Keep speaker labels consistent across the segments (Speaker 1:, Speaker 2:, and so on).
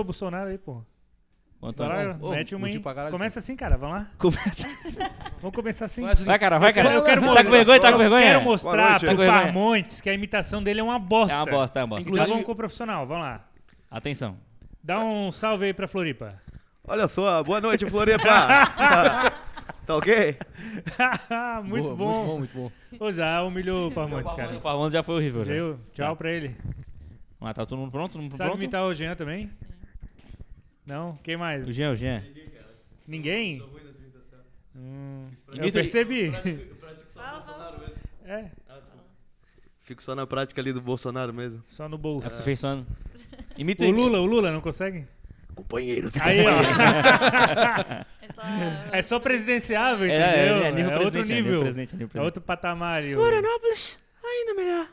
Speaker 1: o Bolsonaro aí, pô.
Speaker 2: Quanto
Speaker 1: Vai
Speaker 2: a-
Speaker 1: lá,
Speaker 3: Tá Ô,
Speaker 1: mete uma
Speaker 3: curti
Speaker 1: aí.
Speaker 3: pra caralho.
Speaker 1: Começa assim, cara. Vamos lá.
Speaker 2: Começa-
Speaker 1: Vamos começar assim.
Speaker 3: Começa assim.
Speaker 2: Vai, cara, vai, cara.
Speaker 1: Eu quero
Speaker 2: tá com
Speaker 1: mostrar-
Speaker 2: vergonha, tá com
Speaker 1: eu
Speaker 2: vergonha?
Speaker 1: quero
Speaker 4: Boa
Speaker 1: mostrar
Speaker 4: noite.
Speaker 1: pro
Speaker 2: Tá com vergonha?
Speaker 1: Parmontes que a imitação dele é uma bosta.
Speaker 2: É uma bosta, é uma bosta.
Speaker 1: Então
Speaker 3: Inclusive-
Speaker 1: vamos com o profissional, vamos lá.
Speaker 2: Atenção.
Speaker 1: Dá um salve aí pra Floripa.
Speaker 4: Olha só, boa noite, Floripa. tá, tá ok?
Speaker 3: Boa,
Speaker 1: muito, bom.
Speaker 3: Muito bom, muito bom.
Speaker 1: Ô, já humilhou o Parmontes,
Speaker 2: O
Speaker 1: cara.
Speaker 2: Parmando já foi horrível. já.
Speaker 1: Eu, tchau
Speaker 2: Tá.
Speaker 1: pra ele.
Speaker 2: Mas tá todo mundo pronto? Todo mundo
Speaker 1: Sabe
Speaker 2: pronto?
Speaker 1: imitar o Jean também? Não? Quem mais?
Speaker 2: O Jean, o Jean.
Speaker 1: Ninguém? Hum, eu
Speaker 2: Imita-
Speaker 1: percebi. É,
Speaker 4: Fico só na prática ali do Bolsonaro mesmo.
Speaker 1: só no bolso.
Speaker 2: Aperfeiçoando. Imita
Speaker 1: O Lula, o Lula não consegue?
Speaker 4: Companheiro.
Speaker 1: Aí, ó.
Speaker 5: É só,
Speaker 1: É só presidenciável,
Speaker 2: É,
Speaker 1: entendeu?
Speaker 2: é, é,
Speaker 1: É,
Speaker 2: nível
Speaker 1: outro
Speaker 2: presidente, é nível
Speaker 1: nível.
Speaker 2: presidente, é nível
Speaker 1: É outro patamar. e o-
Speaker 4: Florianópolis, ainda melhor.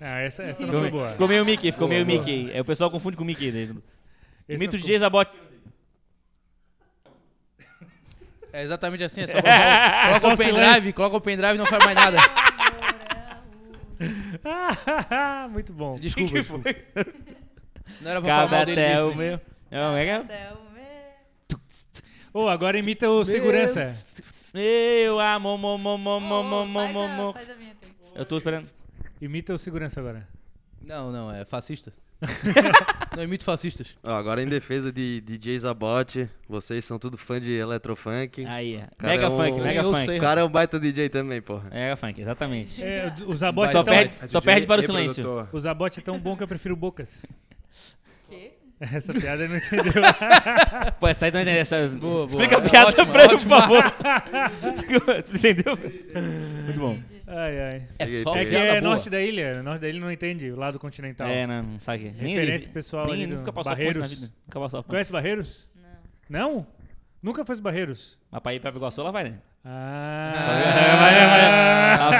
Speaker 1: Não, essa, essa não foi
Speaker 2: Ficou,
Speaker 1: boa.
Speaker 2: meio- ficou meio Mickey, ficou meio Mickey. É, o pessoal confunde com Mickey. Né?
Speaker 1: Esse
Speaker 2: Imita o
Speaker 1: não
Speaker 2: DJ Zabot.
Speaker 3: É exatamente assim, é só colocar o-
Speaker 1: Só
Speaker 3: coloca o
Speaker 1: silêncio.
Speaker 3: pendrive, coloca o pendrive e não faz mais nada.
Speaker 1: ficou- Muito bom.
Speaker 3: Desculpa, desculpa. Não era pra falar
Speaker 2: Cada
Speaker 3: mal dele
Speaker 2: até
Speaker 3: disso,
Speaker 2: o
Speaker 3: né?
Speaker 2: meu. É, como é que é?
Speaker 1: Ô, agora imita o segurança.
Speaker 2: Meu amor, mo, mo, mo, mo, mo, mo, mo, mo.
Speaker 5: Faz a minha, tempo.
Speaker 2: Eu tô esperando.
Speaker 1: Imita o segurança agora.
Speaker 3: Não, não, é fascista. não imito fascistas.
Speaker 4: agora em defesa de DJ Zabot, vocês são tudo fã de eletrofunk.
Speaker 2: Aí, é.
Speaker 4: Cara,
Speaker 2: Mega
Speaker 4: é um-
Speaker 2: funk, mega
Speaker 3: Eu
Speaker 2: funk.
Speaker 3: sei.
Speaker 4: O cara é um baita DJ também, porra.
Speaker 2: Mega funk, exatamente.
Speaker 1: É, o Zabot
Speaker 3: Vai,
Speaker 1: é
Speaker 2: Só
Speaker 1: tão,
Speaker 3: vai.
Speaker 2: perde, só perde para o silêncio.
Speaker 1: o Zabot é tão bom que eu prefiro bocas.
Speaker 5: Quê?
Speaker 1: Essa piada ele não entendeu.
Speaker 2: Pô, essa aí não entendeu. Essa...
Speaker 3: Boa, boa.
Speaker 2: Explica
Speaker 3: É
Speaker 2: a piada
Speaker 3: ótima,
Speaker 2: pra ele, por
Speaker 3: ótima.
Speaker 2: favor. Desculpa, entendeu? Muito bom.
Speaker 1: Ai, ai.
Speaker 3: É
Speaker 4: Peguei,
Speaker 3: só
Speaker 4: peguei.
Speaker 1: É que
Speaker 3: piada
Speaker 1: é
Speaker 3: boa.
Speaker 1: norte da ilha. Norte da ilha não entende o lado continental.
Speaker 2: É, não, não sabe. Nem
Speaker 1: Então, Referência
Speaker 2: existe.
Speaker 1: pessoal
Speaker 2: Nem,
Speaker 1: ali do
Speaker 2: nunca passou
Speaker 1: Barreiros.
Speaker 2: ponte na vida. Nunca passou ponte.
Speaker 1: Conhece Barreiros?
Speaker 5: Não.
Speaker 1: Não? Nunca foi Barreiros?
Speaker 2: Mas pra ir pra Iguaçu, ela vai, né?
Speaker 1: É, Ah,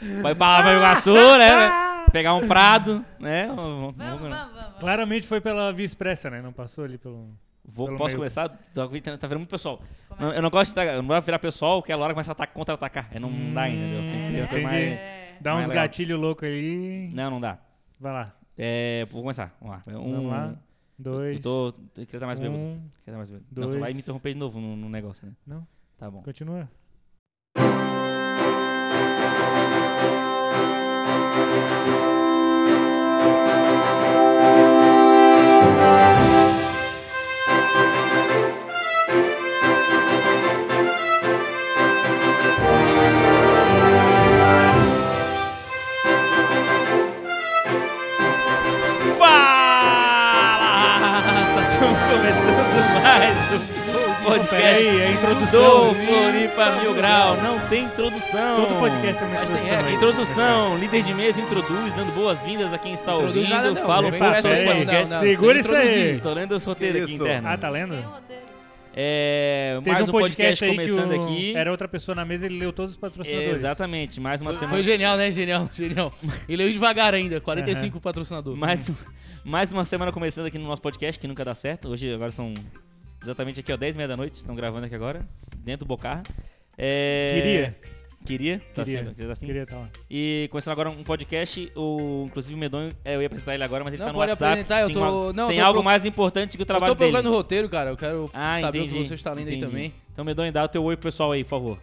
Speaker 2: Vai pra, pra Iguaçu, né? Pegar um prado, né? Vamos,
Speaker 5: Vamos,
Speaker 2: vamos, né?
Speaker 5: vamos, vamos.
Speaker 1: claramente foi pela Via Expressa, né? Não passou ali pelo.
Speaker 2: Vou-
Speaker 1: Pelo
Speaker 2: posso
Speaker 1: meio.
Speaker 2: começar? Tá virando muito pessoal. Não, eu não gosto de tá- eu não gosto de virar pessoal, porque a hora começa a atacar, contra-atacar. É, Não não dá ainda, entendeu? Tem que ser uma coisa
Speaker 1: Hum, Entendi.
Speaker 2: mais-
Speaker 5: É.
Speaker 1: Dá
Speaker 2: Mas
Speaker 1: uns
Speaker 2: legal.
Speaker 1: gatilhos loucos ali.
Speaker 2: Não, não dá.
Speaker 1: Vai lá.
Speaker 2: É, vou começar. Vamos lá. Um,
Speaker 1: Vamos lá. Dois.
Speaker 2: Eu tô. Eu queria estar mais bêbado.
Speaker 1: um.
Speaker 2: Queria estar mais bêbado. Não, tu
Speaker 1: dois.
Speaker 2: vai me interromper de novo no, no negócio, né?
Speaker 1: Não.
Speaker 2: Tá bom.
Speaker 1: Continua.
Speaker 2: Fala! Estamos começando mais um podcast.
Speaker 1: Peraí, a introdução.
Speaker 2: do Floripa Mil Grau. Não tem introdução.
Speaker 1: Todo podcast é uma
Speaker 3: Mas tem
Speaker 1: introdução.
Speaker 3: regra,
Speaker 1: é isso.
Speaker 2: Introdução, líder de mesa introduz, dando boas-vindas a quem está
Speaker 3: Introduz
Speaker 2: ouvindo.
Speaker 3: nada não,
Speaker 2: fala um
Speaker 3: vem
Speaker 2: pouco
Speaker 3: com essa
Speaker 2: sobre o
Speaker 3: aí,
Speaker 2: podcast.
Speaker 3: não, não,
Speaker 1: segura
Speaker 2: sem
Speaker 1: isso aí.
Speaker 2: introduzir. Tô lendo os roteiros
Speaker 4: Que
Speaker 2: aqui
Speaker 4: isso?
Speaker 2: internos.
Speaker 1: Ah, tá lendo?
Speaker 5: Tem um roteiro.
Speaker 2: É,
Speaker 1: Teve
Speaker 2: mais
Speaker 1: um podcast, aí
Speaker 2: começando
Speaker 1: que o-
Speaker 2: aqui.
Speaker 1: era outra pessoa na mesa, ele leu todos os patrocinadores.
Speaker 2: Exatamente, mais uma semana.
Speaker 3: Foi genial, né? Genial, genial. Ele leu devagar ainda, 45 patrocinador.
Speaker 2: Mais, um- mais uma semana começando aqui no nosso podcast, que nunca dá certo. Hoje, agora são exatamente aqui, ó, 10 e meia da noite. Estão gravando aqui agora, dentro do Bocarra. É,
Speaker 1: Queria.
Speaker 2: Queria, tá
Speaker 1: Queria.
Speaker 2: sendo, queria, assim.
Speaker 1: Queria estar lá.
Speaker 2: E começando agora um podcast, o, inclusive o Medonho, é, eu ia apresentar ele agora, mas ele
Speaker 3: Não,
Speaker 2: tá no
Speaker 3: pode
Speaker 2: WhatsApp.
Speaker 3: apresentar, eu
Speaker 2: tem
Speaker 3: tô-
Speaker 2: uma-
Speaker 3: não, eu
Speaker 2: tem
Speaker 3: tô
Speaker 2: algo
Speaker 3: pro-
Speaker 2: mais importante que o
Speaker 3: Eu
Speaker 2: trabalho
Speaker 3: tô procurando
Speaker 2: dele.
Speaker 3: o roteiro, cara. Eu quero
Speaker 2: Ah,
Speaker 3: saber
Speaker 2: entendi.
Speaker 3: o que você está lendo aí
Speaker 2: entendi.
Speaker 3: também.
Speaker 2: Então, Medonho, dá o teu oi pro pessoal aí, por favor.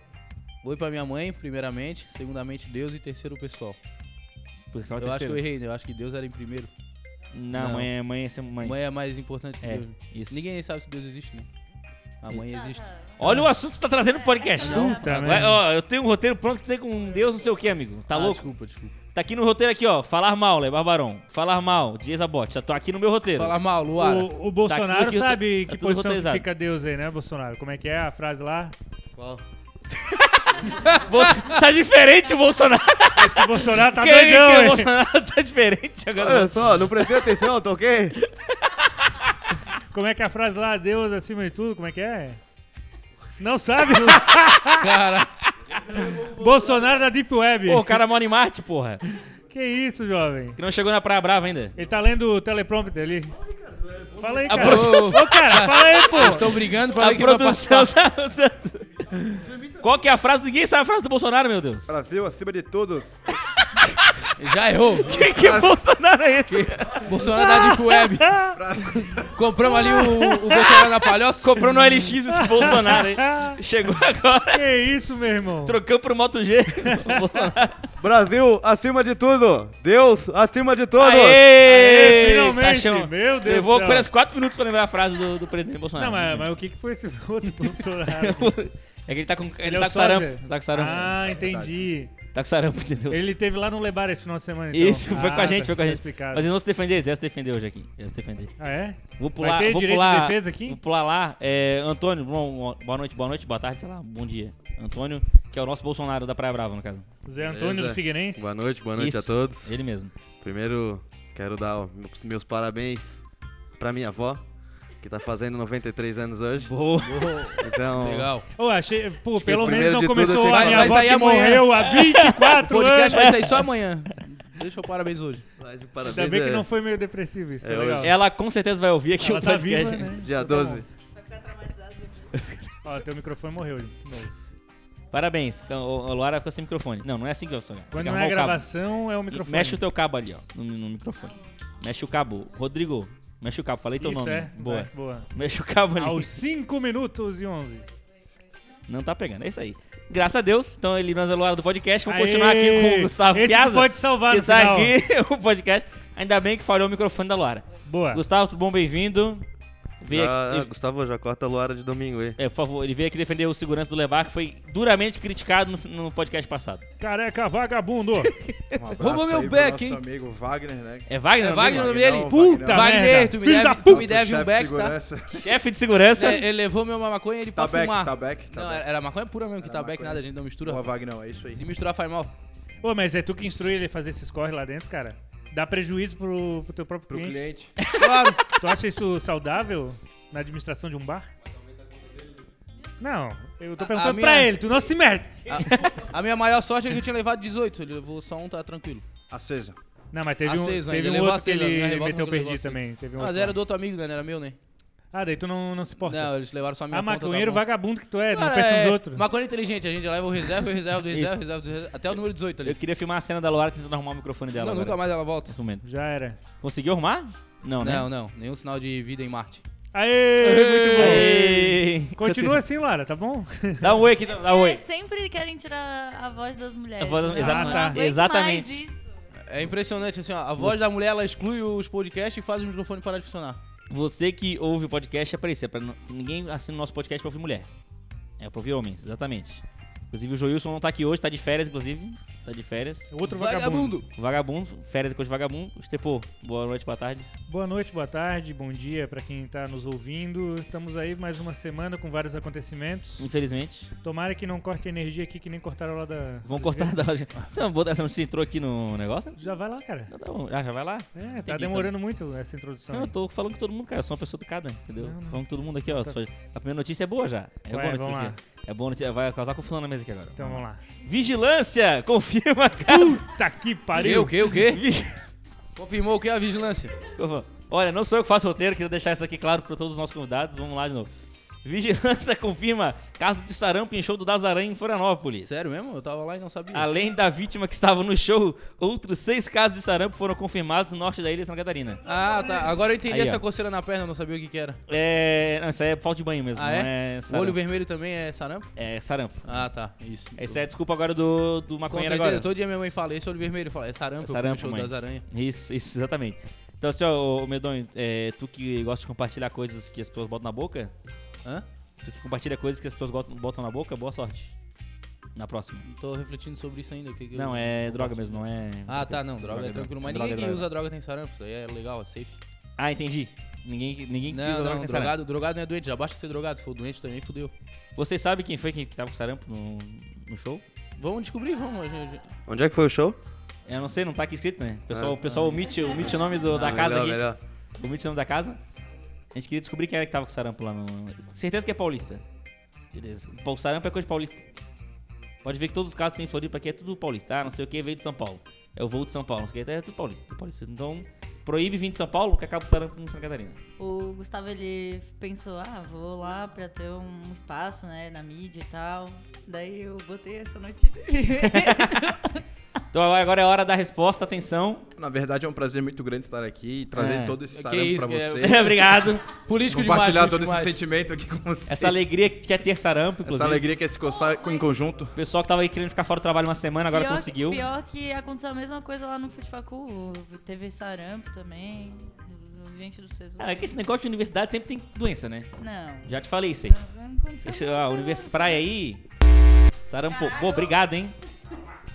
Speaker 3: Oi pra minha mãe, primeiramente. Segundamente, Deus. E terceiro, o pessoal.
Speaker 2: Porque você é o
Speaker 3: eu acho que
Speaker 2: terceiro.
Speaker 3: eu errei, né? Eu acho que Deus era em primeiro.
Speaker 2: Não,
Speaker 3: Não.
Speaker 2: mãe é mãe, é ser mãe.
Speaker 3: Mãe é mais importante que
Speaker 2: É,
Speaker 3: Deus.
Speaker 2: isso.
Speaker 3: Ninguém sabe se Deus existe, né? A mãe existe.
Speaker 2: Olha o assunto que você tá trazendo pro podcast.
Speaker 5: Não.
Speaker 1: Puta
Speaker 2: Vai,
Speaker 1: merda.
Speaker 2: ó, eu tenho um roteiro pronto que tem com um Deus não sei o que, amigo. Tá
Speaker 3: Ah,
Speaker 2: louco?
Speaker 3: Desculpa, desculpa.
Speaker 2: Tá aqui no roteiro aqui, ó. Falar mal, Lé Barbarão. Falar mal, Dias Abot. Já tô aqui no meu roteiro.
Speaker 3: Fala mal, Luara.
Speaker 1: O, o Bolsonaro
Speaker 2: aqui, eu tô-
Speaker 1: sabe
Speaker 2: tá
Speaker 1: que
Speaker 2: tudo
Speaker 1: posição que
Speaker 2: roteirizado.
Speaker 1: fica Deus aí, né, Bolsonaro? Como é que é a frase lá?
Speaker 4: Qual?
Speaker 2: Bolso- Tá diferente o Bolsonaro.
Speaker 1: Esse Bolsonaro tá
Speaker 2: Quem- quem é
Speaker 1: doidão,
Speaker 2: o
Speaker 1: hein?
Speaker 2: Bolsonaro tá diferente agora.
Speaker 4: Olha só, não prestei atenção, tá ok?
Speaker 1: Como é que é a frase lá? Deus acima de tudo, como é que é? Não sabe?
Speaker 3: Cara,
Speaker 1: Bolsonaro da Deep Web.
Speaker 2: Pô, o cara mora em Marte, porra.
Speaker 1: Que isso, jovem?
Speaker 2: Que não chegou na Praia Brava ainda.
Speaker 1: Ele tá lendo o teleprompter ali. Fala aí,
Speaker 2: A
Speaker 1: cara.
Speaker 3: produção-
Speaker 1: Ô, cara, fala aí,
Speaker 3: eles
Speaker 1: pô.
Speaker 3: estão brigando pra
Speaker 2: A
Speaker 3: ver quem vai
Speaker 2: produção
Speaker 3: participar.
Speaker 2: tá... tá- Qual que é a frase? Ninguém sabe a frase do Bolsonaro, meu Deus.
Speaker 4: Brasil acima de todos.
Speaker 6: Já errou.
Speaker 1: Que, que Bolsonaro é esse?
Speaker 6: Bolsonaro da Deep Web. Compramos ali o, o Bolsonaro na palhoça.
Speaker 2: Comprou no LX esse Bolsonaro, hein? Chegou agora,
Speaker 1: Ah, que isso, meu irmão?
Speaker 2: trocou pro Moto G. Bolsonaro.
Speaker 4: Brasil acima de tudo! Deus acima de todos!
Speaker 2: Aê!
Speaker 1: finalmente!
Speaker 2: Caixão.
Speaker 1: tá Meu Deus do
Speaker 2: Levou
Speaker 1: céu.
Speaker 2: apenas 4 minutos pra lembrar a frase do, do presidente Bolsonaro.
Speaker 1: Não, mas, mas o que, que foi esse outro Bolsonaro?
Speaker 2: É que ele tá com, ele
Speaker 1: é
Speaker 2: tá
Speaker 1: o
Speaker 2: com sarampo.
Speaker 1: sósia?
Speaker 2: Tá com sarampo.
Speaker 1: Ah, entendi.
Speaker 2: Tá com sarampo, entendeu?
Speaker 1: Ele teve lá no Lebar esse final de semana, então.
Speaker 2: Isso, foi com a
Speaker 1: Ah,
Speaker 2: gente,
Speaker 1: tá,
Speaker 2: foi com a
Speaker 1: tá
Speaker 2: gente.
Speaker 1: explicado.
Speaker 2: Mas eles vão se defender, eles iam se defender hoje aqui. Eles se defender.
Speaker 1: Ah, é?
Speaker 2: Vou pular,
Speaker 1: ter
Speaker 2: vou
Speaker 1: direito de
Speaker 2: pular,
Speaker 1: defesa aqui?
Speaker 2: Vou pular lá. É, Antônio, bom, boa noite, boa noite, boa tarde, sei lá, bom dia. Antônio, que é o nosso Bolsonaro da Praia Brava, no caso.
Speaker 1: Zé Antônio
Speaker 4: Beleza?
Speaker 1: do Figueirense.
Speaker 4: Boa noite, boa noite
Speaker 2: Isso,
Speaker 4: a todos.
Speaker 2: Ele mesmo.
Speaker 4: Primeiro, quero dar o- meus- meus parabéns pra minha avó, que tá fazendo 93 anos hoje.
Speaker 2: Boa.
Speaker 4: Então,
Speaker 6: Legal.
Speaker 1: Ô, achei. Pô, pelo menos
Speaker 4: primeiro
Speaker 1: não
Speaker 4: de tudo eu
Speaker 1: começou
Speaker 4: tinha
Speaker 1: a
Speaker 4: que
Speaker 1: minha
Speaker 4: falar.
Speaker 1: avó
Speaker 6: Vai sair
Speaker 1: que
Speaker 6: amanhã.
Speaker 1: morreu há 24
Speaker 6: O podcast
Speaker 1: anos.
Speaker 6: vai sair só amanhã. Deixa eu parabéns hoje.
Speaker 4: mas o parabéns
Speaker 1: Ainda bem que
Speaker 4: é
Speaker 1: não foi meio depressivo isso, tá
Speaker 4: É
Speaker 1: legal?
Speaker 4: hoje.
Speaker 2: Ela com certeza vai ouvir aqui
Speaker 1: Ela
Speaker 2: o
Speaker 1: tá
Speaker 2: podcast.
Speaker 1: viva, né?
Speaker 4: dia
Speaker 1: Tá bom.
Speaker 4: 12.
Speaker 5: Vai ficar traumatizado depois.
Speaker 1: Ó, teu microfone morreu de novo.
Speaker 2: Parabéns. O, o Luara fica sem microfone. Não, não é assim que eu sou.
Speaker 1: Quando não é gravação, é o microfone.
Speaker 2: Mexe o teu cabo ali, ó, no, no microfone. Mexe o cabo. Rodrigo, mexe o cabo. Falei teu
Speaker 1: Isso,
Speaker 2: nome.
Speaker 1: é.
Speaker 2: Boa.
Speaker 1: vai, boa.
Speaker 2: Mexe o cabo ali.
Speaker 1: Aos 5 minutos e 11.
Speaker 2: Não tá pegando, é isso aí. Graças a Deus, então ele nós é Luara do podcast. Vamos
Speaker 1: Aê!
Speaker 2: continuar aqui com o Gustavo
Speaker 1: Esse
Speaker 2: Piazza,
Speaker 1: pode salvar
Speaker 2: que
Speaker 1: no
Speaker 2: tá
Speaker 1: final.
Speaker 2: aqui o podcast. Ainda bem que falhou o microfone da Luara.
Speaker 1: Boa.
Speaker 2: Gustavo, tudo bom? Bem-vindo. Veio
Speaker 6: Ah,
Speaker 4: Já-
Speaker 2: aqui-
Speaker 4: Ah, Gustavo, já corta a Luara de domingo aí.
Speaker 2: É, por favor, ele veio aqui defender o segurança do Lebar, que foi duramente criticado no, no podcast passado.
Speaker 1: Careca vagabundo.
Speaker 7: Um abraço
Speaker 6: Roubou meu
Speaker 7: aí pro
Speaker 6: beck,
Speaker 7: nosso
Speaker 6: hein?
Speaker 7: amigo Wagner, né?
Speaker 2: É Wagner?
Speaker 6: É
Speaker 2: o
Speaker 6: Wagner o
Speaker 2: nome
Speaker 6: nome dele?
Speaker 7: Não,
Speaker 1: Puta
Speaker 7: Wagner.
Speaker 6: Wagner,
Speaker 1: merda.
Speaker 6: tu me
Speaker 1: Filho
Speaker 6: deve-
Speaker 1: da
Speaker 6: tu
Speaker 1: puta.
Speaker 6: me deve um
Speaker 7: Chefe de
Speaker 6: back, tá?
Speaker 7: segurança.
Speaker 2: dele? Chefe de segurança.
Speaker 6: Ele, ele levou meu maconha ele
Speaker 7: Tá
Speaker 6: pode
Speaker 7: back,
Speaker 6: fumar.
Speaker 7: tá back, tá
Speaker 6: não,
Speaker 7: back.
Speaker 6: era maconha pura mesmo, que
Speaker 7: Era
Speaker 6: tá back
Speaker 7: maconha.
Speaker 6: nada, a gente não mistura.
Speaker 7: Boa, Wagner, é isso aí.
Speaker 6: Se misturar faz mal.
Speaker 1: Pô, mas é tu que instrui ele a fazer esses corre lá dentro, cara? Dá prejuízo pro, pro teu próprio
Speaker 7: Pro
Speaker 1: cliente.
Speaker 7: cliente.
Speaker 6: Claro.
Speaker 1: Tu acha isso saudável na administração de um bar? Não, eu tô
Speaker 6: A-
Speaker 1: perguntando
Speaker 6: a minha-
Speaker 1: pra ele, tu não se mete.
Speaker 6: A, a minha maior sorte é que eu tinha levado 18. Ele levou só um, tá tranquilo.
Speaker 7: Acesa.
Speaker 1: Não, mas teve
Speaker 6: Aceso
Speaker 1: um,
Speaker 6: ainda,
Speaker 1: teve um
Speaker 6: levou
Speaker 1: outro que
Speaker 6: aceso, né?
Speaker 1: ele
Speaker 6: Revolta
Speaker 1: meteu
Speaker 6: nunca levou
Speaker 1: perdido
Speaker 6: aceso.
Speaker 1: também. Teve um
Speaker 6: Mas
Speaker 1: outro
Speaker 6: era
Speaker 1: lá.
Speaker 6: Ah, do outro amigo, né? Não era meu, né?
Speaker 1: Ah, daí tu não, não se importa.
Speaker 6: Não, eles levaram só a minha
Speaker 1: ah,
Speaker 6: conta, tá
Speaker 1: maconheiro
Speaker 6: bom.
Speaker 1: vagabundo que tu é, não
Speaker 6: Cara,
Speaker 1: pensa nos
Speaker 6: é
Speaker 1: outros.
Speaker 6: Maconha inteligente, a gente leva o reserva, o reserva do reserva,
Speaker 2: Isso.
Speaker 6: o reserva do reserva. Até o número 18
Speaker 2: Eu
Speaker 6: ali.
Speaker 2: queria filmar a cena da Luara tentando arrumar o microfone dela.
Speaker 6: Não,
Speaker 2: agora,
Speaker 6: nunca mais ela volta.
Speaker 2: nesse momento.
Speaker 1: Já era.
Speaker 2: Conseguiu arrumar? Não, né?
Speaker 6: Não, não. Nenhum sinal de vida em Marte.
Speaker 1: Aê, muito bom.
Speaker 2: Aê!
Speaker 1: Continua assim, Lara, tá bom?
Speaker 2: Dá um oi aqui, dá um
Speaker 5: É,
Speaker 2: oi.
Speaker 5: sempre querem tirar a voz das mulheres.
Speaker 2: A voz-
Speaker 5: né?
Speaker 1: exata-
Speaker 5: Eu não aguento
Speaker 2: exatamente.
Speaker 5: mais isso.
Speaker 6: É impressionante, assim, ó. A voz da mulher, ela exclui os podcasts e faz os microfones parar de funcionar.
Speaker 2: Você que ouve o podcast aparecer. Pra não- Ninguém assina o nosso podcast pra ouvir mulher. É pra ouvir homens, exatamente. Inclusive o Joilson não tá aqui hoje, tá de férias, inclusive. Tá de férias.
Speaker 1: Outro vagabundo.
Speaker 2: Vagabundo, férias e coisa de vagabundo. Estepô, boa noite, boa tarde.
Speaker 1: Boa noite, boa tarde, bom dia pra quem tá nos ouvindo. Estamos aí mais uma semana com vários acontecimentos.
Speaker 2: Infelizmente.
Speaker 1: Tomara que não corte a energia aqui que nem cortaram lá da.
Speaker 2: Vão cortar da. Então, botar essa notícia entrou aqui no negócio? Então
Speaker 1: Já vai lá, cara.
Speaker 2: Não, não, Ah, já, já vai lá.
Speaker 1: É, tá
Speaker 2: Entendi,
Speaker 1: demorando muito essa introdução.
Speaker 2: Não, eu
Speaker 1: Tá aí.
Speaker 2: tô falando que todo mundo, cara. Eu sou uma pessoa educada, entendeu?
Speaker 1: Não,
Speaker 2: Tô
Speaker 1: não.
Speaker 2: falando que todo mundo aqui, ó. só- A primeira notícia é boa já.
Speaker 1: Vai,
Speaker 2: É boa
Speaker 1: vamos
Speaker 2: notícia
Speaker 1: lá.
Speaker 2: aqui. É boa notícia. Vai causar confusão na mesa aqui agora.
Speaker 1: Então vamos lá.
Speaker 2: Vigilância! Confirma caso.
Speaker 1: Puta que
Speaker 6: Que,
Speaker 1: pariu!
Speaker 6: o que, o que?
Speaker 2: Vigi-
Speaker 6: Confirmou o que? A vigilância.
Speaker 2: Olha, não sou eu que faço roteiro, queria deixar isso aqui claro para todos os nossos convidados. Vamos lá de novo. Vigilância confirma caso de sarampo em show do Dazaran em Florianópolis.
Speaker 6: Sério mesmo? Eu tava lá e não sabia.
Speaker 2: Além da vítima que estava no show, outros seis casos de sarampo foram confirmados no norte da ilha de Santa Catarina.
Speaker 6: Ah, tá. Agora eu entendi
Speaker 2: Aí, ó.
Speaker 6: essa coceira na perna, eu não sabia o que que era.
Speaker 2: É. Não, isso aí é falta de banho mesmo.
Speaker 6: Ah,
Speaker 2: não
Speaker 6: é? O
Speaker 2: sarampo.
Speaker 6: olho vermelho também é sarampo?
Speaker 2: É sarampo.
Speaker 6: Ah, tá. Isso.
Speaker 2: Essa é a desculpa agora do, do
Speaker 6: Com
Speaker 2: maconheiro
Speaker 6: certeza,
Speaker 2: agora.
Speaker 6: todo dia minha mãe fala, esse olho vermelho, fala, é sarampo,
Speaker 2: É sarampo,
Speaker 6: eu fui no show
Speaker 2: mãe.
Speaker 6: das aranhas.
Speaker 2: Isso, isso, exatamente. Então, assim, ó, ô, Medonho, é, tu que gosta de compartilhar coisas que as pessoas botam na boca,
Speaker 6: Hã?
Speaker 2: tu que compartilha coisas que as pessoas botam, botam na boca, boa sorte. Na próxima.
Speaker 6: Tô refletindo sobre isso ainda. o que que eu-
Speaker 2: Não, é droga mesmo, não é.
Speaker 6: Ah, tá, não, droga, é tranquilo. Mas
Speaker 2: Droga é
Speaker 6: ninguém que
Speaker 2: droga.
Speaker 6: usa droga tem sarampo, isso aí é legal, é safe.
Speaker 2: Ah, entendi. Ninguém, ninguém que usa
Speaker 6: Não,
Speaker 2: droga
Speaker 6: não,
Speaker 2: tem sarampo.
Speaker 6: drogado, drogado não é doente, já basta ser drogado, se for doente também, fudeu.
Speaker 2: Vocês sabem quem foi que, que tava com sarampo no, no show?
Speaker 6: Vamos descobrir, vamos. a gente-
Speaker 4: Onde é que foi o show?
Speaker 2: Eu não sei, não tá aqui escrito, né? O
Speaker 6: Ah,
Speaker 2: pessoal, o pessoal omite, omite o nome do- da
Speaker 4: Ah,
Speaker 6: é
Speaker 2: casa
Speaker 4: melhor,
Speaker 2: aqui.
Speaker 4: melhor.
Speaker 2: Omite o nome da casa. A gente queria descobrir quem era que tava com sarampo lá no. Certeza que é paulista. Beleza. Pô, O sarampo é coisa de paulista. Pode ver que todos os casos que tem em Floripa aqui é tudo paulista. Ah, não sei o que, veio de São Paulo. Eu vou de São Paulo, não sei o que, é tudo paulista, tudo paulista. Então, proíbe vir de São Paulo que acaba o sarampo em Santa Catarina.
Speaker 5: O Gustavo, ele pensou, ah, vou lá pra ter um espaço, né, na mídia e tal. Daí eu botei essa notícia.
Speaker 2: Então agora, agora é hora da resposta, atenção.
Speaker 7: Na verdade, é um prazer muito grande estar aqui e trazer
Speaker 2: É.
Speaker 7: todo esse
Speaker 6: Que
Speaker 7: sarampo
Speaker 6: isso,
Speaker 7: pra
Speaker 6: que é-
Speaker 7: vocês.
Speaker 2: Obrigado.
Speaker 6: Político demais.
Speaker 7: Compartilhar
Speaker 6: político
Speaker 7: todo esse
Speaker 6: demais.
Speaker 7: sentimento aqui com vocês.
Speaker 2: Essa alegria que quer ter sarampo, inclusive.
Speaker 7: Essa alegria que é se coçar em conjunto.
Speaker 2: O pessoal que tava aí querendo ficar fora do trabalho uma semana, agora
Speaker 5: pior,
Speaker 2: conseguiu.
Speaker 5: Pior que aconteceu a mesma coisa lá no Futfacu. Teve sarampo também. Gente do Cesu.
Speaker 2: Cara, é que esse negócio de universidade sempre tem doença, né?
Speaker 5: Não.
Speaker 2: Já te falei isso aí.
Speaker 5: Não, não aconteceu
Speaker 2: Esse,
Speaker 5: nada,
Speaker 2: ó,
Speaker 5: não.
Speaker 2: Universo Praia aí. Sarampo. Pô,
Speaker 5: Caralho.
Speaker 2: obrigado, hein?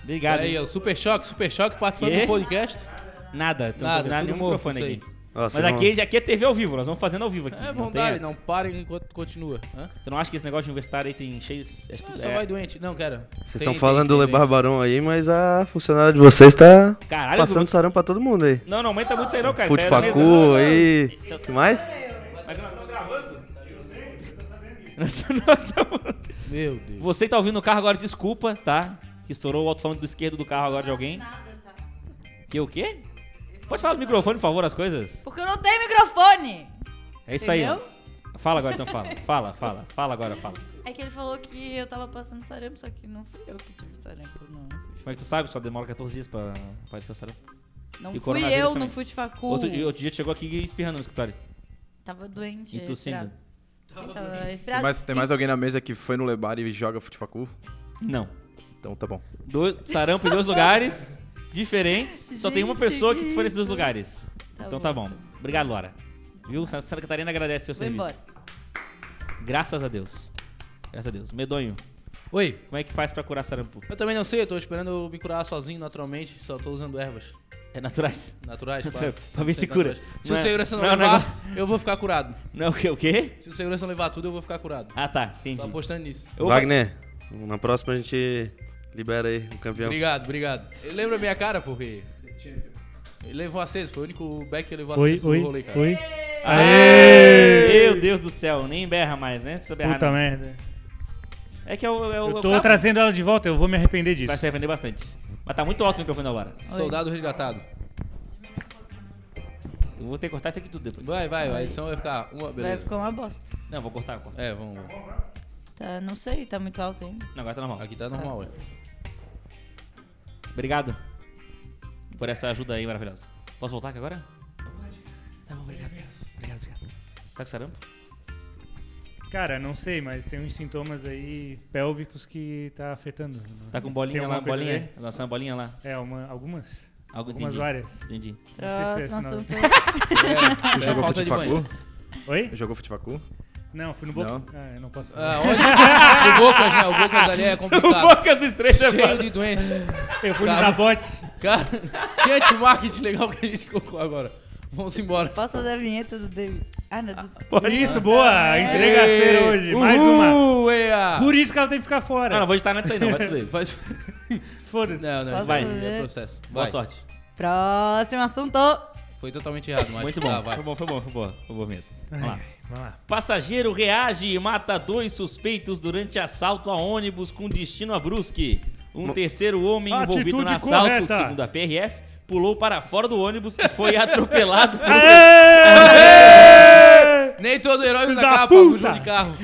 Speaker 2: Obrigado.
Speaker 6: Isso aí,
Speaker 2: hein?
Speaker 6: ó, Super Choque, Super Choque participando
Speaker 2: Quê?
Speaker 6: do podcast.
Speaker 2: Nada, não tô- nada
Speaker 6: Nada, tudo
Speaker 2: nenhum
Speaker 6: morto,
Speaker 2: microfone
Speaker 6: isso
Speaker 2: aqui.
Speaker 4: Nossa,
Speaker 2: Mas
Speaker 4: não-
Speaker 2: aqui, aqui é TV ao vivo, nós vamos fazendo ao vivo aqui.
Speaker 6: É
Speaker 2: não tem
Speaker 6: bondade,
Speaker 2: essa.
Speaker 6: não parem enquanto continua. Hã?
Speaker 2: Tu não acha que esse negócio de universitário aí tem cheio. Acho
Speaker 6: Ah,
Speaker 2: que
Speaker 6: só
Speaker 2: é.
Speaker 6: vai doente. Não, cara.
Speaker 4: Vocês
Speaker 6: Tem-
Speaker 4: estão
Speaker 6: tem-
Speaker 4: falando do
Speaker 6: tem
Speaker 4: Le
Speaker 6: doença.
Speaker 4: Barbarão aí, mas a funcionária de vocês tá
Speaker 2: Caralho,
Speaker 4: passando
Speaker 2: Dudu.
Speaker 4: sarampo pra todo mundo aí.
Speaker 2: Não, não, aumenta muito isso aí não, cara.
Speaker 4: Fute
Speaker 2: Isso aí é da
Speaker 4: Facu
Speaker 2: mesa.
Speaker 4: aí. O que mais?
Speaker 2: Mas nós estamos gravando. Nós- nós estamos-
Speaker 6: Meu Deus.
Speaker 2: Você que tá ouvindo no carro agora, desculpa, tá? Que estourou o alto-falante do esquerdo do carro agora de alguém.
Speaker 5: Nada, tá?
Speaker 2: Que o quê? Pode falar no microfone, por favor, as coisas?
Speaker 5: Porque eu não tenho microfone!
Speaker 2: É isso aí. ó.
Speaker 5: Entendeu?
Speaker 2: Fala agora, então fala. Fala, fala, fala agora, fala.
Speaker 5: É que ele falou que eu tava passando sarampo, só que não fui eu que tive sarampo, não.
Speaker 2: Como é que tu sabe? Só demora 14 dias pra aparecer o sarampo.
Speaker 5: Não
Speaker 2: E
Speaker 5: fui
Speaker 2: coronavírus
Speaker 5: eu,
Speaker 2: também.
Speaker 5: não fui de facu.
Speaker 2: Outro, e outro dia tu chegou aqui espirrando no escritório.
Speaker 5: Tava doente.
Speaker 2: E tu sim?
Speaker 5: respirado. Sim, tava
Speaker 7: Tem
Speaker 5: respirado.
Speaker 7: mais, tem mais alguém na mesa que foi no Lebar e joga futfacu?
Speaker 2: Não.
Speaker 7: Então tá bom.
Speaker 2: Dois, sarampo em dois lugares diferentes. Só tem uma
Speaker 5: Gente,
Speaker 2: pessoa
Speaker 5: que
Speaker 2: que foi nesses dois
Speaker 5: isso.
Speaker 2: lugares.
Speaker 5: Tá
Speaker 2: então
Speaker 5: bom,
Speaker 2: tá bom.
Speaker 5: tá
Speaker 2: Obrigado, Laura. Viu? Santa Santa Catarina agradece o seu
Speaker 5: Vou
Speaker 2: serviço.
Speaker 5: embora.
Speaker 2: Graças a Deus. Graças a Deus. Medonho,
Speaker 6: Oi.
Speaker 2: como é que faz pra curar sarampo?
Speaker 6: Eu também não sei, eu tô esperando eu me curar sozinho naturalmente, só tô usando ervas
Speaker 2: É naturais?
Speaker 6: naturais, claro.
Speaker 2: Pra ver se cura.
Speaker 6: Se
Speaker 2: Não
Speaker 6: o
Speaker 2: é-
Speaker 6: segurança não,
Speaker 2: não é um
Speaker 6: levar,
Speaker 2: negócio-
Speaker 6: eu vou ficar curado.
Speaker 2: Não, o quê? O quê?
Speaker 6: Se o segurança não levar tudo, eu vou ficar curado.
Speaker 2: Ah, tá.
Speaker 6: Tô
Speaker 2: Entendi.
Speaker 6: apostando nisso.
Speaker 2: Eu-
Speaker 4: Wagner, na próxima a gente libera aí o campeão.
Speaker 6: Obrigado, obrigado. Ele lembra a minha cara, porque... Ele levou acesso, foi o único back que levou
Speaker 1: Oi,
Speaker 6: acesso
Speaker 1: oi,
Speaker 6: no rolê, cara.
Speaker 1: oi. Aê!
Speaker 2: Meu Deus do céu, nem berra mais, né? Não precisa berrar.
Speaker 1: Puta
Speaker 2: não.
Speaker 1: merda.
Speaker 2: É que eu. eu,
Speaker 1: Eu
Speaker 2: eu-
Speaker 1: tô trazendo ela de volta, eu vou me arrepender
Speaker 2: Vai
Speaker 1: disso.
Speaker 2: se arrepender bastante. Mas tá muito alto o microfone da Laura.
Speaker 6: Soldado resgatado.
Speaker 2: Eu vou ter que cortar isso aqui tudo depois.
Speaker 6: Vai, vai, a edição vai ficar uma
Speaker 5: Vai
Speaker 6: beleza.
Speaker 5: ficar um- uma bosta.
Speaker 2: Não, vou cortar, vou cortar.
Speaker 6: É, vamos. vamos.
Speaker 5: Tá, não sei, tá muito alto ainda.
Speaker 2: Não, agora tá normal.
Speaker 6: Aqui tá normal, é.
Speaker 2: Obrigado por essa ajuda aí maravilhosa. Posso voltar aqui agora? Tá bom, obrigado. Obrigado, obrigado. Tá com sarampo?
Speaker 1: Cara, não sei, mas tem uns sintomas aí pélvicos que tá afetando.
Speaker 2: Tá com
Speaker 1: Tem
Speaker 2: bolinha
Speaker 1: alguma
Speaker 2: lá,
Speaker 1: coisa a
Speaker 2: bolinha?
Speaker 1: ver?
Speaker 2: Lançando a bolinha lá.
Speaker 1: É, uma, algumas.
Speaker 2: Algo,
Speaker 1: Algumas
Speaker 2: entendi.
Speaker 1: várias.
Speaker 2: Entendi.
Speaker 1: Não sei se é
Speaker 5: Próximo
Speaker 1: esse nome.
Speaker 5: assunto.
Speaker 6: É, é
Speaker 7: Jogou
Speaker 6: falta de
Speaker 7: futfacu?
Speaker 6: banho.
Speaker 1: Oi?
Speaker 7: Jogou futfacu?
Speaker 1: Não, fui no boca.
Speaker 7: Não.
Speaker 1: Ah, eu não posso.
Speaker 6: Ah, onde? o Bocas, né? O Bocas ali é complicado.
Speaker 2: Bocas do Estreito é
Speaker 6: Cheio
Speaker 2: foda.
Speaker 6: de doença.
Speaker 1: eu fui no
Speaker 6: cara.
Speaker 1: Zabote.
Speaker 6: Cara, gente, o marketing legal que a gente colocou agora. Vamos embora.
Speaker 5: Posso fazer a vinheta do David? Ah, não, do...
Speaker 1: Isso, boa! Entregaceira hoje. Mais uma.
Speaker 6: Uhul, Ea.
Speaker 1: Por isso que ela tem que ficar fora.
Speaker 2: Não, não vou editar nada disso aí não, vai se fuder.
Speaker 6: Faz...
Speaker 1: Foda-se.
Speaker 6: Não, não,
Speaker 5: Posso
Speaker 6: vai.
Speaker 5: fazer?
Speaker 6: É processo.
Speaker 2: Boa
Speaker 6: Vai.
Speaker 2: sorte.
Speaker 5: Próximo assunto.
Speaker 6: Foi totalmente errado, mas
Speaker 2: Muito bom.
Speaker 6: Tá, vai.
Speaker 2: Foi bom, foi bom, foi bom. Foi bom mesmo. Vamos lá.
Speaker 1: Vai lá.
Speaker 2: Passageiro reage e mata dois suspeitos durante assalto a ônibus com destino a Brusque. Um terceiro homem
Speaker 1: Atitude
Speaker 2: envolvido no assalto,
Speaker 1: correta.
Speaker 2: segundo a PRF, pulou para fora do ônibus e foi atropelado por... um-
Speaker 6: Nem todo herói
Speaker 1: da
Speaker 6: da capa,
Speaker 1: puta.
Speaker 6: o João de carro.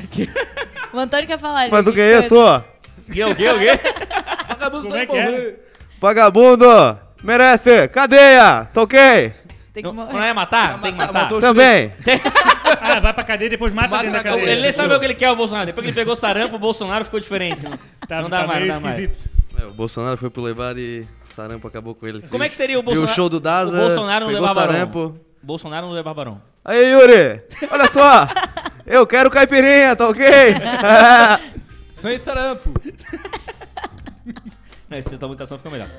Speaker 5: O Antônio quer falar. Ele
Speaker 4: Mas do
Speaker 5: tem
Speaker 4: que é isso, ó?
Speaker 2: Guê, o guê, o guê?
Speaker 6: Acabou
Speaker 1: Como é que é?
Speaker 4: Vagabundo! Merece! Cadeia! Toquei!
Speaker 5: Tem que
Speaker 2: Não,
Speaker 5: morrer.
Speaker 2: não é matar? Tem que
Speaker 6: matar-
Speaker 2: matar.
Speaker 6: matou-
Speaker 4: Também!
Speaker 1: Ah, vai pra cadeia e depois mata
Speaker 6: Mata
Speaker 1: dentro da
Speaker 6: na cadeia.
Speaker 1: cadeia.
Speaker 2: Ele nem sabe o que ele quer, o Bolsonaro. Depois que ele pegou sarampo, o Bolsonaro ficou diferente. Não,
Speaker 1: Tá,
Speaker 2: não dá
Speaker 1: tá
Speaker 2: mais,
Speaker 1: meio
Speaker 2: não dá mais.
Speaker 1: esquisito.
Speaker 4: É, o Bolsonaro foi pro Lebar e o sarampo acabou com ele.
Speaker 2: Como é que seria o
Speaker 4: Viu o
Speaker 2: Bolsonaro?
Speaker 4: show do Daza,
Speaker 2: O Bolsonaro não
Speaker 4: pegou
Speaker 2: levar barão.
Speaker 4: sarampo.
Speaker 2: Bolsonaro não é levar barão.
Speaker 4: Aí, Yuri! Olha só! Eu quero caipirinha, tá ok?
Speaker 6: Sem sarampo.
Speaker 2: Não, Esse atualização fica melhor.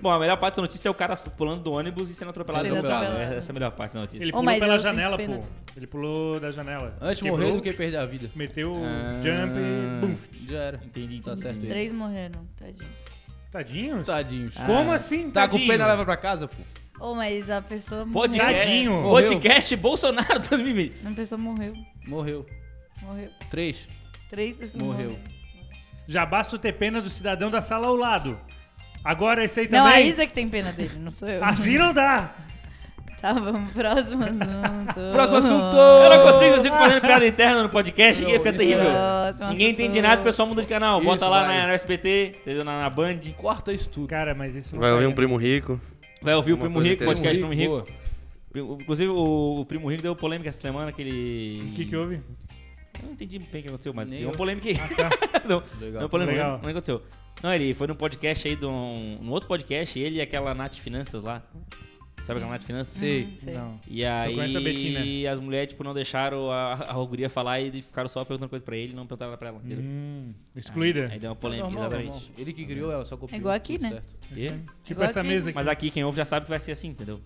Speaker 2: Bom, a melhor parte dessa notícia é o cara pulando do ônibus e sendo atropelado.
Speaker 5: Sendo
Speaker 2: pelo carro.
Speaker 5: atropelado.
Speaker 2: Essa é a melhor parte da notícia.
Speaker 1: Ele
Speaker 5: Oh,
Speaker 1: pulou
Speaker 5: mas
Speaker 1: pela
Speaker 5: eu sinto
Speaker 1: janela, pô.
Speaker 5: pena.
Speaker 1: Ele pulou da janela.
Speaker 6: Antes
Speaker 1: Quebrou,
Speaker 6: morrer do que perder a vida.
Speaker 1: Meteu o
Speaker 2: Ah.
Speaker 1: jump e... Bum.
Speaker 6: Já era.
Speaker 2: Entendi.
Speaker 6: Tá certo. aí.
Speaker 5: Três Ah. morreram, tadinhos.
Speaker 1: Tadinho?
Speaker 6: Tadinhos.
Speaker 1: Como assim,
Speaker 6: Tá com
Speaker 1: tadinho?
Speaker 6: pena, leva pra casa, pô.
Speaker 5: Ô, mas a pessoa
Speaker 2: Podcast,
Speaker 5: morreu.
Speaker 1: Tadinho.
Speaker 6: Morreu.
Speaker 2: É. podcast Bolsonaro 2020.
Speaker 5: Uma pessoa morreu.
Speaker 6: Morreu.
Speaker 5: Morreu.
Speaker 6: Três.
Speaker 5: Três pessoas
Speaker 6: Morreu.
Speaker 5: morreram.
Speaker 1: Já basta o ter pena do cidadão da sala ao lado. Agora esse aí
Speaker 5: Não,
Speaker 1: também...
Speaker 5: a Isa que tem pena dele, não sou eu.
Speaker 1: Assim não dá.
Speaker 5: Tá, vamos pro próximo assunto.
Speaker 3: Próximo assunto!
Speaker 2: Eu não consigo, eu fico fazendo piada interna no podcast, ninguém fica
Speaker 3: Isso.
Speaker 2: terrível.
Speaker 5: Próximo
Speaker 2: Ninguém
Speaker 5: assunto.
Speaker 2: entende nada, o pessoal muda de canal.
Speaker 3: Isso,
Speaker 2: Bota lá
Speaker 3: vai.
Speaker 2: na, na SBT, entendeu? na, na Band.
Speaker 3: Corta isso tudo.
Speaker 1: Cara, mas isso não
Speaker 4: Vai ouvir
Speaker 1: cai,
Speaker 4: um primo rico.
Speaker 2: Vai ouvir o
Speaker 4: Uma
Speaker 2: Primo
Speaker 4: coisa
Speaker 2: Rico, podcast Primo Rico.
Speaker 3: boa.
Speaker 2: Primo- Inclusive, o, o Primo Rico deu polêmica essa semana, que ele...
Speaker 1: O que, que houve?
Speaker 2: Eu não entendi bem o que aconteceu, mas
Speaker 3: Nem
Speaker 2: deu uma
Speaker 3: eu.
Speaker 2: polêmica aí. não,
Speaker 3: Legal.
Speaker 2: não, polêmica,
Speaker 1: Legal.
Speaker 2: não aconteceu. Não, ele foi num podcast aí, de um, num outro podcast, ele e aquela Nath Finanças lá. Sabe aquela Nath Finanças?
Speaker 3: Sei.
Speaker 5: Hum, Sei.
Speaker 3: Não.
Speaker 2: E
Speaker 1: conhece a
Speaker 2: aí
Speaker 1: Betina.
Speaker 2: as mulheres, tipo, não deixaram a, a guria falar e ficaram só perguntando coisa pra ele não perguntaram pra ela. entendeu?
Speaker 1: Hum,
Speaker 2: Ah,
Speaker 1: excluída.
Speaker 2: Aí deu uma polêmica,
Speaker 3: Normal,
Speaker 2: exatamente.
Speaker 3: normal. Ele que criou ela, só copiou.
Speaker 5: É igual aqui,
Speaker 3: tudo
Speaker 5: né?
Speaker 3: certo.
Speaker 2: Quê?
Speaker 1: tipo
Speaker 5: Igual
Speaker 1: essa
Speaker 5: aqui.
Speaker 1: mesa aqui.
Speaker 2: Mas aqui quem ouve já sabe que vai ser assim, entendeu?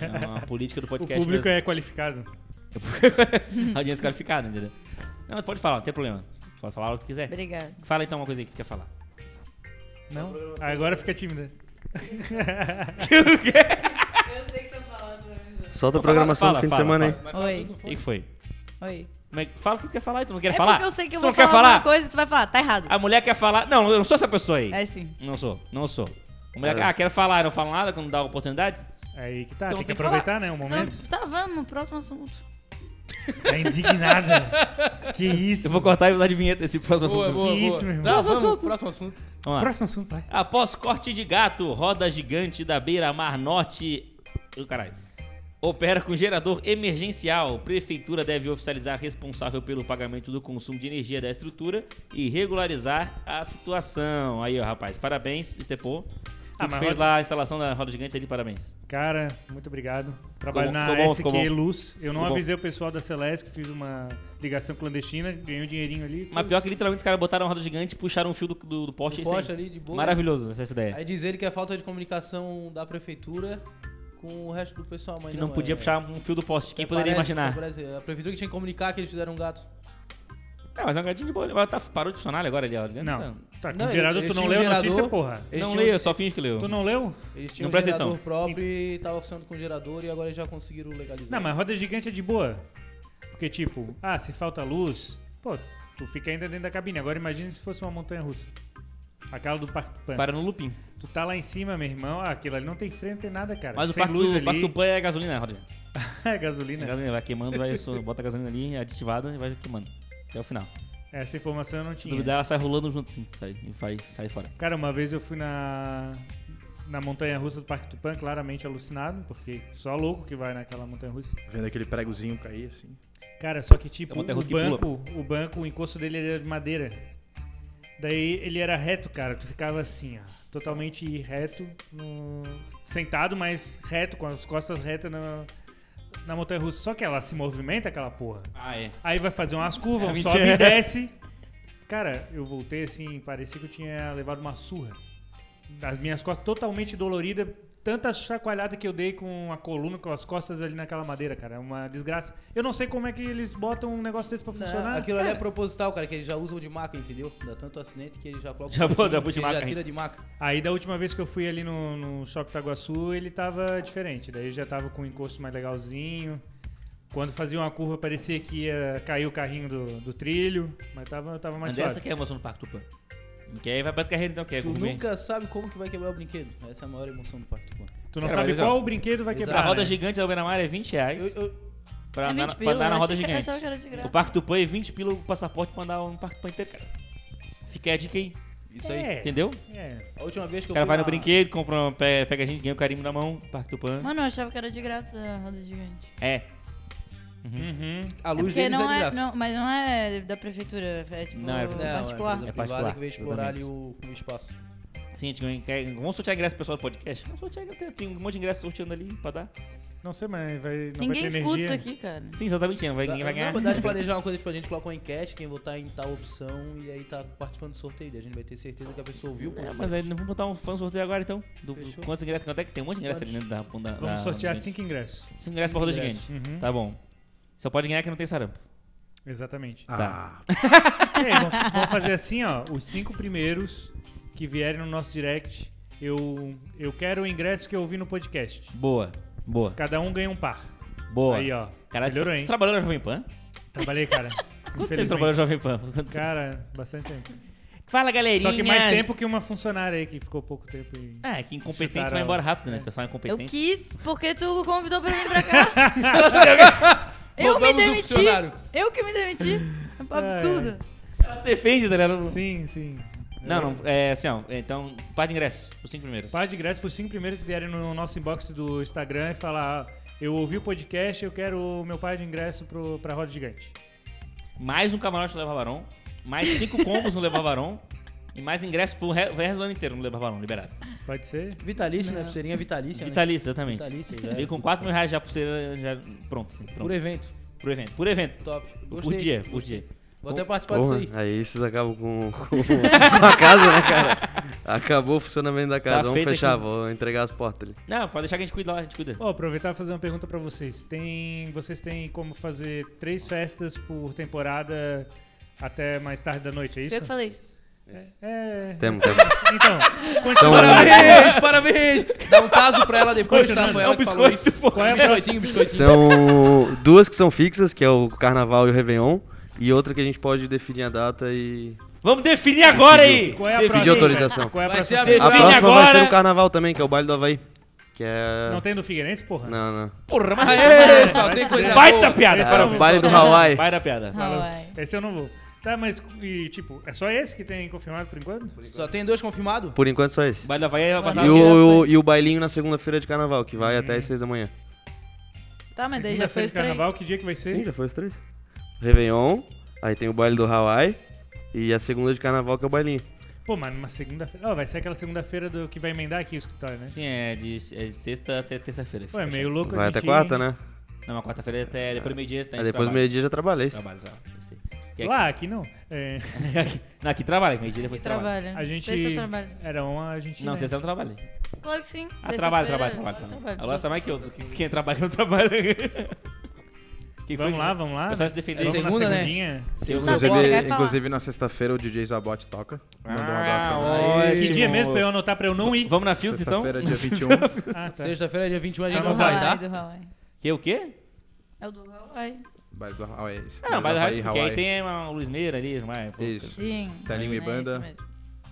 Speaker 2: É uma política do
Speaker 1: o
Speaker 2: podcast.
Speaker 1: público
Speaker 2: mesmo.
Speaker 1: é qualificado.
Speaker 2: Audiência qualificada, entendeu? Não, mas pode falar, não tem problema. Pode falar o que tu quiser.
Speaker 5: Obrigada.
Speaker 2: Fala então uma coisa aí que tu quer falar.
Speaker 1: Não? Agora fica tímida.
Speaker 5: Eu sei que você falando pra mim.
Speaker 4: Solta
Speaker 2: Fala,
Speaker 4: a programação
Speaker 2: fala,
Speaker 4: do fim
Speaker 2: fala,
Speaker 4: de semana,
Speaker 2: fala.
Speaker 4: hein?
Speaker 3: Mas fala
Speaker 5: Oi.
Speaker 3: tudo no
Speaker 2: O que que foi?
Speaker 5: Oi.
Speaker 2: Como é que- Fala o que tu quer falar e tu não quer
Speaker 5: é
Speaker 2: falar?
Speaker 5: porque eu sei que eu
Speaker 2: Tu
Speaker 5: vou
Speaker 2: não quer
Speaker 5: falar,
Speaker 2: falar? Ah,
Speaker 5: alguma coisa e tu vai falar, tá errado.
Speaker 2: A mulher quer falar. Não, eu não sou essa pessoa aí.
Speaker 5: É sim.
Speaker 2: Não sou, não sou. A mulher quer, ah, quero falar, eu não falo nada quando dá a oportunidade.
Speaker 1: Aí que tá, tem
Speaker 2: Então
Speaker 1: que
Speaker 2: tem que falar.
Speaker 1: aproveitar, né? O momento.
Speaker 5: Então, tá, vamos, próximo assunto.
Speaker 1: Tá indignada. que isso.
Speaker 2: Eu vou cortar e vou dar de vinheta esse próximo
Speaker 3: Boa,
Speaker 2: assunto.
Speaker 3: boa,
Speaker 1: Que
Speaker 3: boa.
Speaker 1: isso, meu irmão.
Speaker 3: Tá,
Speaker 1: Próximo
Speaker 3: vamos,
Speaker 1: assunto.
Speaker 3: Próximo assunto.
Speaker 2: Vamos lá.
Speaker 1: Próximo assunto, vai.
Speaker 2: Após corte de gato, roda gigante da beira-mar norte. Ô, caralho. Opera com gerador emergencial. Prefeitura deve oficializar responsável pelo pagamento do consumo de energia da estrutura e regularizar a situação. Aí, ó, rapaz, parabéns, Estepô.
Speaker 1: Ah,
Speaker 2: Tu que
Speaker 1: mas
Speaker 2: fez
Speaker 1: roda-
Speaker 2: lá a instalação da roda gigante ali, parabéns.
Speaker 1: Cara, muito obrigado. Trabalho
Speaker 2: bom,
Speaker 1: na
Speaker 2: ficou bom,
Speaker 1: SQ
Speaker 2: ficou bom.
Speaker 1: Luz. Eu não
Speaker 2: Ficou bom.
Speaker 1: avisei o pessoal da Celeste, que fiz uma ligação clandestina, ganhei um dinheirinho ali.
Speaker 2: Mas
Speaker 1: foi
Speaker 2: pior
Speaker 1: isso.
Speaker 2: que literalmente os caras botaram a roda gigante, puxaram o fio do, do, do poste
Speaker 3: Do
Speaker 2: e isso aí.
Speaker 3: poste ali, de boa.
Speaker 2: Maravilhoso essa ideia.
Speaker 3: Aí diz ele que é falta de comunicação da prefeitura com o resto do pessoal. Mas
Speaker 2: que não podia
Speaker 3: é-
Speaker 2: puxar um fio do poste.
Speaker 6: É,
Speaker 2: Quem poderia
Speaker 3: parece-
Speaker 2: imaginar?
Speaker 3: parece- a prefeitura que tinha que comunicar que eles fizeram um gato.
Speaker 2: Ah, mas é um gatinho de bolha. Mas tá, parou de funcionar ali agora ali, ó.
Speaker 1: Não,
Speaker 2: Então.
Speaker 1: tá,
Speaker 3: Não,
Speaker 1: com gerador,
Speaker 3: eles
Speaker 1: tu não
Speaker 3: tinham
Speaker 1: leu a
Speaker 3: gerador,
Speaker 1: notícia, porra.
Speaker 3: eles
Speaker 2: Não
Speaker 3: tinham-
Speaker 2: leio, só finge que leu.
Speaker 1: Tu não leu?
Speaker 3: Eles tinham
Speaker 2: Não
Speaker 3: um
Speaker 2: presta
Speaker 3: gerador
Speaker 2: atenção.
Speaker 3: próprio e tava funcionando com gerador e agora eles já conseguiram legalizar.
Speaker 1: Não, mas roda gigante é de boa. Porque, tipo, ah, se falta luz, pô, tu fica ainda dentro da cabine. Agora imagina se fosse uma montanha russa. Aquela do Parque do Pan.
Speaker 2: Para no lupim.
Speaker 1: Tu tá lá em cima, meu irmão. Ah, aquilo ali não tem freio, não tem nada, cara.
Speaker 2: Mas o
Speaker 1: Sem
Speaker 2: Parque,
Speaker 1: luz
Speaker 2: do,
Speaker 1: ali.
Speaker 2: o Parque do Pan é gasolina, Roger.
Speaker 1: é
Speaker 2: É
Speaker 1: gasolina.
Speaker 2: gasolina, vai queimando, vai, só bota a gasolina ali, é aditivada e vai queimando. Até o final.
Speaker 1: Essa informação eu não
Speaker 2: Se
Speaker 1: tinha.
Speaker 2: duvidar, ela sai rolando junto assim, sai, e vai, sai fora.
Speaker 1: Cara, uma vez eu fui na na montanha russa do Parque Tupã, claramente alucinado, porque só louco que vai naquela montanha russa.
Speaker 7: Vendo aquele pregozinho cair assim.
Speaker 1: Cara, só que tipo,
Speaker 2: É uma montanha
Speaker 1: o
Speaker 2: russa que pula.
Speaker 1: banco, o banco, o encosto dele era de madeira. Daí ele era reto, cara, tu ficava assim, ó, totalmente reto, no- sentado, mas reto, com as costas retas na, na montanha russa. Só que ela se movimenta, aquela porra.
Speaker 2: Ah, é.
Speaker 1: Aí vai fazer umas curvas,
Speaker 2: É,
Speaker 1: um
Speaker 2: mentira.
Speaker 1: sobe e desce. Cara, eu voltei assim, parecia que eu tinha levado uma surra. As minhas costas totalmente doloridas, tanta chacoalhada que eu dei com a coluna, com as costas ali naquela madeira, cara. É uma desgraça. Eu não sei como é que eles botam um negócio desse pra
Speaker 3: Não,
Speaker 1: funcionar.
Speaker 3: aquilo ali é proposital, cara, que eles já usam de maca, entendeu? Dá tanto acidente que eles já colocam.
Speaker 2: Já bota- já puxa de
Speaker 3: que
Speaker 2: maca,
Speaker 3: Já tira de maca.
Speaker 1: Aí da última vez que eu fui ali no, no Shopping Itaguaçu, ele tava diferente. Daí já tava com um encosto mais legalzinho. Quando fazia uma curva, parecia que ia cair o carrinho do, do trilho, mas tava, tava mais
Speaker 2: Mas
Speaker 1: suave.
Speaker 2: essa que é a emoção do Parque do Pan. Que aí vai pra carreira então, que é
Speaker 3: Tu
Speaker 2: gourmet.
Speaker 3: nunca sabe como que vai quebrar o brinquedo. Essa é a maior emoção do parque. do Pan.
Speaker 1: Tu não
Speaker 2: Cara,
Speaker 1: sabe
Speaker 2: mas, ó,
Speaker 1: qual o brinquedo vai quebrar.
Speaker 2: A roda
Speaker 1: né?
Speaker 2: gigante da Beira Mar é 20 reais
Speaker 3: Eu, eu-
Speaker 2: pra,
Speaker 5: é
Speaker 2: andar,
Speaker 5: 20
Speaker 2: na- pra
Speaker 5: pila,
Speaker 2: andar na
Speaker 5: eu
Speaker 2: roda
Speaker 5: achei que-
Speaker 2: gigante.
Speaker 5: achava que era de graça.
Speaker 2: O Parque do Pan é 20 pila o passaporte pra andar no Parque do Pan inteiro, cara. Fica a dica aí,
Speaker 3: isso aí.
Speaker 1: É,
Speaker 2: entendeu?
Speaker 1: É.
Speaker 3: A última vez que
Speaker 2: O
Speaker 3: eu
Speaker 2: cara
Speaker 3: fui
Speaker 2: vai no
Speaker 3: na-
Speaker 2: brinquedo, compra, uma- pe- pega a gente, ganha o carimbo na mão, Parque do Pan.
Speaker 5: Mano, eu achava que era de graça a roda gigante.
Speaker 2: É.
Speaker 1: Uhum.
Speaker 3: A
Speaker 5: É
Speaker 3: luz
Speaker 5: porque
Speaker 3: deles
Speaker 5: não
Speaker 3: é de
Speaker 5: é,
Speaker 3: graça.
Speaker 5: não, mas não é da prefeitura, é tipo
Speaker 2: Não,
Speaker 3: Não,
Speaker 2: é-
Speaker 3: é
Speaker 5: particular.
Speaker 3: uma empresa
Speaker 2: É particular,
Speaker 3: privada que veio explorar ali o, o espaço.
Speaker 2: Sim, a gente ganha- quer- vamos sortear ingresso pro pessoal do podcast? Vamos sortear, tem, tem um monte de ingresso sorteando ali pra dar.
Speaker 1: Não sei, mas vai, não
Speaker 5: Ninguém
Speaker 1: vai ter
Speaker 5: escuta
Speaker 1: energia.
Speaker 5: isso aqui, cara.
Speaker 2: Sim, exatamente, não vai, ninguém
Speaker 6: é
Speaker 2: vai ganhar.
Speaker 3: Na verdade, planejar uma coisa, tipo, a gente coloca uma enquete, quem votar em tal opção, e aí tá participando do sorteio. Daí a gente vai ter certeza que a pessoa ouviu.
Speaker 2: É, mas aí vamos botar um fã sorteio agora então. Do, do-
Speaker 3: Fechou.
Speaker 2: quantos ingressos? Quanto é que tem um monte de ingresso ali dentro da bunda.
Speaker 1: Vamos
Speaker 2: da-
Speaker 1: sortear
Speaker 2: da-
Speaker 1: cinco ingressos.
Speaker 2: cinco ingressos pra roda
Speaker 3: Cinco
Speaker 2: gigante.
Speaker 1: Uhum.
Speaker 2: Tá bom. Só pode ganhar que não tem sarampo.
Speaker 1: Exatamente.
Speaker 2: Tá.
Speaker 7: Ah,
Speaker 1: É, vamos, vamos fazer assim, ó. Os cinco primeiros que vierem no nosso direct, eu, eu quero o ingresso que eu ouvi no podcast.
Speaker 2: Boa, boa,
Speaker 1: Cada um ganha um par.
Speaker 2: boa.
Speaker 1: Aí, ó.
Speaker 2: Caralho,
Speaker 1: Melhorou,
Speaker 2: tu, tu
Speaker 1: hein?
Speaker 2: trabalhou na Jovem Pan?
Speaker 1: Trabalhei, cara.
Speaker 2: Quanto tempo trabalhou na Jovem Pan? Quanto-
Speaker 1: Cara, bastante tempo.
Speaker 2: Tu Fala, galerinha.
Speaker 1: Só que mais tempo que uma funcionária aí que ficou pouco tempo em.
Speaker 2: Ah, que incompetente
Speaker 1: Chutaram
Speaker 2: vai embora
Speaker 1: a-
Speaker 2: rápido, né?
Speaker 1: é.
Speaker 2: O pessoal é
Speaker 5: Eu
Speaker 2: incompetente.
Speaker 5: quis porque tu convidou pra vir pra cá. eu me
Speaker 3: Roubamos o
Speaker 5: demiti.
Speaker 3: funcionário.
Speaker 5: Eu que me demiti. É um absurdo.
Speaker 2: Ela se defende, tá ligado?
Speaker 1: Sim, sim.
Speaker 2: Não, não, é assim, ó. Então, par de ingressos, os cinco primeiros.
Speaker 1: Par de ingressos por cinco primeiros que vierem no nosso inbox do Instagram e falar: "Ah, eu ouvi o podcast, eu quero o meu par de ingresso pro, pra Roda Gigante.
Speaker 2: Mais um camarote no Levar Barão, mais cinco combos no Levar Barão e mais ingressos pro re- resto do ano inteiro no Levar Barão, liberado.
Speaker 1: Pode ser?
Speaker 6: Vitalícia, né? Pulseirinha vitalícia. né?
Speaker 2: Vitalício, exatamente.
Speaker 6: Vitalícia, já.
Speaker 2: Veio com 4 mil reais já por ser já, pronto, assim,
Speaker 6: Por
Speaker 2: pronto.
Speaker 6: evento.
Speaker 2: Por evento. Por evento.
Speaker 6: Top.
Speaker 2: Por
Speaker 6: Gostei.
Speaker 2: dia, por dia.
Speaker 6: Vou até participar
Speaker 4: Porra,
Speaker 6: disso aí.
Speaker 4: aí vocês acabam com, com- com a casa, né, cara? Acabou o funcionamento da casa.
Speaker 2: Tá
Speaker 4: Vamos
Speaker 2: feito
Speaker 4: fechar,
Speaker 2: aqui.
Speaker 4: vou entregar as portas ali.
Speaker 2: Não, pode deixar que a gente cuida lá, a gente cuida.
Speaker 1: Ó, aproveitar e fazer uma pergunta pra vocês. Tem, vocês têm como fazer três festas por temporada até mais tarde da noite, é
Speaker 5: Foi eu que
Speaker 1: isso?
Speaker 5: falei isso.
Speaker 1: É.
Speaker 4: Temos, temos.
Speaker 1: Então,
Speaker 4: São- um
Speaker 1: continua.
Speaker 3: Parabéns, parabéns!
Speaker 6: Dá um taso pra ela depois, tá?
Speaker 1: Continuando.
Speaker 6: Foi
Speaker 2: É
Speaker 6: ela
Speaker 2: um
Speaker 6: que falou isso.
Speaker 2: biscoito, pô.
Speaker 1: Qual é a próxima?
Speaker 3: Biscoitinho, biscoitinho.
Speaker 4: São duas que são fixas, que é o Carnaval e o Réveillon, e outra que a gente pode definir a data e
Speaker 2: Vamos definir agora aí!
Speaker 1: Qual é a
Speaker 2: Definir.
Speaker 1: próxima?
Speaker 4: pedir autorização.
Speaker 1: Qual é a
Speaker 3: Vai ser
Speaker 1: próxima?
Speaker 3: a
Speaker 4: A
Speaker 2: Define
Speaker 4: próxima vai
Speaker 2: agora.
Speaker 4: ser o Carnaval também, que é o Baile do Havaí. Que é...
Speaker 1: Não tem do Figueirense, porra?
Speaker 4: Não, não.
Speaker 2: Porra, mas.
Speaker 3: Aê, só tem coisa
Speaker 2: Baita
Speaker 3: boa.
Speaker 2: piada!
Speaker 1: Esse
Speaker 4: É
Speaker 2: parabéns.
Speaker 4: o Baile do Hawaii.
Speaker 2: Vai da piada.
Speaker 5: Hawaii.
Speaker 1: Esse eu não vou. Tá, mas, e, tipo, é só esse que tem confirmado por enquanto?
Speaker 6: Só tem dois confirmados?
Speaker 4: Por enquanto só esse.
Speaker 2: Vai da Havaí vai passar
Speaker 4: Ah. E o, e o bailinho na segunda-feira de Carnaval, que vai
Speaker 2: Uhum.
Speaker 4: até às seis da manhã.
Speaker 5: Tá, mas daí já foi
Speaker 1: Segunda-feira
Speaker 5: os
Speaker 1: de carnaval,
Speaker 5: três.
Speaker 1: que dia que vai ser?
Speaker 4: Sim, já foi os três. Réveillon, aí tem o Baile do Hawaii, e a segunda de Carnaval, que é o bailinho.
Speaker 1: Pô, mas numa segunda-feira. Ó, vai ser aquela segunda-feira do que vai emendar aqui o escritório, né?
Speaker 2: Sim, é de, é de sexta até terça-feira.
Speaker 1: Pô, é meio louco a
Speaker 4: Vai
Speaker 1: gente...
Speaker 4: até quarta, né?
Speaker 2: Não, mas quarta-feira é até depois do meio-dia.
Speaker 4: Aí depois do meio-dia já trabalhei.
Speaker 2: Trabalho, trabalho. eu sei. Que é
Speaker 1: Lá, aqui não. É,
Speaker 2: aqui- aqui- Não, aqui trabalha, que meio-dia depois
Speaker 5: Que
Speaker 2: trabalha.
Speaker 5: trabalha.
Speaker 1: a gente...
Speaker 5: Sexta trabalha.
Speaker 1: Era uma, a gente...
Speaker 2: Não,
Speaker 1: né?
Speaker 2: sexta não trabalha.
Speaker 5: tá Claro que sim.
Speaker 2: Ah, trabalho, trabalho,
Speaker 5: Sexta-feira, é
Speaker 2: trabalho.
Speaker 5: claro,
Speaker 2: trabalho. Agora sabe mais que eu. que- Quem trabalha, eu trabalho. Quem
Speaker 1: Vamos lá, vamos lá.
Speaker 2: O pessoal se defendeu.
Speaker 1: Vamos
Speaker 6: Segunda,
Speaker 1: na
Speaker 6: né?
Speaker 1: segundinha.
Speaker 5: Tá bom,
Speaker 7: Inclusive,
Speaker 5: chegar e falar.
Speaker 7: inclusive, na sexta-feira o DJ Zabot toca. Mandou um abraço pra
Speaker 2: Ah,
Speaker 7: nós.
Speaker 2: ótimo.
Speaker 1: Que dia mesmo pra eu anotar pra eu não ir?
Speaker 2: Vamos na Fields, então?
Speaker 7: Sexta-feira, dia 21.
Speaker 1: Ah, tá.
Speaker 6: Sexta-feira, dia 21, a gente
Speaker 1: Tá
Speaker 6: não
Speaker 1: no
Speaker 6: vai,
Speaker 1: baile.
Speaker 6: tá?
Speaker 5: é Do Hawaii.
Speaker 2: Que o quê?
Speaker 5: É o do Hawaii.
Speaker 7: Baile do Hawaii. é isso.
Speaker 2: Ah, não, mas
Speaker 7: Baile
Speaker 2: Havaí,
Speaker 7: do
Speaker 2: porque aí
Speaker 7: Hawaii.
Speaker 2: tem uma Luiz Meira ali, mas... pô,
Speaker 7: Isso.
Speaker 5: Sim.
Speaker 7: Telinho
Speaker 5: é
Speaker 7: e
Speaker 5: isso
Speaker 7: banda.
Speaker 5: mesmo.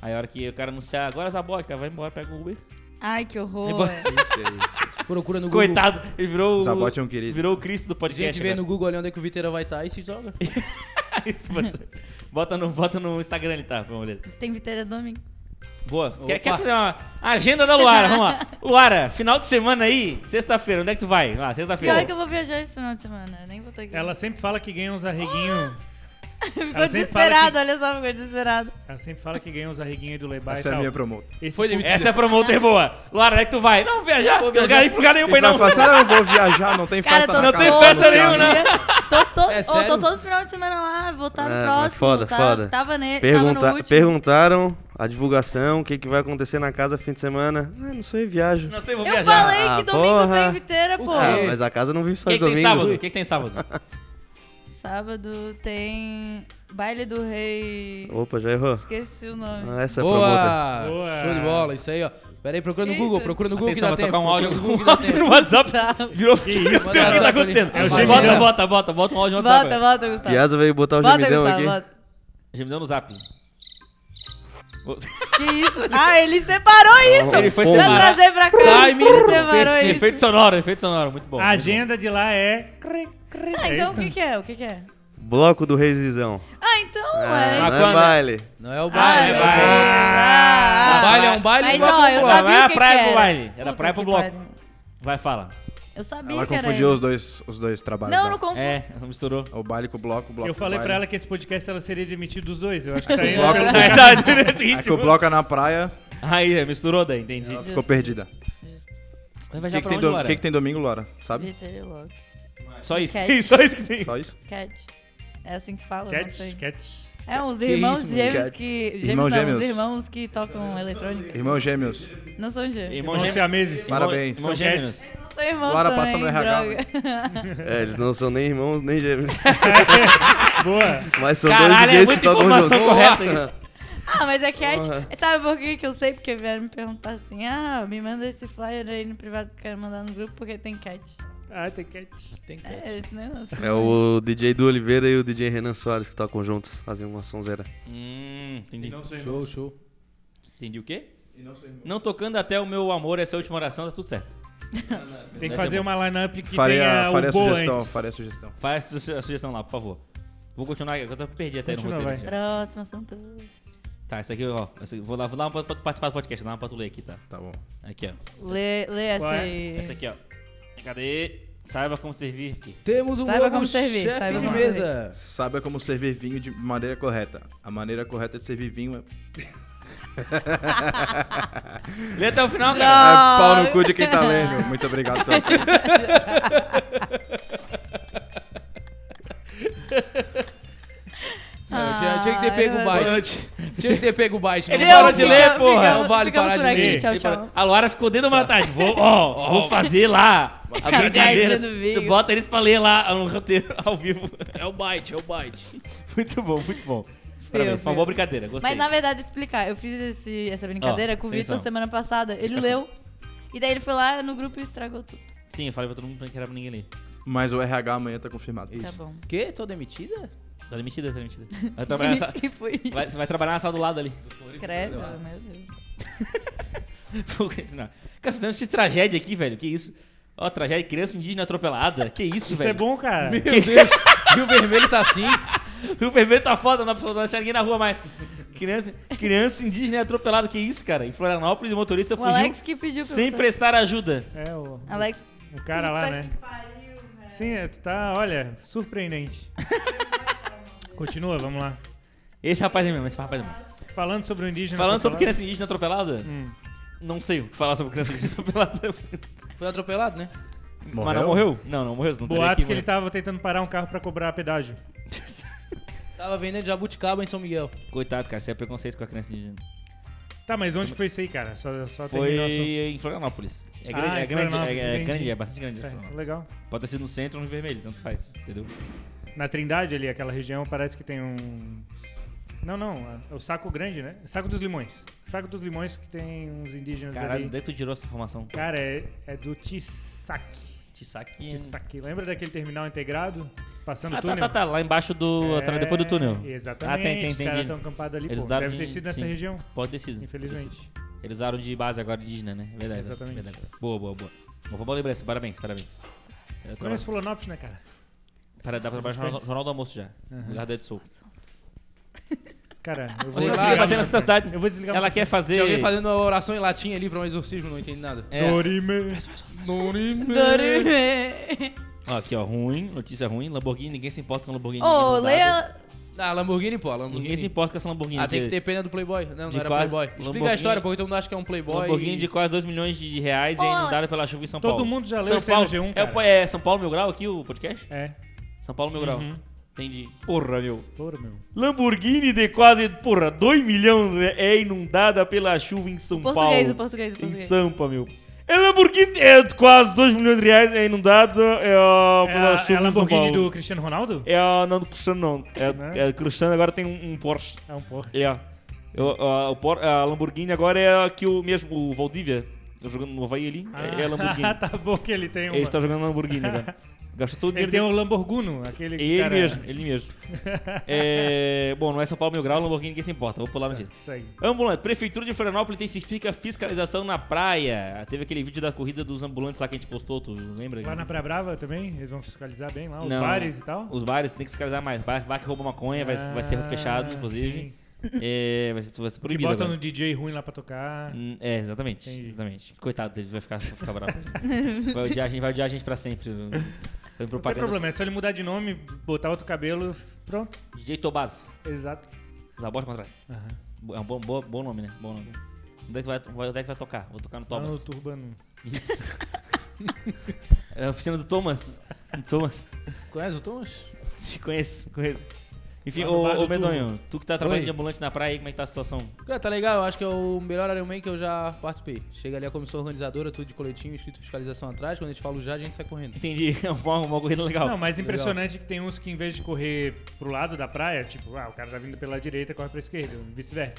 Speaker 2: Aí a hora que o cara anunciar, agora Zabot, cara, vai embora, pega o Uber.
Speaker 5: Ai, que horror.
Speaker 2: É bom.
Speaker 7: Isso, é isso.
Speaker 3: tá?
Speaker 6: Procura no Google.
Speaker 2: Coitado, ele virou o...
Speaker 7: Zabot é um querido.
Speaker 2: Virou o Cristo do
Speaker 6: A gente
Speaker 2: podcast.
Speaker 6: vê
Speaker 2: cara.
Speaker 6: no Google ali onde é que o Viteira vai estar e se joga.
Speaker 2: Isso, pode ser. bota, no, bota no Instagram ele tá, vamos ler.
Speaker 5: Tem Vitória domingo.
Speaker 2: Boa. Quer, quer
Speaker 6: Opa.
Speaker 2: fazer uma agenda da Luara, vamos lá. Luara, final de semana aí, sexta-feira, onde é que tu vai? Lá,
Speaker 5: Pior
Speaker 2: sexta-feira.
Speaker 5: que eu vou viajar esse final de semana. Eu nem vou estar aqui.
Speaker 1: Ela sempre fala que ganha uns arreguinhos...
Speaker 5: ficou
Speaker 1: ela sempre fala
Speaker 5: desesperada,
Speaker 1: que-
Speaker 5: olha só, ficou desesperada.
Speaker 1: Ela sempre fala que ganha uns arreguinhos aí do Lebai e
Speaker 7: Essa é a
Speaker 1: tal.
Speaker 7: minha promoto.
Speaker 1: Esse
Speaker 3: Foi
Speaker 1: cu-
Speaker 3: demitido.
Speaker 2: Essa é a promoter boa. Luara, onde é que tu vai? Não, viajar,
Speaker 6: Vou
Speaker 2: tem um lugar
Speaker 6: viajar.
Speaker 2: aí, lugar nenhum pra ir
Speaker 7: Ele
Speaker 2: não.
Speaker 7: vai falar assim, "Ah, eu vou viajar, não tem
Speaker 5: Cara,
Speaker 7: festa
Speaker 5: eu tô
Speaker 7: na
Speaker 2: Não
Speaker 7: casa
Speaker 2: tem
Speaker 7: do
Speaker 5: todo
Speaker 2: festa
Speaker 7: Thiago."
Speaker 2: nenhuma, nenhuma, né?
Speaker 5: dia- Tô, to-
Speaker 6: É
Speaker 5: Ô,
Speaker 6: sério?
Speaker 5: tô todo final de semana lá, vou estar no
Speaker 4: É, mas
Speaker 5: próximo.
Speaker 4: foda,
Speaker 5: tá,
Speaker 4: foda.
Speaker 5: Tava, ne... tava
Speaker 4: Pergunta-
Speaker 5: no último.
Speaker 4: perguntaram a divulgação, o que, que vai acontecer na casa fim de semana. Ah, não sei, viajo.
Speaker 2: Não sei, vou
Speaker 5: Eu
Speaker 2: viajar.
Speaker 5: falei
Speaker 4: Ah,
Speaker 5: que domingo
Speaker 4: porra.
Speaker 5: tem Viteira, pô.
Speaker 4: Ah, mas a casa não vive
Speaker 2: O
Speaker 4: só
Speaker 2: que,
Speaker 4: de
Speaker 2: que tem
Speaker 4: domingo.
Speaker 2: sábado? O que, que tem sábado?
Speaker 5: Sábado tem Baile do Rei.
Speaker 4: Opa, já errou.
Speaker 5: Esqueci o nome.
Speaker 4: Ah, essa é a promotor.
Speaker 6: Boa!
Speaker 1: Boa.
Speaker 6: Show de bola, isso aí, ó. Pera aí, procura no
Speaker 5: Que
Speaker 6: Google,
Speaker 5: isso?
Speaker 6: procura no Google
Speaker 2: Atenção,
Speaker 6: que dá
Speaker 2: vai
Speaker 6: tempo.
Speaker 2: tocar um áudio,
Speaker 6: procura no Google
Speaker 2: um
Speaker 6: que dá
Speaker 2: áudio no WhatsApp.
Speaker 5: Tá.
Speaker 2: Virou Meu Deus, o que
Speaker 6: Bota
Speaker 2: tá
Speaker 6: lá,
Speaker 2: acontecendo?
Speaker 6: É
Speaker 1: o
Speaker 2: bota,
Speaker 1: gemidão.
Speaker 2: bota, bota, bota um áudio no WhatsApp.
Speaker 5: Volta, volta, Gustavo.
Speaker 4: Piazza veio botar o
Speaker 5: Bota,
Speaker 4: gemidão aqui.
Speaker 5: Gustavo, bota.
Speaker 2: Gemidão no zap.
Speaker 5: Que isso? Ah, ele separou isso!
Speaker 2: Ele foi
Speaker 4: Pô,
Speaker 5: Pra
Speaker 2: separar.
Speaker 5: trazer pra cá.
Speaker 6: Timing
Speaker 5: ele separou isso.
Speaker 2: Efeito sonoro, efeito sonoro, muito bom.
Speaker 1: É A agenda de lá é... Cri, cri.
Speaker 5: Ah,
Speaker 1: É
Speaker 5: então
Speaker 1: isso?
Speaker 5: o que, que é? O que, que é?
Speaker 4: Bloco do Reizizão.
Speaker 5: Ah, então,
Speaker 4: Ah,
Speaker 5: é.
Speaker 4: não
Speaker 2: quando?
Speaker 4: é baile.
Speaker 6: Não é o
Speaker 2: Ah,
Speaker 6: baile,
Speaker 2: é
Speaker 6: é o
Speaker 2: baile.
Speaker 6: baile.
Speaker 5: Ah,
Speaker 6: Baile é um baile,
Speaker 5: Mas,
Speaker 6: bloco é um
Speaker 5: ó, eu
Speaker 6: bloco.
Speaker 5: sabia
Speaker 2: Vai
Speaker 5: o que
Speaker 2: praia
Speaker 5: que
Speaker 2: pro
Speaker 5: era.
Speaker 2: baile. Era
Speaker 5: Puta
Speaker 2: praia pro
Speaker 5: que
Speaker 2: bloco.
Speaker 5: pariu.
Speaker 2: Vai, fala.
Speaker 5: Eu sabia
Speaker 7: Ela
Speaker 5: que era
Speaker 7: confundiu né?
Speaker 5: ele.
Speaker 7: os dois, os dois trabalhos.
Speaker 5: né? Não,
Speaker 7: dela.
Speaker 5: não confundi.
Speaker 2: É, misturou.
Speaker 7: O baile com o bloco, o bloco
Speaker 1: Eu
Speaker 7: com o
Speaker 1: falei
Speaker 7: baile.
Speaker 1: pra ela que esse podcast ela seria demitida dos dois. Eu acho que tá indo
Speaker 7: Logo-
Speaker 1: pelo
Speaker 2: Na verdade, né? nesse
Speaker 7: É que um. o
Speaker 1: tipo-
Speaker 2: ritmo.
Speaker 7: bloco é na praia,
Speaker 2: Aí, é, misturou daí, entendi.
Speaker 7: ela ficou perdida.
Speaker 2: Vai
Speaker 7: O
Speaker 2: viajar pra
Speaker 7: que, que tem
Speaker 2: onde,
Speaker 7: do-
Speaker 2: Laura?
Speaker 7: que que tem domingo, Laura? Sabe?
Speaker 5: Vitória logo.
Speaker 2: Só isso que
Speaker 5: Cat.
Speaker 2: tem, só isso que tem.
Speaker 7: Só isso?
Speaker 5: Cat. É assim que fala, não sei.
Speaker 1: Cat, cat.
Speaker 5: É, uns
Speaker 6: Que
Speaker 5: irmãos
Speaker 6: isso,
Speaker 5: gêmeos
Speaker 7: Cats.
Speaker 5: que... Gêmeos
Speaker 7: Irmãos
Speaker 5: não,
Speaker 7: gêmeos.
Speaker 5: Os irmãos que tocam eletrônica.
Speaker 7: Irmão Gêmeos.
Speaker 5: Não são gêmeos.
Speaker 2: Irmão
Speaker 1: Irmãos
Speaker 2: gêmeo-
Speaker 1: siameses.
Speaker 2: irmão-
Speaker 7: Parabéns.
Speaker 1: São
Speaker 2: Irmão gêmeos.
Speaker 5: Não são irmãos
Speaker 7: Agora
Speaker 5: também,
Speaker 7: passa no RH,
Speaker 5: droga.
Speaker 4: É, eles não são nem irmãos, nem gêmeos.
Speaker 1: Boa.
Speaker 4: Mas são
Speaker 2: Caralho, é
Speaker 4: dois DJs que
Speaker 2: muita
Speaker 4: tocam
Speaker 2: informação
Speaker 4: juntos.
Speaker 2: correta. aqui.
Speaker 5: Ah, mas é Cat. Sabe por que que eu sei? Porque vieram me perguntar assim, ah, me manda esse flyer aí no privado que eu quero mandar no grupo porque tem Cat.
Speaker 1: Ah, tem cat.
Speaker 6: Tem que-
Speaker 5: É esse negócio.
Speaker 4: É o DJ do Oliveira e o DJ Renan Soares que tocam juntos, fazem uma sonzeira.
Speaker 2: Hum, Hum, entendi.
Speaker 7: não sei
Speaker 6: Show, show.
Speaker 2: Entendi o quê?
Speaker 7: E não sei
Speaker 2: Não tocando até o meu amor, essa última oração, tá tudo certo.
Speaker 1: Tem
Speaker 2: Essa
Speaker 1: que
Speaker 2: é
Speaker 1: fazer
Speaker 2: boa.
Speaker 1: uma lineup que
Speaker 7: Farei
Speaker 1: tenha
Speaker 7: a, farei
Speaker 1: o
Speaker 7: a
Speaker 1: Bo
Speaker 7: sugestão,
Speaker 1: antes.
Speaker 7: farei a sugestão.
Speaker 2: Faz a su- a sugestão lá, por favor. Vou continuar, eu tô- perdi até
Speaker 1: Continua,
Speaker 2: no roteiro.
Speaker 1: vai.
Speaker 2: já.
Speaker 5: Próxima, Santo.
Speaker 2: Tá, isso aqui, ó. essa aqui- vou lá, vou lá pra, pra tu participar do podcast, dá uma pra tu ler aqui, tá?
Speaker 7: Tá bom.
Speaker 2: Aqui, ó.
Speaker 5: Lê, lê essa
Speaker 1: Qual é?
Speaker 5: aí.
Speaker 2: Essa aqui, ó. Cadê? Saiba como servir aqui.
Speaker 6: Temos um
Speaker 5: Saiba
Speaker 6: novo
Speaker 5: como servir,
Speaker 6: chefe
Speaker 5: saiba
Speaker 6: de
Speaker 5: como
Speaker 6: mesa.
Speaker 7: Saiba como servir vinho de maneira correta. A maneira correta de servir vinho é.
Speaker 2: Lê até o final, cara.
Speaker 7: É
Speaker 5: Ah,
Speaker 7: pau no cu de quem tá lendo. Muito obrigado pela
Speaker 6: Cara, É, tinha- tinha que ter
Speaker 5: Ah,
Speaker 6: pego
Speaker 5: eu-
Speaker 6: baixo. Tinha que ter pego baixo.
Speaker 2: Ele
Speaker 6: não
Speaker 5: Deu,
Speaker 2: parou de
Speaker 6: vale.
Speaker 5: fica-
Speaker 2: ler, porra.
Speaker 5: ficamos-
Speaker 6: Não vale
Speaker 5: ficamos
Speaker 6: parar
Speaker 5: por
Speaker 6: de
Speaker 5: aqui.
Speaker 1: ler.
Speaker 5: Tchau,
Speaker 2: Ele
Speaker 5: tchau.
Speaker 2: falou, A Luara ficou dentro da uma tarde. Vou, ó, vou fazer lá. A
Speaker 5: Cara,
Speaker 2: brincadeira.
Speaker 5: guys, dando
Speaker 2: Tu
Speaker 5: vinho.
Speaker 2: bota eles pra ler lá no roteiro ao vivo.
Speaker 6: É o bite, é o
Speaker 5: Tá
Speaker 6: bite.
Speaker 2: Muito bom, muito bom. Parabéns, foi
Speaker 5: feio.
Speaker 2: uma boa brincadeira, gostei.
Speaker 5: Mas na verdade, explicar, eu fiz esse- essa brincadeira
Speaker 2: Ó,
Speaker 5: com o Vitor
Speaker 2: atenção.
Speaker 5: semana passada. Ele
Speaker 2: Explicação.
Speaker 5: leu. E daí ele foi lá no grupo e estragou tudo.
Speaker 2: Sim, eu falei pra todo mundo que não era pra ninguém ler.
Speaker 7: Mas o RH amanhã tá confirmado.
Speaker 5: Tá bom.
Speaker 6: Quê? Tô demitida?
Speaker 2: Tá demitida, tá demitida. Vai trabalhar nessa...
Speaker 5: que foi isso?
Speaker 2: Vai, vai trabalhar na sala do lado ali.
Speaker 5: Credo, meu Deus.
Speaker 2: Vou continuar. Cara, você tá tem essa tragédia aqui, velho. Que isso? Ó, tragédia de criança indígena atropelada. Que isso,
Speaker 1: Isso
Speaker 2: velho?
Speaker 1: é bom, cara.
Speaker 6: Meu
Speaker 2: é
Speaker 6: Deus. Rio Vermelho tá assim.
Speaker 2: Rio Vermelho tá foda, não precisa deixar ninguém na rua mais. Criança, criança indígena atropelada, que isso, cara? Em Florianópolis, o motorista
Speaker 5: O
Speaker 2: fugiu
Speaker 5: Alex que pediu pra
Speaker 2: sem
Speaker 5: você.
Speaker 2: prestar ajuda.
Speaker 1: É o,
Speaker 5: Alex,
Speaker 1: o cara lá,
Speaker 5: puta
Speaker 1: né?
Speaker 5: que pariu, velho.
Speaker 1: Sim, é, tu tá, olha, surpreendente. Continua, vamos lá.
Speaker 2: Esse rapaz é mesmo, esse rapaz é mesmo.
Speaker 1: Falando sobre o indígena.
Speaker 2: Falando sobre
Speaker 1: atropelado.
Speaker 2: criança indígena atropelada,
Speaker 1: Hum.
Speaker 2: não sei o que falar sobre criança indígena atropelada.
Speaker 6: Foi atropelado, né?
Speaker 2: Mas não morreu? Não, não morreu. Não estaria
Speaker 1: Boatos
Speaker 2: aqui,
Speaker 1: que ele
Speaker 2: morreu.
Speaker 1: tava tentando parar um carro pra cobrar pedágio.
Speaker 6: Tava vendendo jabuticaba em São Miguel.
Speaker 2: Coitado, cara, isso é preconceito com a criança indígena.
Speaker 1: Tá, mas onde foi isso aí, cara? Só, só
Speaker 2: Foi
Speaker 1: terminou o assunto.
Speaker 2: em Florianópolis. É grande,
Speaker 1: Ah,
Speaker 2: é,
Speaker 1: em
Speaker 2: grande é-
Speaker 1: Florianópolis,
Speaker 2: é,
Speaker 1: entendi.
Speaker 2: grande, é bastante grande.
Speaker 1: Certo,
Speaker 2: Florianópolis.
Speaker 1: legal.
Speaker 2: Pode ter sido no centro ou no vermelho, tanto faz, entendeu?
Speaker 1: Na Trindade ali, aquela região, parece que tem um. Não, não, é o Saco Grande, né? Saco dos Limões. Saco dos Limões que tem uns indígenas
Speaker 2: Caralho,
Speaker 1: ali.
Speaker 2: onde é que tu tirou essa informação?
Speaker 1: Cara, é, é do Tissac.
Speaker 2: Te saquei.
Speaker 1: Tissac. Lembra daquele terminal integrado? Passando o
Speaker 2: Hum. Ah, tá,
Speaker 1: túnel? É,
Speaker 2: tá, tá, lá embaixo do. atrás- depois do túnel.
Speaker 1: Exatamente.
Speaker 2: Ah, tem, tem,
Speaker 1: Os caras
Speaker 2: entendi.
Speaker 1: estão acampados ali,
Speaker 2: Eles
Speaker 1: pô.
Speaker 2: usaram
Speaker 1: Deve ter
Speaker 2: de-
Speaker 1: sido nessa
Speaker 2: sim.
Speaker 1: região.
Speaker 2: Pode ter sido.
Speaker 1: Infelizmente.
Speaker 2: pode ter sido. Eles usaram de base agora indígena, né? Verdade.
Speaker 1: Exatamente.
Speaker 2: verdade. Boa, boa, boa. Bom, foi boa lembrança. Parabéns, parabéns. É,
Speaker 1: Conhece
Speaker 2: trabalho-
Speaker 1: Florianópolis, né, cara?
Speaker 2: Para, dá pra trabalhar no jornal,
Speaker 1: Vocês-
Speaker 2: Jornal do almoço já. No lugar da Edson.
Speaker 1: Cara, eu vou
Speaker 2: Você
Speaker 1: desligar.
Speaker 2: batendo
Speaker 1: meu
Speaker 2: na
Speaker 1: microfone.
Speaker 2: cidade.
Speaker 1: Eu vou desligar.
Speaker 2: Ela é
Speaker 1: meu
Speaker 2: quer fazer.
Speaker 6: Tinha alguém fazendo uma oração em latim ali pra um exorcismo, não entendi nada.
Speaker 2: É.
Speaker 1: Dorime.
Speaker 2: Hum.
Speaker 5: Dorime.
Speaker 2: Ó, aqui, ó. Ruim, notícia ruim. Lamborghini, ninguém se importa com Lamborghini.
Speaker 5: Ô,
Speaker 2: inundada.
Speaker 5: leia.
Speaker 2: Então
Speaker 6: Ah, Lamborghini, pô,
Speaker 2: Ninguém se
Speaker 6: Lamborghini.
Speaker 2: importa com essa Lamborghini.
Speaker 6: Ah, tem que
Speaker 2: de-
Speaker 6: ter pena do Playboy. Não,
Speaker 2: de
Speaker 6: não era
Speaker 2: quase-
Speaker 6: Playboy. Explica a
Speaker 2: Lamborghini-
Speaker 6: história, porque todo mundo acha que é um Playboy.
Speaker 2: Lamborghini
Speaker 6: e-
Speaker 2: de quase 2 milhões de reais e
Speaker 5: Ô,
Speaker 2: é inundada pela chuva em São
Speaker 1: todo
Speaker 2: Paulo.
Speaker 1: mundo já leu
Speaker 2: São
Speaker 1: isso aí
Speaker 2: Paulo,
Speaker 1: no G1,
Speaker 2: é,
Speaker 1: cara.
Speaker 2: o- é São Paulo Mil Grau aqui o podcast?
Speaker 1: É.
Speaker 2: São Paulo Mil Grau.
Speaker 1: Uhum.
Speaker 2: Entendi. Porra, meu.
Speaker 1: Louro, meu.
Speaker 2: Lamborghini de quase, porra, 2 milhões né, é inundada pela chuva em São
Speaker 5: Português, o
Speaker 2: Paulo.
Speaker 5: português, o
Speaker 2: Em
Speaker 5: português.
Speaker 2: Sampa, meu. É Lamborghini é de quase 2 milhões de reais é inundada é, ó,
Speaker 1: É
Speaker 2: pela
Speaker 1: a, é
Speaker 2: chuva
Speaker 1: a
Speaker 2: em São
Speaker 1: Lamborghini
Speaker 2: Paulo.
Speaker 1: do Cristiano Ronaldo?
Speaker 2: É a não do Cristiano, não.
Speaker 1: Né?
Speaker 2: É, é do Cristiano agora tem um, um Porsche.
Speaker 1: É um porra.
Speaker 2: É. Eu- a, o Por- a Lamborghini agora é a que o mesmo, o Valdívia, jogando no Havaí ali, é, é a Lamborghini.
Speaker 1: Ah, tá bom que ele tem um.
Speaker 2: Ele tá- está jogando na Lamborghini agora. Gastou todo o
Speaker 1: Ele
Speaker 2: dinheiro
Speaker 1: tem um
Speaker 2: dele.
Speaker 1: Lamborghini, aquele
Speaker 2: Ele
Speaker 1: cara...
Speaker 2: mesmo, ele mesmo. É, bom, não é São Paulo Mil Grau, Lamborghini ninguém se importa. Vou pular a notícia.
Speaker 1: Segue.
Speaker 2: Ambulante. Prefeitura de Florianópolis intensifica fiscalização na praia. Teve aquele vídeo da corrida dos ambulantes lá que a gente postou, tu lembra?
Speaker 1: Lá na Praia Brava também, eles vão fiscalizar bem lá, os
Speaker 2: Não.
Speaker 1: bares e tal.
Speaker 2: Os bares tem que fiscalizar mais. Bar, bar que rouba maconha vai, vai ser fechado,
Speaker 1: Ah,
Speaker 2: inclusive.
Speaker 1: sim.
Speaker 2: É, vai, ser, vai ser
Speaker 1: Que
Speaker 2: proibido
Speaker 1: botam no
Speaker 2: agora.
Speaker 1: DJ ruim lá pra tocar.
Speaker 2: Hum, É, exatamente.
Speaker 1: Entendi.
Speaker 2: Exatamente. Coitado dele, vai ficar, vai ficar bravo. vai, odiar a gente, vai odiar a gente pra sempre. Fazendo
Speaker 1: Não tem
Speaker 2: propaganda.
Speaker 1: problema, é só ele mudar de nome, botar outro cabelo, pronto.
Speaker 2: DJ Tobaz.
Speaker 1: Exato.
Speaker 2: Zabor contra.
Speaker 1: Aham.
Speaker 2: É um bom, bom, bom nome, né? Bom nome. Onde é, que vai, vai- onde é que vai tocar? Vou tocar no
Speaker 1: Lá no um.
Speaker 2: Thomas.
Speaker 1: Turbano.
Speaker 2: Isso. é a oficina do Thomas. Thomas.
Speaker 6: Conhece o
Speaker 1: então,
Speaker 6: Thomas?
Speaker 2: Se conheço, conheço. Enfim,
Speaker 1: Lá no
Speaker 2: ô,
Speaker 1: bar do
Speaker 2: ô Medonho, tu que tá trabalhando
Speaker 6: Oi.
Speaker 2: de ambulante na praia aí, como é que tá a situação?
Speaker 6: Cara, tá legal, eu acho que é o melhor Ironman que eu já participei. Chega ali a comissão organizadora, tudo de coletinho, escrito fiscalização atrás, quando a gente fala o já, a gente sai correndo.
Speaker 2: Entendi, é uma, uma corrida legal.
Speaker 1: Não, mas impressionante que tem uns que em vez de correr pro lado da praia, tipo, ah, o cara tá vindo pela direita, corre pra esquerda, vice-versa.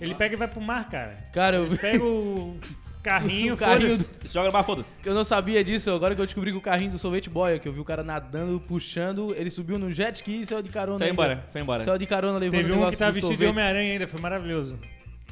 Speaker 1: Ele pega e vai pro mar, cara.
Speaker 6: Cara, eu vi,
Speaker 1: Pega o Carrinho,
Speaker 6: O carrinho
Speaker 1: foda-se.
Speaker 2: Joga no bar, foda-se.
Speaker 6: Eu não sabia disso, agora que eu descobri que o carrinho do sorvete boia, que eu vi o cara nadando, puxando, ele subiu no jet ski e saiu de carona.
Speaker 2: Saiu
Speaker 6: ainda.
Speaker 2: embora, foi embora.
Speaker 6: Saiu de carona levando
Speaker 1: Teve
Speaker 6: o
Speaker 1: um
Speaker 6: negócio
Speaker 1: que tava
Speaker 6: do
Speaker 1: vestido de
Speaker 6: sorvete.
Speaker 1: Homem-Aranha ainda, foi maravilhoso.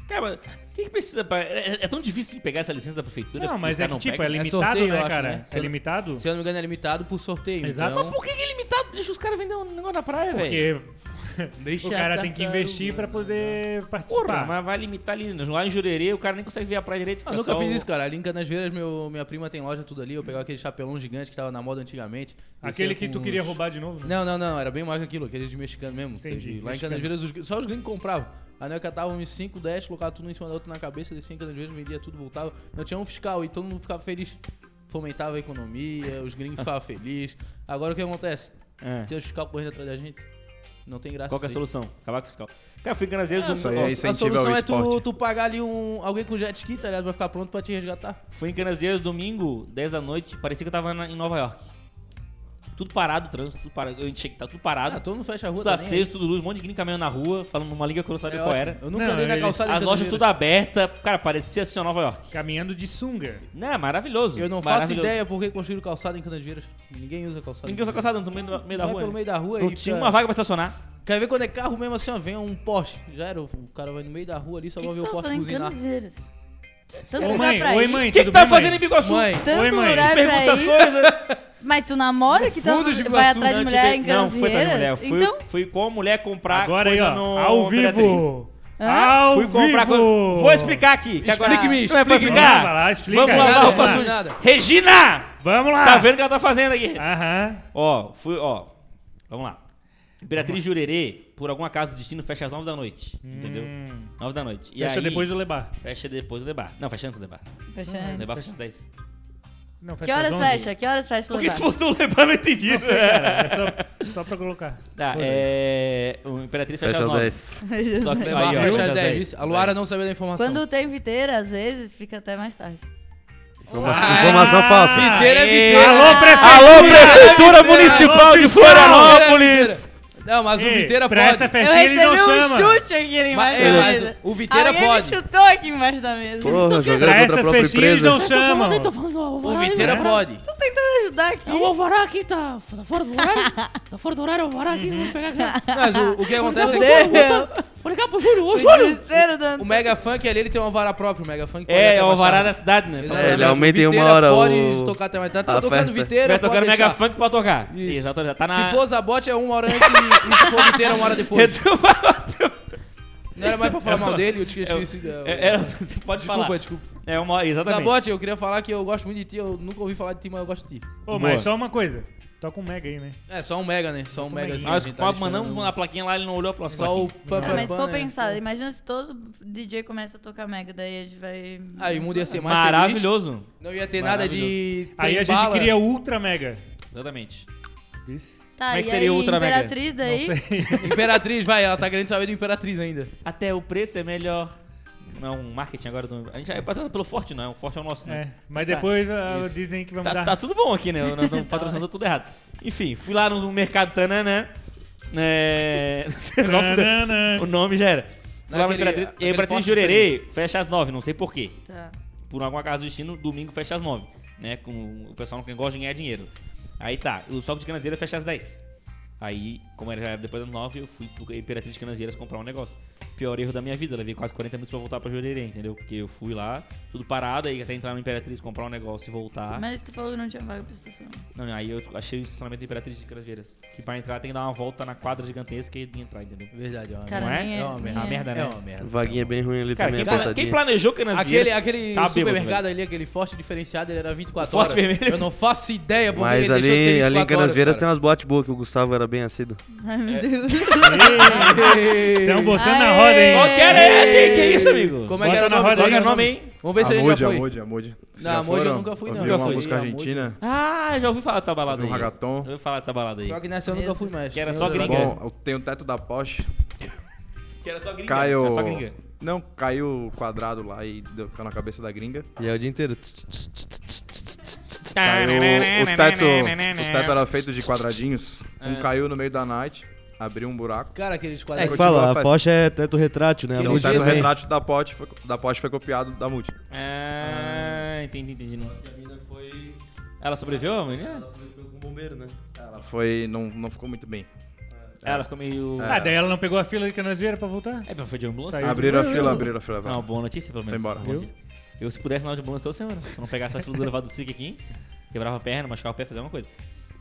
Speaker 2: Cara, mas o que, que precisa pra... é, é tão difícil de pegar essa licença da prefeitura?
Speaker 1: Não,
Speaker 2: porque
Speaker 1: mas
Speaker 2: os
Speaker 1: é
Speaker 2: caras
Speaker 1: que,
Speaker 2: não
Speaker 1: tipo, é
Speaker 2: pegam?
Speaker 6: li-
Speaker 1: limitado,
Speaker 6: sorteio,
Speaker 1: né,
Speaker 6: eu acho,
Speaker 1: cara?
Speaker 6: né? Se
Speaker 1: É
Speaker 6: eu-
Speaker 1: limitado?
Speaker 6: Se eu não me engano, é limitado por sorteio.
Speaker 1: Exato.
Speaker 6: Então,
Speaker 2: Mas por que, que é limitado? Deixa os caras vender um negócio na praia, velho. tá
Speaker 1: Porque
Speaker 6: Deixa
Speaker 1: o
Speaker 6: a
Speaker 1: cara tem que
Speaker 6: tartaruga
Speaker 1: investir pra poder
Speaker 2: Porra,
Speaker 1: participar.
Speaker 2: mas vai limitar ali. né? Lá em Jurerê, o cara nem consegue ver a praia direito. fica
Speaker 6: Ah, nunca
Speaker 2: só
Speaker 6: fiz
Speaker 2: o-
Speaker 6: isso, cara. Ali em Canasveiras, meu, minha prima tem loja tudo ali. Eu pegava aquele chapelão gigante que tava na moda antigamente.
Speaker 1: Aquele
Speaker 6: descia
Speaker 2: é
Speaker 1: que
Speaker 6: com
Speaker 1: tu queria
Speaker 6: uns-
Speaker 1: roubar de novo, né?
Speaker 6: Não, não, não. Era bem mais que aquilo. Aqueles de mexicano mesmo.
Speaker 1: Entendi,
Speaker 6: Lá em
Speaker 1: mexicano.
Speaker 6: Canasveiras, os- só os gringos compravam. Aí nós catávamos uns 5, 10, colocava tudo um em cima da outra na cabeça, descia em Canasveiras, vendia tudo, voltava. Não tinha um fiscal e todo mundo ficava feliz. Fomentava a economia, os gringos ficavam felizes. Agora o que acontece?
Speaker 2: É.
Speaker 6: Tem os fiscal correndo atrás da gente? Não tem graça.
Speaker 2: Qual que é a
Speaker 6: isso aí.
Speaker 2: solução? Acabar com o fiscal. Cara, eu fui em Canaseiras do...
Speaker 7: isso aí é
Speaker 2: Nossa,
Speaker 7: isso
Speaker 6: A
Speaker 7: Incentiva
Speaker 6: solução
Speaker 7: o
Speaker 6: é tu,
Speaker 7: esporte.
Speaker 6: tu pagar ali um, alguém com jet ski, tá ligado? Vai ficar pronto pra te resgatar.
Speaker 2: Fui em Canaseiras domingo, 10 da noite. Parecia que eu tava na- em Nova York. Tudo parado, o trânsito, tudo parado. Eu enxerguei que tá tudo parado.
Speaker 6: Ah, todo mundo fecha a rua
Speaker 2: tudo
Speaker 6: também.
Speaker 2: aceso, tudo luz, um monte de gringo caminhando na rua, falando uma língua que eu não sabia
Speaker 6: É
Speaker 2: qual
Speaker 6: ótimo.
Speaker 2: era.
Speaker 6: Eu nunca
Speaker 1: Não,
Speaker 6: andei na
Speaker 1: eles-
Speaker 6: calçada
Speaker 2: As
Speaker 6: de
Speaker 2: lojas
Speaker 6: Canasvieiras.
Speaker 2: tudo aberta. Cara, parecia assim, ó, Nova York.
Speaker 1: Caminhando de sunga.
Speaker 2: Não, maravilhoso.
Speaker 6: Eu não faço
Speaker 2: maravilhoso.
Speaker 6: ideia por que construíram calçada em Canasvieiras. Ninguém usa calçada.
Speaker 2: Ninguém usa calçada no meio da, meio da
Speaker 6: Vai
Speaker 2: rua.
Speaker 6: pelo
Speaker 2: né?
Speaker 6: meio da rua
Speaker 2: Não
Speaker 6: e
Speaker 2: tinha
Speaker 6: fica-
Speaker 2: uma vaga pra estacionar.
Speaker 6: Quer ver quando é carro mesmo assim, ó, vem um Porsche. Já era, o cara vai no meio da rua ali, só
Speaker 5: que tá
Speaker 6: vai
Speaker 5: que
Speaker 6: ver o
Speaker 5: tu tava
Speaker 6: Porsche
Speaker 5: fazendo
Speaker 6: buzinar.
Speaker 5: em Canasvieiras? Tanto
Speaker 1: Ô,
Speaker 5: lugar
Speaker 1: mãe,
Speaker 5: pra
Speaker 1: oi,
Speaker 5: ir.
Speaker 1: mãe.
Speaker 2: O que, que
Speaker 1: tudo
Speaker 2: tá
Speaker 1: bem,
Speaker 2: fazendo em
Speaker 1: mãe?
Speaker 2: Biguaçu?
Speaker 6: Mãe,
Speaker 5: Tanto
Speaker 1: Oi, mãe.
Speaker 5: lugar
Speaker 2: Pergunta
Speaker 5: pra
Speaker 2: essas
Speaker 5: ir.
Speaker 2: coisas.
Speaker 5: Mas tu namora que tu
Speaker 6: Fundo de né? Tipo,
Speaker 5: vai
Speaker 6: Iguaçu,
Speaker 5: atrás de
Speaker 2: Não,
Speaker 5: mulher em
Speaker 2: tive- tipo, Não, foi atrás de mulher.
Speaker 5: Canasvieiras?
Speaker 2: Fui,
Speaker 5: Então,
Speaker 2: fui com a mulher comprar
Speaker 1: Agora aí,
Speaker 2: Ah, coisa
Speaker 1: ó.
Speaker 2: no
Speaker 1: Ao
Speaker 2: Imperatriz.
Speaker 1: vivo. Ao
Speaker 2: Fui
Speaker 1: vivo.
Speaker 2: comprar coisa. Vou explicar aqui. Que agora...
Speaker 6: Explique-me,
Speaker 2: Não é pra
Speaker 6: explique-me.
Speaker 2: explicar.
Speaker 1: Vai lá, explica.
Speaker 2: Vamos
Speaker 1: Nada, Ah.
Speaker 2: lavar os
Speaker 1: vamos lá.
Speaker 2: passos.
Speaker 6: Nada.
Speaker 2: Regina!
Speaker 1: Vamos lá.
Speaker 2: Tá vendo o que ela tá fazendo aqui?
Speaker 1: Aham.
Speaker 2: Ó, fui, ó. Vamos lá. Imperatriz Jurerê, por algum acaso, o destino fecha às 9 da noite. Entendeu? 9 da noite. E
Speaker 1: Hum. Fecha
Speaker 2: aí-
Speaker 1: depois do Lebar.
Speaker 2: Fecha depois do Lebar. Não, fecha antes do Lebar.
Speaker 5: Fecha
Speaker 2: O
Speaker 5: antes.
Speaker 2: Lebar fecha às 10.
Speaker 1: Não, fecha
Speaker 5: Que
Speaker 1: às
Speaker 5: horas
Speaker 1: 11.
Speaker 5: fecha? Que horas fecha o
Speaker 2: Por que
Speaker 5: lugar?
Speaker 2: tu botou o Lebar? Não entendi.
Speaker 1: Não sei, cara. É só, só pra colocar.
Speaker 2: Tá, é. O Imperatriz fecha,
Speaker 4: Fecha
Speaker 2: às 9.
Speaker 4: 10.
Speaker 2: Só que é
Speaker 6: Levar
Speaker 2: aí, ó,
Speaker 6: a faixa
Speaker 2: fecha às
Speaker 6: 10.
Speaker 2: 10.
Speaker 6: A Luara não sabia da informação.
Speaker 5: Quando tem viteira, às vezes, fica até mais tarde.
Speaker 4: Informação, informação falsa.
Speaker 6: Inteira é
Speaker 2: Aê.
Speaker 6: videira.
Speaker 1: Ah, Alô, prefeito!
Speaker 4: Alô, Prefeitura
Speaker 1: Municipal de
Speaker 4: Florianópolis!
Speaker 6: Não, mas o
Speaker 1: Ei,
Speaker 6: Viteira
Speaker 1: pra
Speaker 6: pode.
Speaker 1: essa
Speaker 5: Eu
Speaker 1: festinha ele
Speaker 5: recebi
Speaker 1: não
Speaker 5: um
Speaker 1: chama.
Speaker 5: chute aqui
Speaker 6: Mas-
Speaker 5: embaixo
Speaker 6: é,
Speaker 5: da
Speaker 6: mas
Speaker 5: mesa.
Speaker 6: o Viteira
Speaker 5: Alguém
Speaker 6: pode.
Speaker 5: me chutou aqui embaixo da mesa.
Speaker 4: Porra,
Speaker 1: Pra
Speaker 4: jogando contra a
Speaker 1: essas
Speaker 4: própria
Speaker 1: festinhas eles
Speaker 4: empresa.
Speaker 1: não chamam.
Speaker 6: O Viteira pode.
Speaker 5: Tô tentando ajudar
Speaker 6: É
Speaker 5: aqui.
Speaker 8: Alvará aqui tá, tá fora do horário. Tá fora do horário, o Alvará aqui. Vamos pegar aqui.
Speaker 6: Mas o, o que acontece é
Speaker 5: Deus.
Speaker 6: que
Speaker 8: Olha cá pro Júlio. Ô,
Speaker 5: O
Speaker 8: Júlio.
Speaker 5: desespero da
Speaker 6: o Mega Funk ali, ele tem um alvará próprio. O Mega Funk pode
Speaker 1: tá
Speaker 2: É,
Speaker 6: até
Speaker 2: é o
Speaker 6: mais
Speaker 2: alvará
Speaker 6: tarde.
Speaker 2: da cidade, né?
Speaker 6: Exatamente.
Speaker 4: É, ele aumenta em uma
Speaker 6: Viteira
Speaker 4: hora
Speaker 6: pode
Speaker 4: o-
Speaker 6: tocar até mais tarde. Tá
Speaker 4: a
Speaker 6: tocando
Speaker 4: festa.
Speaker 2: Se
Speaker 6: Viteira,
Speaker 2: tiver
Speaker 6: pode
Speaker 2: tocando mega
Speaker 6: deixar.
Speaker 2: funk, pode tocar.
Speaker 6: Isso.
Speaker 2: Isso, autorizado. Tá na.
Speaker 6: Se for Zabote, é uma hora antes e se for Viteira, é uma hora depois. Não era mais pra falar mal dele, eu tinha
Speaker 2: Eu-
Speaker 6: esquecido.
Speaker 2: É, é, você pode
Speaker 6: né? Desculpa, tipo,
Speaker 2: falar.
Speaker 6: desculpa.
Speaker 2: É uma. Exatamente.
Speaker 6: Zabote, eu queria falar que eu gosto muito de ti, eu nunca ouvi falar de ti, mas eu gosto de ti.
Speaker 1: Ô,
Speaker 2: Boa.
Speaker 1: mas só uma coisa. Toca um mega aí, né?
Speaker 6: É, só um mega, né? Só um mega.
Speaker 1: bem.
Speaker 6: assim,
Speaker 2: Nós
Speaker 6: a gente tá
Speaker 2: quase mandamos
Speaker 6: esperando.
Speaker 2: uma plaquinha lá, ele não olhou a plaquinha.
Speaker 6: Só o pam,
Speaker 5: Ah, mas se for
Speaker 6: né?
Speaker 5: pensar, imagina se todo DJ começa a tocar mega, daí a gente vai.
Speaker 6: Aí o mundo ia ser mais feliz,
Speaker 2: Maravilhoso.
Speaker 6: Não ia ter nada de.
Speaker 1: Aí a gente
Speaker 6: trem-bala.
Speaker 1: queria ultra mega.
Speaker 2: Exatamente.
Speaker 1: Disse?
Speaker 5: Tá,
Speaker 2: Como é que
Speaker 5: e
Speaker 2: seria
Speaker 5: aí,
Speaker 2: Ultra Mega?
Speaker 5: Imperatriz daí.
Speaker 6: Imperatriz, vai, ela tá querendo saber do Imperatriz ainda.
Speaker 2: Até o preço é melhor. Não é um marketing agora do. A gente é patrocinado pelo Forte, não. O Forte é o nosso, né?
Speaker 1: É. Mas
Speaker 2: Tá.
Speaker 1: depois ah,
Speaker 2: Isso.
Speaker 1: dizem que vamos
Speaker 2: Tá,
Speaker 1: dar.
Speaker 2: tá tudo bom aqui, né? Nós estamos patrocinando tudo errado. Enfim, fui lá no mercado Tananã. É...
Speaker 1: Tananã.
Speaker 2: o nome já era. Fui lá no
Speaker 6: Aquele-
Speaker 2: Imperatriz,
Speaker 6: aquele
Speaker 2: Imperatriz
Speaker 6: Forte
Speaker 2: Jurerê, fecha às nove, não sei porquê.
Speaker 5: Tá.
Speaker 2: por algum acaso do destino, domingo fecha às 9, né? Com o pessoal não gosta de ganhar dinheiro. Aí tá, o Soco de Canaseiras fecha às 10. Aí, como era já era depois das 9, eu fui pro Imperatriz de Canaseiras comprar um negócio. Pior erro da minha vida, levei quase 40 minutos pra voltar pra Jurerê, entendeu? Porque eu fui lá, tudo parado, aí até entrar no Imperatriz, comprar um negócio e
Speaker 6: Ah.
Speaker 2: voltar.
Speaker 5: Mas tu falou que não tinha vaga pra estacionamento.
Speaker 2: Não, não, aí eu achei o estacionamento da Imperatriz de Canaseiras. Que pra entrar tem que dar uma volta na quadra gigantesca e entrar, entendeu?
Speaker 6: Verdade, é uma
Speaker 5: Cara,
Speaker 2: Não é?
Speaker 5: nem
Speaker 6: É uma
Speaker 5: nem
Speaker 6: merda.
Speaker 2: Ah, merda,
Speaker 6: merda. É
Speaker 2: né?
Speaker 6: uma merda.
Speaker 4: Vaguinha bem ruim ali
Speaker 2: Cara,
Speaker 4: também,
Speaker 2: quem, pla-
Speaker 4: apertadinha.
Speaker 2: quem planejou Canaseiras...
Speaker 6: Aquele, aquele
Speaker 2: tá bêbado,
Speaker 6: supermercado
Speaker 2: velho.
Speaker 6: ali, aquele forte diferenciado, ele era 24
Speaker 2: O Forte
Speaker 6: horas.
Speaker 2: vermelho.
Speaker 6: Eu não faço ideia porque
Speaker 4: Mas
Speaker 6: ele deixou de
Speaker 4: ali,
Speaker 6: ser
Speaker 4: ali
Speaker 6: 24
Speaker 4: em
Speaker 6: horas,
Speaker 4: Canasvieiras tem
Speaker 6: cara.
Speaker 4: umas botes boas que o Gustavo era bem assíduo.
Speaker 5: Ai, meu
Speaker 6: É.
Speaker 5: Deus. Tá,
Speaker 1: Estão botando na
Speaker 5: Aê!
Speaker 1: roda, hein?
Speaker 2: Qual que era? um É, Que, que isso, amigo?
Speaker 6: Como é que
Speaker 1: Bota
Speaker 6: era o
Speaker 1: na
Speaker 6: nome?
Speaker 1: roda
Speaker 6: Qual
Speaker 1: aí.
Speaker 6: que era o nome,
Speaker 2: Qual que era
Speaker 6: hein? Vamos ver se ele já
Speaker 7: Amode,
Speaker 6: foi.
Speaker 7: amode, amode. Vocês
Speaker 6: Não,
Speaker 7: já
Speaker 6: Amode eu
Speaker 7: foram?
Speaker 6: nunca fui, não.
Speaker 7: Ouviram
Speaker 2: Nunca
Speaker 7: uma
Speaker 2: fui.
Speaker 7: música
Speaker 6: Amode.
Speaker 7: argentina?
Speaker 2: Ah, já ouvi falar dessa balada
Speaker 7: Ouviram
Speaker 2: aí.
Speaker 7: um
Speaker 2: Já
Speaker 7: ragatón?
Speaker 2: ouvi falar dessa balada aí.
Speaker 6: Pior que nessa eu nunca fui mais.
Speaker 2: Que era só
Speaker 6: Eu-
Speaker 2: gringa.
Speaker 7: Bom, tem o teto da Porsche.
Speaker 2: Que era só gringa.
Speaker 7: Caiu.
Speaker 2: Era só gringa.
Speaker 7: Não, caiu o quadrado lá e deu caiu na cabeça da gringa.
Speaker 4: E é o dia inteiro.
Speaker 7: Caiu, os tetos teto eram feitos de quadradinhos.
Speaker 6: É.
Speaker 7: Um caiu no meio da night, abriu um buraco.
Speaker 6: Cara, aqueles
Speaker 7: É
Speaker 9: É
Speaker 6: quadradinhos.
Speaker 7: Continua
Speaker 9: que
Speaker 7: a
Speaker 9: fala, a
Speaker 7: festa.
Speaker 9: Porsche é teto retrátil, né? A
Speaker 6: Que
Speaker 7: Então, o
Speaker 9: Multi
Speaker 6: teto
Speaker 7: teto
Speaker 9: também.
Speaker 7: retrato da Porsche foi, da Porsche foi copiado da multi.
Speaker 2: Ah, Ah, entendi, entendi. não.
Speaker 4: a mina foi.
Speaker 2: Ela sobreviveu, a menina?
Speaker 4: Ela foi pelo bombeiro, né?
Speaker 7: Ela foi. Não, não ficou muito bem.
Speaker 2: Ela ficou meio.
Speaker 1: Ah, daí ela não pegou a fila que nós vieram pra voltar?
Speaker 2: É, mas foi de ambulância?
Speaker 1: Saiu.
Speaker 7: Abriram a fila, abriram a fila.
Speaker 2: Não, boa notícia, pelo
Speaker 7: Foi
Speaker 2: menos.
Speaker 7: embora.
Speaker 2: Boa
Speaker 1: Viu?
Speaker 2: notícia. Eu, se pudesse andar de ambulância toda semana, se eu não pegasse a fila do elevado do SIC aqui, quebrava a perna, machucava o pé, fazer alguma coisa.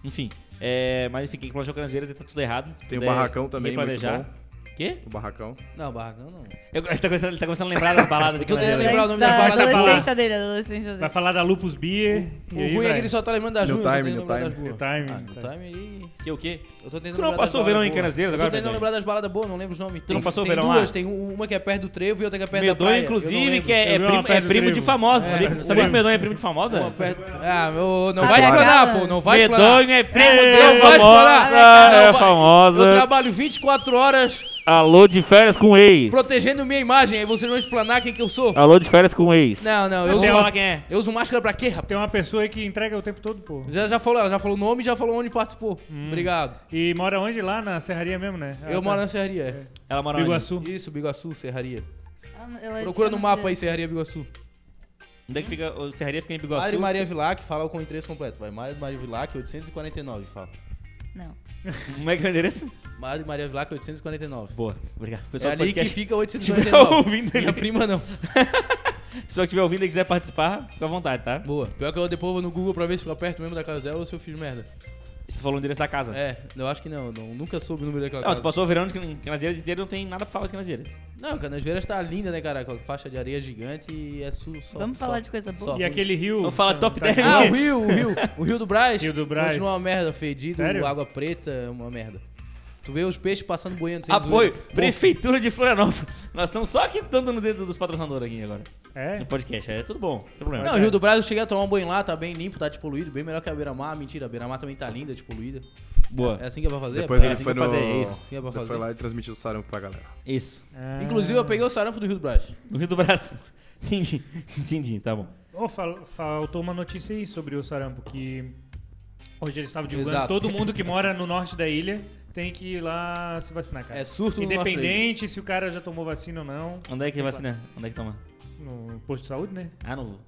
Speaker 2: Enfim, é, mas enfim, quem planejou Canasvieiras tá tudo errado. Se
Speaker 7: Tem o
Speaker 2: puder
Speaker 7: barracão também, muito
Speaker 2: replanejar.
Speaker 7: bom.
Speaker 2: Quê?
Speaker 7: O barracão.
Speaker 6: Não, barracão não.
Speaker 2: Eu, ele, tá começando, ele tá começando a lembrar das baladas de
Speaker 6: Eu tô
Speaker 2: Canasvieiras.
Speaker 6: lembrando- lembrar o nome das
Speaker 5: da
Speaker 6: baladas.
Speaker 5: tá, adolescência dele, da adolescência
Speaker 1: Vai
Speaker 5: dele.
Speaker 1: falar da Lupus Beer.
Speaker 6: O
Speaker 1: e aí
Speaker 6: ruim é
Speaker 1: vai.
Speaker 6: que ele só tá lembrando das
Speaker 7: New
Speaker 6: ruas. eu tô
Speaker 7: time,
Speaker 6: tentando
Speaker 7: new
Speaker 6: lembrar
Speaker 7: time.
Speaker 6: das ruas.
Speaker 1: New time,
Speaker 6: Ah,
Speaker 1: new
Speaker 6: no time ele...
Speaker 2: Que o quê?
Speaker 6: Eu tô tentando
Speaker 2: Tu não
Speaker 6: lembrar
Speaker 2: passou o verão
Speaker 6: das baladas
Speaker 2: em
Speaker 6: boas.
Speaker 2: Canasvieiras
Speaker 6: Eu
Speaker 2: agora,
Speaker 6: tô tentando
Speaker 2: Pedro?
Speaker 6: lembrar das baladas boas, não lembro os nomes.
Speaker 2: não passou o
Speaker 6: tem
Speaker 2: verão lá?
Speaker 6: duas, Tem um- uma que é perto do trevo e outra que é perto da
Speaker 2: Medonho,
Speaker 6: praia. Eu não
Speaker 2: inclusive,
Speaker 6: lembro.
Speaker 2: que é,
Speaker 1: Eu
Speaker 2: é
Speaker 1: vi uma
Speaker 2: primo, é
Speaker 1: perto do
Speaker 2: primo de
Speaker 1: trevo.
Speaker 2: famosa.
Speaker 6: É,
Speaker 2: Sabia,
Speaker 6: eu
Speaker 2: sabia que
Speaker 6: lembro.
Speaker 2: Medonho é primo de famosa?
Speaker 6: Uma perto... Ah, meu, não
Speaker 5: Até
Speaker 6: vai explanar,
Speaker 5: Galas.
Speaker 6: pô. Não vai explanar.
Speaker 2: Medonho é primo
Speaker 6: Não vai
Speaker 2: de
Speaker 6: explorar.
Speaker 2: famosa.
Speaker 6: Não
Speaker 2: É
Speaker 6: vai. Eu
Speaker 2: famosa.
Speaker 6: trabalho 24 horas
Speaker 2: Alô de férias com ex.
Speaker 6: protegendo minha imagem, aí vocês vão explanar quem que eu sou.
Speaker 2: Alô de férias com ex.
Speaker 6: Não, não, eu
Speaker 2: Eu vou
Speaker 6: uso,
Speaker 2: falar quem é.
Speaker 6: eu uso máscara pra quê, rapaz?
Speaker 1: Tem uma pessoa aí que entrega o tempo todo, pô.
Speaker 6: Já, já falou, ela já falou o nome e já falou onde participou.
Speaker 2: Hum.
Speaker 6: Obrigado.
Speaker 1: E mora onde? Lá na Serraria mesmo, né? Ah,
Speaker 6: eu
Speaker 1: tá.
Speaker 6: moro na Serraria.
Speaker 2: Ela mora
Speaker 1: Rio
Speaker 2: onde?
Speaker 1: Iguaçu.
Speaker 6: Isso, Biguaçu, Serraria.
Speaker 5: Ah, ela é
Speaker 6: Procura
Speaker 5: de
Speaker 6: no mapa aí,
Speaker 5: Canasvieiras.
Speaker 6: Serraria Biguaçu.
Speaker 2: Onde é que fica? O Serraria fica em Biguaçu.
Speaker 6: Madre Maria Vilac, fala com o endereço completo. Vai, Madre Maria Vilac, 849, fala.
Speaker 5: Não.
Speaker 2: Como é que é o endereço?
Speaker 6: Madre Maria Vilac, 849.
Speaker 2: Boa, obrigado.
Speaker 6: É
Speaker 2: Pessoal do
Speaker 6: ali que
Speaker 2: podcast.
Speaker 6: fica
Speaker 2: Tiver
Speaker 6: 849.
Speaker 2: ouvindo
Speaker 6: Minha
Speaker 2: ali.
Speaker 6: prima não.
Speaker 2: Se você estiver ouvindo e quiser participar, fica à vontade, tá?
Speaker 6: Boa. Pior que eu depois vou no Google pra ver se fica perto mesmo da casa dela ou se eu fiz merda.
Speaker 2: Se tu falou o endereço da
Speaker 1: Tá.
Speaker 2: casa.
Speaker 6: É, eu acho que não. eu não- nunca soube o número daquela
Speaker 2: Não, tipo, tu
Speaker 6: casa.
Speaker 2: passou o verão em Canaseiras inteiro e não tem nada pra falar de Canaseiras.
Speaker 6: Não, Canasvieiras tá linda, né, cara? Com a faixa de areia gigante e é su, só.
Speaker 5: Vamos
Speaker 6: só-
Speaker 5: falar de coisa boa?
Speaker 6: só.
Speaker 1: E aquele rio. tá
Speaker 2: Vamos falar top 10.
Speaker 6: Ah, o rio, o rio. O rio do Brás.
Speaker 1: Rio do Brás.
Speaker 6: Continua uma merda, fedido,
Speaker 1: Sério?
Speaker 6: água preta, é uma merda. Tu vê os peixes passando boiando sem
Speaker 2: Apoio,
Speaker 6: zoeira. Bom,
Speaker 2: Prefeitura de Florianópolis. Nós estamos só aqui dando no dedo dos patrocinadores aqui agora.
Speaker 1: É?
Speaker 2: No podcast, é tudo bom. Não tem problema.
Speaker 6: Não, o Rio do Brás, eu cheguei a tomar um banho lá, tá bem limpo, tá despoluído, bem melhor que a Beira-Mar. Mentira, a Beira-Mar também tá linda, despoluída.
Speaker 2: Boa.
Speaker 6: É assim que é pra fazer?
Speaker 7: Depois
Speaker 6: É
Speaker 7: ele
Speaker 2: assim
Speaker 7: foi
Speaker 2: que
Speaker 7: no.
Speaker 2: eu fazia isso.
Speaker 6: Sim, é pra
Speaker 7: Ele
Speaker 6: fazer.
Speaker 7: foi lá e transmitiu o sarampo pra galera.
Speaker 2: Isso.
Speaker 1: Ah.
Speaker 6: Inclusive, eu peguei o sarampo do Rio do Brás.
Speaker 2: No Rio do Brasil. Entendi. Entendi, tá bom.
Speaker 1: Ô, fal- faltou uma notícia aí sobre o sarampo, que hoje eles estavam divulgando.
Speaker 6: Exato. É
Speaker 1: Todo mundo que mora no norte da ilha tem que ir lá se vacinar, cara.
Speaker 6: É surto no norte da ilha.
Speaker 1: Independente se o cara já tomou vacina ou não,
Speaker 2: Onde é que vacina? Onde é que toma?
Speaker 1: no posto de saúde, né?
Speaker 2: Ah, não vou.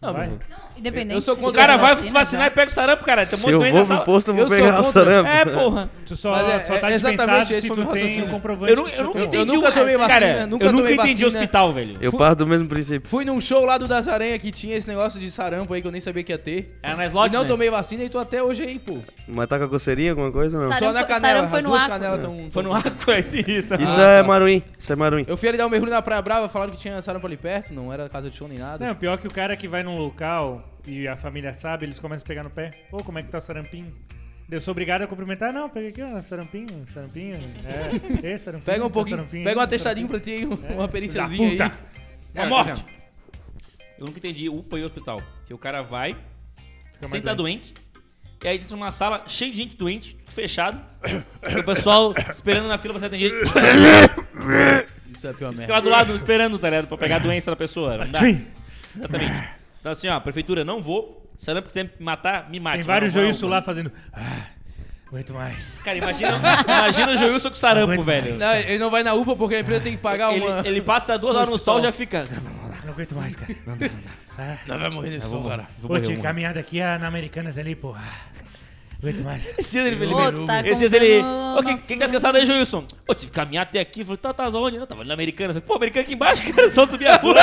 Speaker 6: Não,
Speaker 1: Vai.
Speaker 6: meu-
Speaker 5: Independente. tá
Speaker 6: Eu sou
Speaker 5: se
Speaker 2: O
Speaker 6: contra-
Speaker 5: tiver
Speaker 2: cara vai
Speaker 5: vacina,
Speaker 2: se vacinar e
Speaker 5: já.
Speaker 2: pega o sarampo, cara. Tem um
Speaker 4: Se
Speaker 2: monte de
Speaker 4: eu
Speaker 2: doente na
Speaker 4: vou pro
Speaker 2: sala.
Speaker 4: posto, eu vou
Speaker 6: Eu sou
Speaker 4: pegar o
Speaker 6: contra.
Speaker 4: sarampo.
Speaker 2: É, porra.
Speaker 1: Tu só,
Speaker 6: Mas é-
Speaker 1: só tá
Speaker 6: é
Speaker 1: dispensado
Speaker 6: exatamente
Speaker 1: se
Speaker 6: esse foi
Speaker 1: tu
Speaker 6: meu
Speaker 1: tem
Speaker 6: raciocínio.
Speaker 1: um comprovante.
Speaker 2: Eu, nu-
Speaker 1: que
Speaker 2: eu
Speaker 1: tu
Speaker 2: nunca
Speaker 1: tomou.
Speaker 2: entendi.
Speaker 6: nunca
Speaker 2: o-
Speaker 6: tomei vacina,
Speaker 2: Cara,
Speaker 6: nunca
Speaker 2: eu nunca
Speaker 6: tomei
Speaker 2: entendi
Speaker 6: vacina.
Speaker 2: hospital, velho.
Speaker 4: Eu parto do mesmo princípio.
Speaker 6: Fui num show lá do Das Aranha que tinha esse negócio de sarampo aí que eu nem sabia que ia ter.
Speaker 2: É na
Speaker 6: e
Speaker 2: slot,
Speaker 6: não
Speaker 2: né?
Speaker 6: tomei vacina e tô até hoje aí, pô.
Speaker 4: Mas tá com a coceirinha, alguma coisa? Não.
Speaker 5: Sarampo-
Speaker 6: Só na canela,
Speaker 5: sarampo foi
Speaker 6: as
Speaker 5: no
Speaker 6: duas
Speaker 5: Acre.
Speaker 6: canelas estão...
Speaker 2: É, Foi no Aqua, entendi. tá.
Speaker 4: Isso
Speaker 6: Ah,
Speaker 4: é
Speaker 6: tá.
Speaker 4: maruim. Isso é maruim.
Speaker 6: Eu fui ali dar um mergulho na Praia Brava, falaram que tinha sarampo ali perto, não era casa de show nem nada.
Speaker 2: É,
Speaker 1: Não, pior que o cara que vai num local e a família sabe, eles começam a pegar no pé. Ô, como é que tá o sarampinho? Eu sou obrigado a cumprimentar. Não, pega aqui, ó, sarampinho, sarampinho. É, é sarampinho.
Speaker 6: Pega um
Speaker 1: tá
Speaker 6: pouquinho,
Speaker 1: sarampinho,
Speaker 2: né?
Speaker 6: pega um
Speaker 1: tá
Speaker 6: atestadinho pra ti aí,
Speaker 2: É,
Speaker 6: um- uma periciazinha aí. É,
Speaker 1: Da
Speaker 2: Cara,
Speaker 6: Uma
Speaker 2: por
Speaker 6: morte.
Speaker 2: exemplo, Eu nunca entendi UPA e hospital. Que o cara vai,
Speaker 1: Fica
Speaker 2: sem
Speaker 1: mais
Speaker 2: estar doente, e aí entra numa sala cheia de gente doente, fechado, e o pessoal esperando na fila pra ser atendido.
Speaker 6: Isso é a pior
Speaker 2: Fica
Speaker 6: merda.
Speaker 2: lá do lado esperando, tá ligado? Pra pegar a doença da pessoa. Não dá. Exatamente. Então assim, ó, prefeitura, não vou. Se a Lamp quiser me matar, me mate.
Speaker 1: Tem
Speaker 2: mas
Speaker 1: vários
Speaker 2: não vou,
Speaker 1: joiços
Speaker 2: não.
Speaker 1: lá fazendo. Ah, aguento mais.
Speaker 2: Cara, imagina, imagina o Joilson com sarampo,
Speaker 1: Aguento
Speaker 2: velho.
Speaker 6: Não, ele não vai na UPA porque a empresa tem que pagar
Speaker 2: tá- Ele,
Speaker 6: uma...
Speaker 2: ele passa duas horas no sol e já fica.
Speaker 1: Não aguento mais, cara.
Speaker 6: Não vai morrer nesse som, cara.
Speaker 1: Pô,
Speaker 2: Vou morrer
Speaker 1: tinha
Speaker 2: uma.
Speaker 1: caminhada aqui ah, na Americanas ali, porra. Aguento mais.
Speaker 2: Esses dias ele, ele,
Speaker 5: Ô, tu tá
Speaker 2: esses dias ele.
Speaker 5: contando
Speaker 2: Ô, quem,
Speaker 5: nosso-
Speaker 2: quem tá descansado aí, Joilson? Ô, tive que caminhar até aqui. Falei, tá, tá, onde? Não, tava ali na Americana. Eu Falei, Pô, Americana aqui embaixo, cara. É só subir a rua.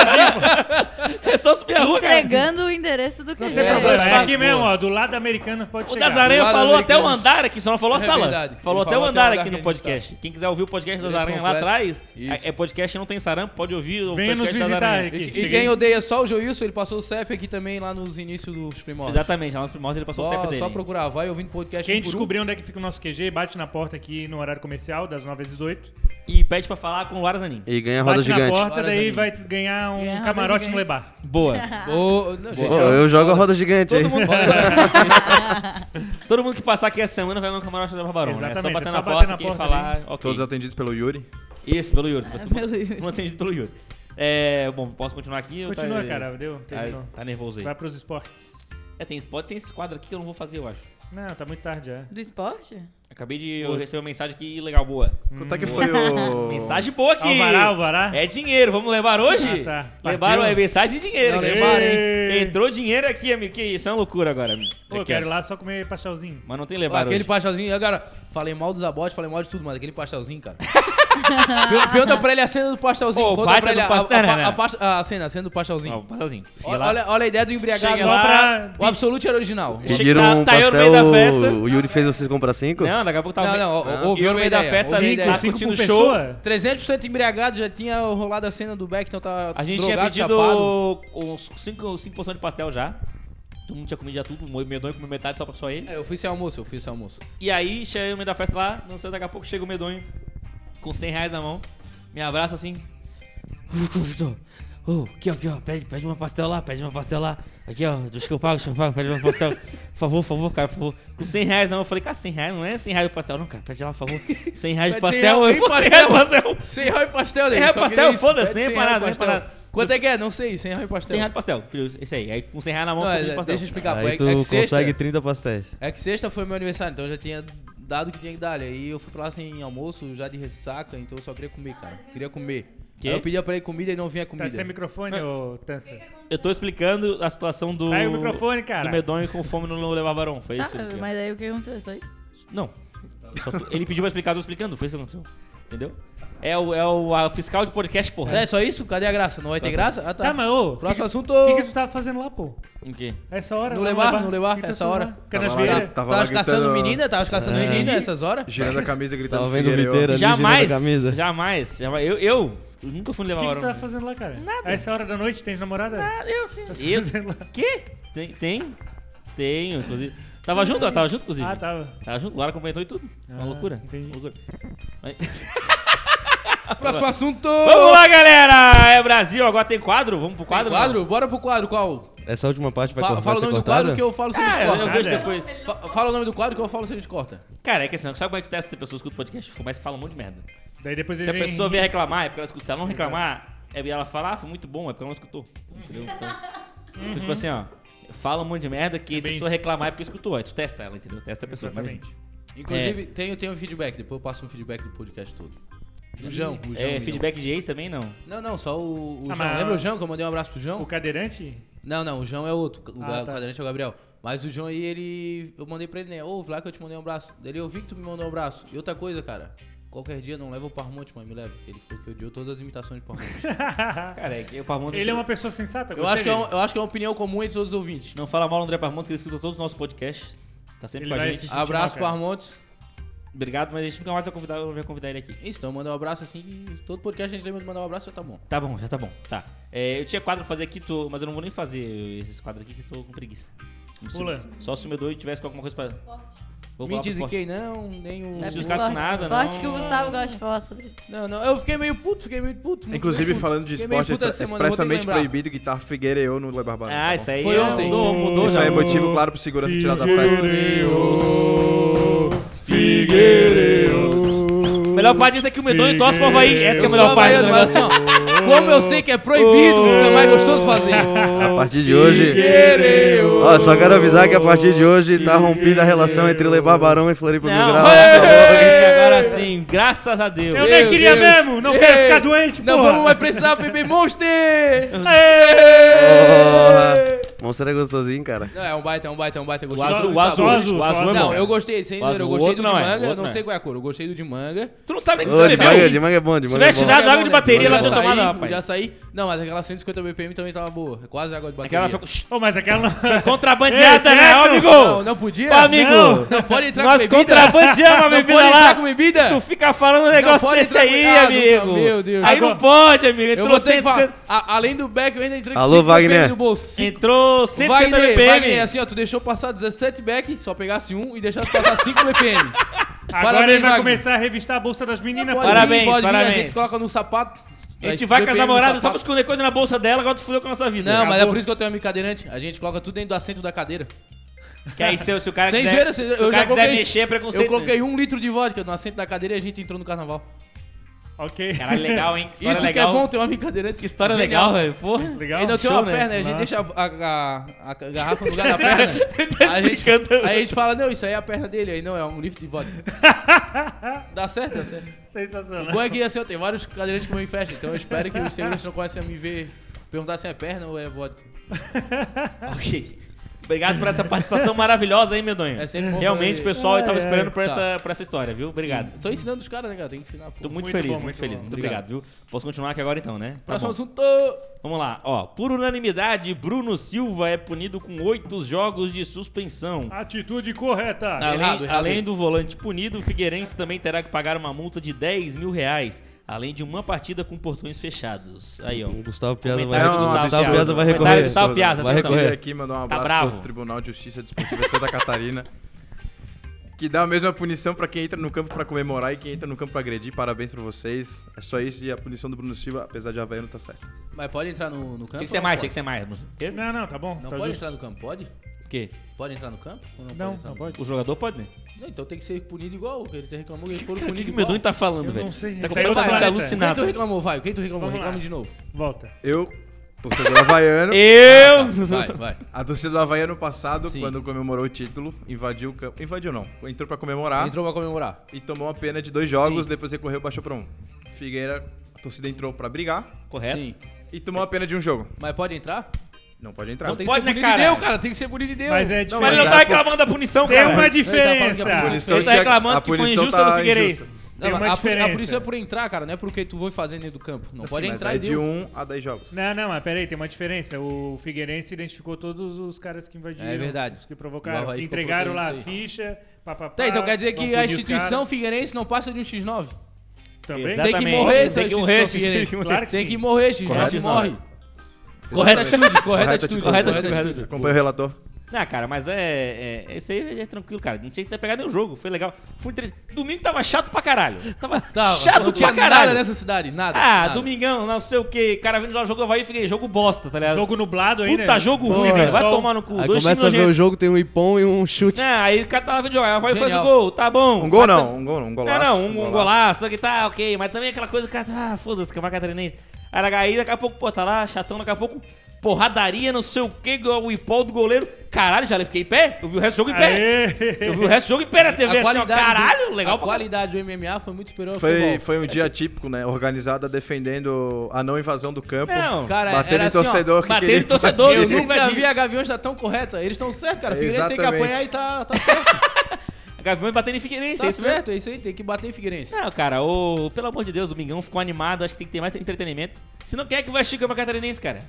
Speaker 2: é só subir a rua, cara.
Speaker 5: Entregando o endereço do
Speaker 1: Não
Speaker 5: cliente.
Speaker 1: tem problema. É
Speaker 2: espaço,
Speaker 1: aqui
Speaker 2: pô.
Speaker 1: mesmo, ó. Do lado da Americanas pode
Speaker 2: O
Speaker 1: chegar.
Speaker 2: das Aranha
Speaker 6: Do lado
Speaker 2: falou até o
Speaker 6: Americanas.
Speaker 2: andar aqui, só não falou a
Speaker 6: É
Speaker 2: sala.
Speaker 6: verdade. Ele
Speaker 2: Falou até o
Speaker 6: falou até o
Speaker 2: andar
Speaker 6: andar
Speaker 2: aqui
Speaker 6: que a
Speaker 2: no
Speaker 6: gente
Speaker 2: podcast. Quem quiser ouvir o podcast das
Speaker 6: Endereço
Speaker 2: Aranha lá
Speaker 6: completo.
Speaker 2: atrás,
Speaker 6: Isso.
Speaker 2: é podcast Não Tem Sarampo, pode ouvir o
Speaker 1: Venha nos
Speaker 2: podcast das
Speaker 1: visitar
Speaker 2: Aranha.
Speaker 1: aqui.
Speaker 6: E, e
Speaker 1: Cheguei.
Speaker 6: quem odeia só o Joilson, ele passou o CEP aqui também lá nos inícios dos primórdios.
Speaker 2: Exatamente, lá nos primórdios ele passou
Speaker 6: Só,
Speaker 2: o CEP
Speaker 6: só
Speaker 2: dele.
Speaker 6: procurar, vai ouvindo podcast.
Speaker 1: Quem
Speaker 6: um por um.
Speaker 1: descobrir onde é que fica o nosso QG, bate na porta aqui no horário comercial, das 9 às 18.
Speaker 2: E pede pra falar com o Luara Zanin.
Speaker 4: E ganha a É roda
Speaker 1: Bate na
Speaker 4: gigante.
Speaker 1: porta,
Speaker 6: Horas
Speaker 1: daí
Speaker 6: ali.
Speaker 1: vai ganhar um
Speaker 5: Ganha roda
Speaker 1: camarote
Speaker 5: gigante.
Speaker 1: no Lebar.
Speaker 2: Boa.
Speaker 6: Ô, não, gente,
Speaker 4: Pô, eu jogo a roda gigante aí.
Speaker 6: Todo mundo fala.
Speaker 2: Todo mundo que passar aqui essa semana vai no camarote da Barão, né? É só
Speaker 1: Exatamente,
Speaker 2: bater
Speaker 1: é só
Speaker 2: na
Speaker 1: bater
Speaker 2: porta
Speaker 1: na
Speaker 2: aqui e
Speaker 1: porta
Speaker 2: falar. ok.
Speaker 7: Todos atendidos pelo Yuri.
Speaker 2: Isso, pelo Yuri. Tu vai
Speaker 5: pelo Yuri.
Speaker 2: Tu não atendido pelo Yuri. É, bom, posso continuar aqui? ou tá-
Speaker 1: Continua, cara, deu,
Speaker 2: Tá,
Speaker 1: terminou.
Speaker 2: tá nervoso aí.
Speaker 1: Vai pros esportes.
Speaker 2: É, tem, esse- pode ter esse quadro aqui que eu não vou fazer, eu acho.
Speaker 1: Não, tá muito tarde já.
Speaker 5: Do
Speaker 2: É
Speaker 5: esporte?
Speaker 2: Acabei de eu receber uma mensagem aqui legal, boa.
Speaker 7: Quanto é
Speaker 6: Hum.
Speaker 7: que foi o...
Speaker 2: Mensagem boa aqui.
Speaker 1: Alvará, alvará.
Speaker 2: É dinheiro, vamos levar hoje?
Speaker 1: Ah, tá.
Speaker 2: Levaram
Speaker 1: Partiu?
Speaker 2: é mensagem e dinheiro.
Speaker 6: Não,
Speaker 2: hein?
Speaker 6: levaram,
Speaker 1: hein?
Speaker 2: Entrou dinheiro aqui, amigo. Que isso, é uma loucura agora. amigo.
Speaker 1: Pô, eu
Speaker 2: Aqui,
Speaker 1: quero ir
Speaker 2: ó.
Speaker 1: lá só comer pastelzinho.
Speaker 2: Mas não tem
Speaker 6: Ó,
Speaker 2: levar
Speaker 6: aquele
Speaker 2: hoje.
Speaker 6: pastelzinho, agora, falei mal dos abotes, falei mal de tudo, mas aquele pastelzinho, cara. Pe- Pergunta pra ele a cena do pastelzinho.
Speaker 2: Ô,
Speaker 6: Conta
Speaker 2: baita
Speaker 6: pra ele
Speaker 2: do
Speaker 6: a, a,
Speaker 2: pastel, né,
Speaker 6: a,
Speaker 2: né?
Speaker 6: a pas- a cena, a cena do pastelzinho.
Speaker 2: Ó, o pastelzinho.
Speaker 6: olha, olha, olha a ideia do embriagado.
Speaker 2: Chega
Speaker 1: Só
Speaker 2: lá.
Speaker 1: pra...
Speaker 6: O Absolute era original.
Speaker 2: Chega-
Speaker 4: Pediram
Speaker 2: tá-
Speaker 4: um
Speaker 2: tá eu no
Speaker 4: pastel,
Speaker 2: meio da festa.
Speaker 4: o Yuri fez vocês comprar cinco?
Speaker 2: Não, daqui a pouco tá tava.
Speaker 6: Não, não, ó, ó,
Speaker 2: Ah. e eu
Speaker 6: ouviu
Speaker 2: no
Speaker 6: uma
Speaker 2: meio da
Speaker 6: ideia,
Speaker 2: festa
Speaker 6: ouviu
Speaker 2: ali,
Speaker 6: uma
Speaker 2: tá
Speaker 6: ideia.
Speaker 1: Cinco Tá
Speaker 2: curtindo
Speaker 1: por
Speaker 2: o show.
Speaker 1: pessoa?
Speaker 6: 300% embriagado, já tinha rolado a cena do Beck, então tá
Speaker 2: A gente
Speaker 6: drogado,
Speaker 2: tinha
Speaker 6: chapado.
Speaker 2: pedido uns 5 porções de pastel já. Todo mundo tinha comido já tudo. O medonho comeu metade só pra só ele.
Speaker 6: É, eu fui sem almoço, eu fui sem almoço.
Speaker 2: E aí, cheguei no meio da festa lá, dançando, daqui a pouco chega o medonho com 100 reais na mão, me abraça assim. Vitor, Vitor, ô, aqui ó, aqui ó, pede, pede uma pastel lá, pede uma pastel lá. Aqui ó, deixa que eu pago, deixa que eu pago, pede uma pastel. Por favor, por favor, cara, por favor. Com 100 reais na mão, eu falei, cara, 100 reais não é 100 reais o pastel, não, cara, pede lá, por favor. 100 reais de
Speaker 6: Pede
Speaker 2: pastel,
Speaker 6: 100
Speaker 2: eu
Speaker 6: reais,
Speaker 2: vou 100
Speaker 6: hein,
Speaker 2: reais de
Speaker 6: pastel?
Speaker 2: pastel.
Speaker 6: 100 reais pastel,
Speaker 2: Cem
Speaker 6: David,
Speaker 2: reais
Speaker 6: só queria
Speaker 2: pastel,
Speaker 6: isso.
Speaker 2: foda-se, nem
Speaker 6: Pede
Speaker 2: é
Speaker 6: cem reais
Speaker 2: parada, nem é
Speaker 6: pastel.
Speaker 2: parada.
Speaker 6: Quanto é que é? Não sei, 100 reais pastel.
Speaker 2: 100 reais de pastel, isso aí. Aí com 100 reais na mão,
Speaker 6: Não,
Speaker 2: eu
Speaker 6: é,
Speaker 2: pedi pastel.
Speaker 6: deixa eu explicar. pô,
Speaker 4: Aí
Speaker 6: é,
Speaker 4: tu
Speaker 6: é que sexta,
Speaker 4: consegue 30 pastéis.
Speaker 6: é que sexta foi meu aniversário, então eu já tinha dado o que tinha que dar. ali. Aí eu fui pra lá sem almoço, já de ressaca, então eu só queria comer, cara. Queria comer.
Speaker 2: Quê?
Speaker 6: Aí eu pedia pra ele comida e não vinha comida.
Speaker 1: Tá sem microfone, ô Tança?
Speaker 2: Eu tô explicando a situação do.
Speaker 1: Pega o microfone, cara.
Speaker 2: Do medonho com fome não levar varão, foi
Speaker 5: Tá,
Speaker 2: isso. que eu expliquei.
Speaker 5: mas aí o que aconteceu? É só isso?
Speaker 2: Não. Só tu- Ele pediu pra explicar, eu tô explicando. Foi isso que aconteceu. Entendeu? É o, é o a fiscal de podcast, porra.
Speaker 6: É só isso? Cadê a graça? Não vai ter graça? Ah, tá.
Speaker 1: Tá, mas ô... O
Speaker 6: Próximo assunto.
Speaker 1: que, que tu tava fazendo lá, pô?
Speaker 2: O quê?
Speaker 1: Essa hora?
Speaker 6: No
Speaker 1: lá
Speaker 6: Lebar, no Lebar,
Speaker 1: Que tu
Speaker 6: essa
Speaker 1: tá fazendo
Speaker 6: hora.
Speaker 1: lá?
Speaker 2: Tá
Speaker 7: Tava lá,
Speaker 1: Canasvieiras?
Speaker 7: tava lá
Speaker 6: Tava Tá caçando
Speaker 7: gritando-
Speaker 6: menina? Tava caçando menina essas horas?
Speaker 7: Girando a camisa e gritando
Speaker 4: Tava vendo o
Speaker 7: Figueiredo.
Speaker 4: Viteira. Tá ali,
Speaker 2: Jamais,
Speaker 4: girando a camisa.
Speaker 2: jamais. jamais. Eu, eu, eu nunca fui no
Speaker 1: O
Speaker 2: levar
Speaker 1: que, que tu
Speaker 2: varão.
Speaker 1: tava tá fazendo lá, cara? Nada. A essa hora da noite, tens namorada? Nada.
Speaker 2: Eu tenho. Eu? Quê? Tem? Tem? Tenho, inclusive. Tava junto, ela tava junto, inclusive.
Speaker 1: Ah, tava.
Speaker 2: Tava junto, o Lara comentou e tudo. Uma
Speaker 1: Ah,
Speaker 2: loucura.
Speaker 1: entendi.
Speaker 2: Uma loucura. Mas-
Speaker 6: Próximo assunto.
Speaker 2: Vamos lá, galera! É Brasil, agora tem quadro? Vamos pro quadro?
Speaker 6: Quadro? Quadro? Bora pro quadro, qual?
Speaker 4: Essa última parte vai,
Speaker 6: Fa-
Speaker 4: cor- vai
Speaker 6: fala o
Speaker 4: ser
Speaker 6: nome do
Speaker 4: cortada?
Speaker 6: quadro que eu falo se a
Speaker 2: Ah, eu,
Speaker 6: gente
Speaker 2: eu
Speaker 6: corta.
Speaker 2: vejo
Speaker 1: Nada.
Speaker 2: depois.
Speaker 6: Fa- Fala o nome do quadro que eu falo se a gente corta.
Speaker 2: Cara, é que assim, sabe como é que essa pessoa escuta podcast? Mas fala um monte de merda.
Speaker 1: Daí depois
Speaker 2: Se
Speaker 1: ele
Speaker 2: a
Speaker 1: vem...
Speaker 2: pessoa vier reclamar, é porque ela escuta. Se ela não reclamar, é porque ela fala, ah, foi muito bom, é porque ela não escutou. Entendeu? Então, então, tipo assim, ó. Fala um monte de merda que se a
Speaker 1: bem
Speaker 2: pessoa
Speaker 1: isso.
Speaker 2: reclamar é porque escutou. Aí tu testa ela, entendeu? Testa a pessoa. mas,
Speaker 1: Exatamente.
Speaker 6: Inclusive, tenho, tenho feedback, depois eu passo um feedback do podcast todo. O Jão, o Jão.
Speaker 2: é,
Speaker 6: Milhão.
Speaker 2: feedback de ex também não.
Speaker 6: Não, não, só o, o
Speaker 1: Ah,
Speaker 6: Jão.
Speaker 1: mas-
Speaker 6: Lembra o Jão que eu mandei um abraço pro
Speaker 1: O
Speaker 6: Jão?
Speaker 1: cadeirante?
Speaker 6: Não, não, o Jão é outro. O,
Speaker 1: Ah,
Speaker 6: ga- o
Speaker 1: tá.
Speaker 6: cadeirante é o Gabriel. Mas o Jão aí, ele. Eu mandei pra ele, né? Ouve lá que eu te mandei um abraço. Ele, eu vi que tu me mandou um abraço. E outra coisa, cara. Qualquer dia não leva o Parmonte, mas me leva. porque Ele falou que odiou todas as imitações de Parmonte.
Speaker 2: Cara, é que o Parmontes.
Speaker 1: Ele é uma pessoa sensata,
Speaker 6: eu, acho que é um-
Speaker 1: um...
Speaker 6: eu acho que é uma opinião comum entre todos os ouvintes.
Speaker 2: Não fala mal do André Parmontes, que ele escuta todos os nossos podcasts. Tá sempre
Speaker 1: Ele
Speaker 2: com a
Speaker 1: vai
Speaker 2: gente.
Speaker 1: assistir.
Speaker 6: Abraço,
Speaker 1: mal, cara.
Speaker 6: Parmontes.
Speaker 2: Obrigado, mas a gente nunca mais vai convidar, eu não vai convidar ele aqui.
Speaker 6: Isso, então manda um abraço assim. que Todo podcast a gente lembra de mandar um abraço, já tá bom.
Speaker 2: Tá bom, já tá bom. Tá. É, eu tinha quadro pra fazer aqui, tô- mas eu não vou nem fazer esses quadros aqui que eu tô com preguiça. Não sei-
Speaker 1: Pula.
Speaker 2: Só se o meu doido tivesse com alguma coisa pra. Vou
Speaker 6: Me
Speaker 2: falar pro
Speaker 6: dizem
Speaker 2: esporte.
Speaker 6: quem não, nem o.
Speaker 2: Os
Speaker 5: É
Speaker 2: seus
Speaker 5: pro
Speaker 2: caras com
Speaker 5: esporte.
Speaker 2: nada,
Speaker 5: Esporte
Speaker 2: não.
Speaker 5: que o Gustavo gosta de falar sobre isso.
Speaker 6: Não, não, eu fiquei meio puto, fiquei meio puto. muito
Speaker 7: Inclusive,
Speaker 6: puto.
Speaker 7: falando de
Speaker 6: Fiquei meio
Speaker 7: esporte,
Speaker 6: puto
Speaker 7: está
Speaker 6: essa semana, vou ter que
Speaker 7: expressamente
Speaker 6: lembrar.
Speaker 7: proibido guitarra Figueiredo no Lebarbarão.
Speaker 2: Ah, isso aí
Speaker 6: Foi
Speaker 2: é-
Speaker 6: ontem.
Speaker 2: mudou, mudou.
Speaker 7: Isso aí é
Speaker 2: já.
Speaker 7: motivo claro pro segurança tirar da festa.
Speaker 2: A melhor parte disso é que o medonho torce pro Havaí. Essa que é a
Speaker 6: Eu
Speaker 2: melhor
Speaker 6: sou
Speaker 2: parte do
Speaker 6: havaiano, mas
Speaker 2: negócio.
Speaker 6: assim, ó, Como eu sei que é proibido, fica mais gostoso fazer.
Speaker 4: A partir de hoje. Ó, só quero avisar que a partir de hoje tá rompida a relação entre Lebar Barão e Floripa Mil
Speaker 2: Não,
Speaker 4: Grau.
Speaker 2: agora sim, graças a Deus.
Speaker 1: Eu nem
Speaker 6: Meu
Speaker 1: queria
Speaker 6: Deus.
Speaker 1: mesmo! Não quero
Speaker 6: Ei,
Speaker 1: ficar doente,
Speaker 6: Não
Speaker 1: porra.
Speaker 6: vamos mais precisar beber Monster!
Speaker 4: Porra! Monster é gostosinho, cara.
Speaker 6: Não, é um baita, é um baita, é um baita. eu
Speaker 2: O
Speaker 6: gostei.
Speaker 2: azul,
Speaker 6: Só
Speaker 2: o
Speaker 6: de
Speaker 2: azul,
Speaker 1: só
Speaker 6: sabor.
Speaker 2: o azul é
Speaker 1: azul.
Speaker 2: bom.
Speaker 6: Não, eu gostei, sem
Speaker 2: Mas
Speaker 6: zoeira, eu
Speaker 2: o
Speaker 6: gostei
Speaker 2: outro
Speaker 6: do de
Speaker 2: não é, o
Speaker 6: manga, eu
Speaker 2: outro
Speaker 6: não
Speaker 2: não é.
Speaker 6: sei qual é a cor, eu gostei do de manga.
Speaker 2: Tu não sabe nem que tu
Speaker 4: Ô, de manga,
Speaker 2: bebeu.
Speaker 4: de manga é bom, de
Speaker 2: Então Se
Speaker 4: manga é
Speaker 2: tivesse
Speaker 4: bom.
Speaker 2: tirado água de bateria, ela
Speaker 6: já
Speaker 2: tinha tomado, rapaz.
Speaker 6: Já saí. Não, mas aquela 150 BPM também tava boa. É quase água de bateria.
Speaker 2: Aquela ficou
Speaker 1: Ô, mas aquela...
Speaker 2: contrabandeada,
Speaker 1: Ei,
Speaker 2: né,
Speaker 1: quieto.
Speaker 2: ó, amigo?
Speaker 6: Não, não podia?
Speaker 2: Ô, amigo,
Speaker 1: Não.
Speaker 6: Não pode entrar
Speaker 2: nós
Speaker 6: com bebida.
Speaker 2: contrabandeamos a
Speaker 6: Não
Speaker 2: bebida lá.
Speaker 6: pode entrar com bebida.
Speaker 2: Tu fica falando um negócio
Speaker 6: pode
Speaker 2: desse
Speaker 6: entrar
Speaker 2: aí,
Speaker 6: com- Ah,
Speaker 2: amigo.
Speaker 6: não, meu Deus.
Speaker 2: Aí não
Speaker 1: Agora-
Speaker 2: pode, amigo.
Speaker 6: Eu
Speaker 2: Entrou,
Speaker 6: vou ter que
Speaker 2: 150,
Speaker 6: falar. a- além do Beck, eu ainda entrei com
Speaker 4: Alô,
Speaker 6: 50 BPM
Speaker 4: Wagner.
Speaker 6: no bolso.
Speaker 2: entrou 150
Speaker 6: Wagner,
Speaker 2: BPM.
Speaker 6: Wagner, assim, ó, tu deixou passar 17 back, só pegasse um e deixasse passar 5 BPM.
Speaker 1: Agora
Speaker 6: Parabéns,
Speaker 1: ele vai
Speaker 6: Wagner.
Speaker 1: começar a revistar a bolsa das meninas.
Speaker 6: Pode
Speaker 1: pô.
Speaker 2: Parabéns.
Speaker 6: vir, pode vir,
Speaker 2: parabéns.
Speaker 6: a gente coloca no
Speaker 2: a
Speaker 6: sapato.
Speaker 2: gente
Speaker 6: esse
Speaker 2: vai com as
Speaker 6: BPM no
Speaker 2: namoradas só pra
Speaker 6: sapato.
Speaker 2: esconder coisa na bolsa dela, agora tu fudeu com a nossa vida.
Speaker 6: Não, mas é
Speaker 2: Acabou.
Speaker 6: por isso que eu tenho amigo cadeirante. A gente coloca tudo dentro do assento da cadeira.
Speaker 2: Que aí se, se o cara
Speaker 6: Sem
Speaker 2: quiser,
Speaker 6: zoeira,
Speaker 2: se
Speaker 6: sem-
Speaker 2: o
Speaker 6: eu
Speaker 2: cara
Speaker 6: já
Speaker 2: quiser
Speaker 6: coloquei- um-
Speaker 2: mexer é
Speaker 6: Eu
Speaker 2: preconceito.
Speaker 6: coloquei um litro de vodka no assento da cadeira e a gente entrou no carnaval.
Speaker 1: Ok.
Speaker 2: Caralho, é legal, hein? Que história
Speaker 6: Isso
Speaker 2: legal.
Speaker 6: que é bom ter uma brincadeira.
Speaker 2: Que história
Speaker 6: Genial.
Speaker 2: legal, velho. Porra.
Speaker 1: Legal.
Speaker 6: Ainda tem
Speaker 1: Show,
Speaker 6: uma
Speaker 1: né?
Speaker 6: perna, a gente
Speaker 1: Nossa.
Speaker 6: deixa a, a- a- a garrafa no lugar da perna. a gente,
Speaker 2: tá explicando.
Speaker 6: aí a gente fala, não, isso aí é a perna dele, aí não, é um lift de vodka. dá certo, dá certo.
Speaker 1: Sensacional.
Speaker 6: Bom é que assim, ó, tem vários cadeirantes que me fecham, então eu espero que os seguranças não comecem a me ver perguntar se é perna ou é vodka.
Speaker 2: Ok. Obrigado por essa participação maravilhosa aí, meu donho.
Speaker 6: É sempre bom
Speaker 2: Realmente, o
Speaker 6: fazer-
Speaker 2: pessoal, eu
Speaker 1: Ai,
Speaker 2: tava esperando
Speaker 1: ai,
Speaker 2: por,
Speaker 6: tá.
Speaker 2: essa, por essa história, viu? Obrigado.
Speaker 6: Tô ensinando os caras, né, cara? Tem que ensinar. Pô.
Speaker 2: Tô muito,
Speaker 1: Muito
Speaker 2: feliz,
Speaker 1: bom,
Speaker 2: muito,
Speaker 1: muito
Speaker 2: feliz.
Speaker 1: bom.
Speaker 2: Muito obrigado, viu? Posso continuar aqui agora então, né? Tá
Speaker 6: Próximo
Speaker 2: bom.
Speaker 6: assunto!
Speaker 2: Vamos lá, ó. Por unanimidade, Bruno Silva é punido com oito jogos de suspensão.
Speaker 1: Atitude correta.
Speaker 2: Além,
Speaker 6: errado, errado
Speaker 2: além
Speaker 6: aí.
Speaker 2: do volante punido, o Figueirense também terá que pagar uma multa de 10 mil reais, além de uma partida com portões fechados. Aí, ó.
Speaker 4: O Gustavo Piazza vai,
Speaker 2: Comentário
Speaker 7: do Gustavo
Speaker 4: Gustavo
Speaker 7: Piazza.
Speaker 4: Piazza vai
Speaker 2: Comentário
Speaker 4: recorrer.
Speaker 2: do Gustavo Piazza,
Speaker 4: vai
Speaker 2: atenção.
Speaker 7: Queria
Speaker 4: recorrer.
Speaker 7: aqui mandar um
Speaker 2: Tá
Speaker 7: abraço
Speaker 2: bravo.
Speaker 7: pro Tribunal de Justiça Desportiva de Santa Catarina. Que dá a mesma punição pra quem entra no campo pra comemorar e quem entra no campo pra agredir. Parabéns pra vocês. É só isso. E a punição do Bruno Silva, apesar de Havaiano, tá certo.
Speaker 6: Mas pode entrar no, no campo?
Speaker 2: Tinha que ser
Speaker 6: ou
Speaker 2: mais,
Speaker 6: não
Speaker 2: tinha que ser mais. Bruno.
Speaker 1: Que- Não, não, tá bom.
Speaker 6: pode? Não
Speaker 1: tá
Speaker 6: pode
Speaker 1: justo.
Speaker 6: entrar no campo? Pode?
Speaker 2: Por quê?
Speaker 6: Pode entrar no campo? Ou não,
Speaker 1: Não,
Speaker 6: pode entrar
Speaker 1: não
Speaker 6: no
Speaker 1: pode.
Speaker 2: O jogador pode, né?
Speaker 6: campo? Não, então tem que ser punido igual, que ele te reclamou que eles foram
Speaker 2: Cara, o que,
Speaker 6: punidos
Speaker 2: que o
Speaker 6: igual.
Speaker 2: Medonho tá falando,
Speaker 1: Eu
Speaker 2: velho?
Speaker 1: não sei, tá em
Speaker 2: Tá
Speaker 1: outro
Speaker 2: completamente
Speaker 1: planeta.
Speaker 6: Quem tu
Speaker 2: alucinado.
Speaker 1: tá
Speaker 6: reclamou, vai? Quem tu reclamou?
Speaker 1: Vamos lá.
Speaker 6: Reclama de novo.
Speaker 1: Volta.
Speaker 7: Eu, torcedor Havaiano.
Speaker 2: Eu!
Speaker 6: Ah, tá. Vai, vai.
Speaker 7: A torcida do Havaí ano passado,
Speaker 6: Sim.
Speaker 7: quando comemorou o título, invadiu o campo. Invadiu não. Entrou pra comemorar
Speaker 6: Entrou pra comemorar.
Speaker 7: e tomou a pena de dois jogos, depois recorreu, baixou pra um. Figueira, a torcida entrou pra brigar
Speaker 2: Correto?
Speaker 6: Sim.
Speaker 7: e tomou a pena de um jogo.
Speaker 6: Mas pode entrar?
Speaker 7: Não pode entrar.
Speaker 2: Não
Speaker 6: Tem
Speaker 2: Pode, né,
Speaker 6: que ser punido
Speaker 2: cara?
Speaker 6: de Deus, cara. Tem que ser punido de Deus.
Speaker 1: Mas é
Speaker 7: Não,
Speaker 2: Mas
Speaker 1: diferente.
Speaker 2: ele não tá
Speaker 7: mas-
Speaker 2: reclamando da punição,
Speaker 1: Tem
Speaker 2: cara.
Speaker 1: uma
Speaker 6: Ele tá falando que a
Speaker 1: diferença.
Speaker 6: polícia-
Speaker 2: Ele tá
Speaker 7: tinha-
Speaker 2: reclamando
Speaker 7: a
Speaker 2: que foi
Speaker 7: punição
Speaker 2: injusta
Speaker 7: tá
Speaker 2: do Figueirense.
Speaker 7: injusta.
Speaker 1: Tem uma
Speaker 6: a,
Speaker 1: diferença.
Speaker 6: A polícia por entrar, cara, não é porque tu foi fazer dentro do campo. Não
Speaker 7: Assim,
Speaker 6: pode
Speaker 7: mas
Speaker 6: entrar
Speaker 7: é
Speaker 6: e
Speaker 7: de
Speaker 6: deu.
Speaker 7: um a dez jogos.
Speaker 1: Não, não, mas peraí, tem uma diferença. O Figueirense identificou todos os caras que invadiram.
Speaker 6: É verdade.
Speaker 1: Os que
Speaker 6: O
Speaker 1: provocaram.
Speaker 6: Havaí
Speaker 1: que
Speaker 6: ficou
Speaker 1: entregaram lá a
Speaker 6: procurando
Speaker 1: ficha. Pá, pá, pá,
Speaker 6: Tá, então quer dizer
Speaker 1: vão
Speaker 6: que a
Speaker 1: punir os
Speaker 6: instituição
Speaker 1: caras.
Speaker 6: Figueirense não passa de um X9?
Speaker 1: Também?
Speaker 2: Exato.
Speaker 6: Tem que
Speaker 2: Exatamente.
Speaker 6: morrer,
Speaker 2: Tem
Speaker 6: seu
Speaker 2: que morrer,
Speaker 6: instituição Figueirense.
Speaker 2: sim.
Speaker 1: Claro que
Speaker 6: Tem
Speaker 1: sim.
Speaker 6: que morrer, X9.
Speaker 2: Correto,
Speaker 6: Morre.
Speaker 2: Correto.
Speaker 6: atitude, correta
Speaker 7: Correto,
Speaker 6: atitude.
Speaker 7: atitude.
Speaker 2: Correto,
Speaker 6: Correta
Speaker 2: atitude,
Speaker 6: atitude.
Speaker 2: correto. atitude.
Speaker 7: Acompanha o relator.
Speaker 2: Não, cara, mas é, é- Isso aí é tranquilo, cara. Não tinha que ter pegado nenhum jogo. Foi legal. Fui tre... Domingo tava chato pra caralho. Tava
Speaker 6: Tá,
Speaker 2: chato
Speaker 6: não tinha
Speaker 2: pra
Speaker 6: nada
Speaker 2: caralho.
Speaker 6: nessa cidade, nada.
Speaker 2: Ah,
Speaker 6: nada.
Speaker 2: domingão, não sei o que. Cara, vindo lá, jogo Havaí, fiquei jogo bosta, tá ligado?
Speaker 1: Jogo nublado aí, né? um-
Speaker 2: Puta, jogo ruim, velho. Vai
Speaker 1: Sol.
Speaker 2: tomar no cu.
Speaker 4: Aí
Speaker 2: Dois times
Speaker 4: começa a ver o
Speaker 2: nojentos.
Speaker 4: jogo, tem um ipom e um chute.
Speaker 2: Não, aí o cara tava vendo jogar. O Havaí faz o
Speaker 6: Genial.
Speaker 2: gol, tá bom.
Speaker 7: Um gol não, um gol não, um golaço.
Speaker 2: É, não, um, um golaço, só que tá, ok. Mas também aquela coisa, cara, ah, foda-se, que é catarinense. Aí aí daqui a pouco, pô, tá lá, chatão, daqui a pouco, porradaria, não sei o que, o ipol do goleiro. Caralho, já fiquei em pé? Eu vi o resto do jogo em pé. Eu vi o resto do jogo em pé na TV, assim, ó,
Speaker 6: qualidade do-
Speaker 2: caralho, legal
Speaker 6: a
Speaker 2: pra
Speaker 6: qualidade do MMA foi muito superior ao
Speaker 7: Foi,
Speaker 6: futebol.
Speaker 7: foi um dia típico, né? Organizada defendendo a não invasão do campo.
Speaker 2: Não,
Speaker 6: Cara,
Speaker 7: batendo
Speaker 6: era
Speaker 7: em
Speaker 6: assim, ó,
Speaker 7: torcedor que
Speaker 2: batendo
Speaker 7: queria
Speaker 2: em torcedor,
Speaker 6: Eu
Speaker 7: invadir.
Speaker 2: Ele
Speaker 6: nunca
Speaker 2: invadiu.
Speaker 6: vi a Gaviões tá tão correta. Eles estão certos, cara. Figueirense tem que
Speaker 7: Exatamente.
Speaker 6: apanhar e tá, tá certo.
Speaker 2: Gaviões batendo em Figueirense,
Speaker 6: Tá
Speaker 2: é isso mesmo. É,
Speaker 6: certo, é isso aí. Tem que bater em Figueirense.
Speaker 2: Não, cara, o, pelo amor de Deus, o Domingão ficou animado, acho que tem que ter mais entretenimento. Se não quer que vai assistir Gama Catarinense, cara.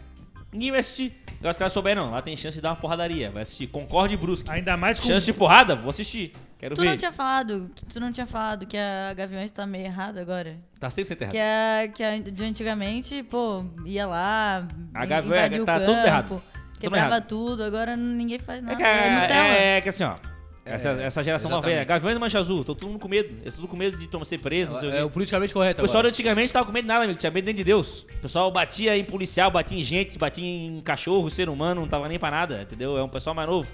Speaker 2: Ninguém vai assistir. Agora os caras souberam, lá tem chance de dar uma porradaria. Vai assistir Concorde e Brusque.
Speaker 1: Ainda mais com...
Speaker 2: Chance de porrada? Vou assistir. Quero
Speaker 5: Tu
Speaker 2: ver.
Speaker 5: não tinha falado, tu não tinha falado que a Gaviões tá meio errada agora?
Speaker 2: Tá sempre sem
Speaker 5: Que
Speaker 2: terra.
Speaker 5: a, que a de antigamente, pô, ia lá,
Speaker 2: A
Speaker 5: in-
Speaker 2: Gaviões
Speaker 5: invadia o
Speaker 2: tá
Speaker 5: campo,
Speaker 2: tudo errado.
Speaker 5: Quebrava
Speaker 2: errado.
Speaker 5: tudo, agora ninguém faz
Speaker 2: É
Speaker 5: nada.
Speaker 2: que,
Speaker 5: é Nutella.
Speaker 2: é, é que assim, ó. Essa, essa geração nova é
Speaker 6: exatamente.
Speaker 2: Gaviões e Mancha Azul, tô todo mundo com medo. Eu tô todo com medo de tomar ser preso, não sei o quê.
Speaker 6: É o politicamente correto
Speaker 2: O pessoal
Speaker 6: agora.
Speaker 2: antigamente tava com medo de nada, amigo. Tinha medo nem de Deus. O pessoal batia em policial, batia em gente, batia em cachorro, ser humano, não tava nem pra nada, entendeu? É um pessoal mais novo.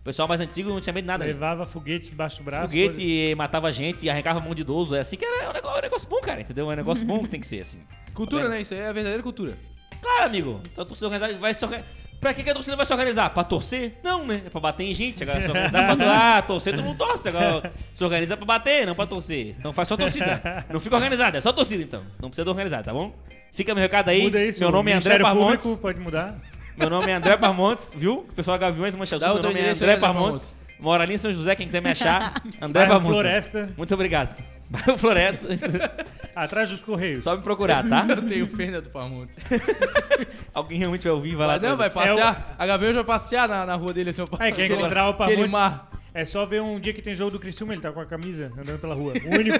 Speaker 2: O pessoal mais antigo não tinha medo de nada. amigo.
Speaker 1: Levava foguete debaixo do braço.
Speaker 2: né? Foguete eh, matava gente e arrancava mão de idoso. É assim que era é um negócio, é um negócio bom, cara, entendeu? É um negócio bom que tem que ser assim.
Speaker 6: Cultura, né? Isso aí é a verdadeira cultura.
Speaker 2: Claro, amigo. Então a torcida organizada vai se organizar. Pra que, que a torcida vai se organizar? Pra torcer? Não, né? É pra bater em gente. Agora se organizar pra torcer. Ah, torcer todo mundo torce. Agora se organiza pra bater, não pra torcer. Então faz só torcida. Não fica organizada, é só torcida então. Não precisa de organizar, tá bom? Fica meu recado aí.
Speaker 1: assim. Muda isso.
Speaker 2: meu
Speaker 1: o
Speaker 2: nome é André
Speaker 1: Ministério
Speaker 2: Parmontes.
Speaker 1: Público, Pode mudar.
Speaker 2: Meu nome é André Parmontes, viu? Pessoal Gaviões Mancha
Speaker 6: Dá
Speaker 2: Azul. Meu
Speaker 6: outra
Speaker 2: nome é
Speaker 6: direção,
Speaker 2: André
Speaker 6: André
Speaker 2: Parmontes. Moro ali em São José, quem quiser me achar. André né?
Speaker 1: Bairro
Speaker 2: Parmontes.
Speaker 1: Floresta.
Speaker 2: Muito obrigado. Bairro Floresta.
Speaker 1: Atrás dos Correios.
Speaker 2: Só me procurar, tá?
Speaker 6: Eu tenho pena do Parmontes.
Speaker 2: Alguém realmente vai ouvir, vai lá.
Speaker 6: Mas não,
Speaker 2: atrás.
Speaker 6: vai passear. A Gaviões vai passear na, na rua dele assim, ó.
Speaker 1: É, quer
Speaker 6: Aquele-
Speaker 1: encontrar o
Speaker 6: aquele
Speaker 1: Parmontes.
Speaker 6: mar.
Speaker 1: É só ver um dia que tem jogo do Criciúma, ele tá com a camisa andando pela rua. O único.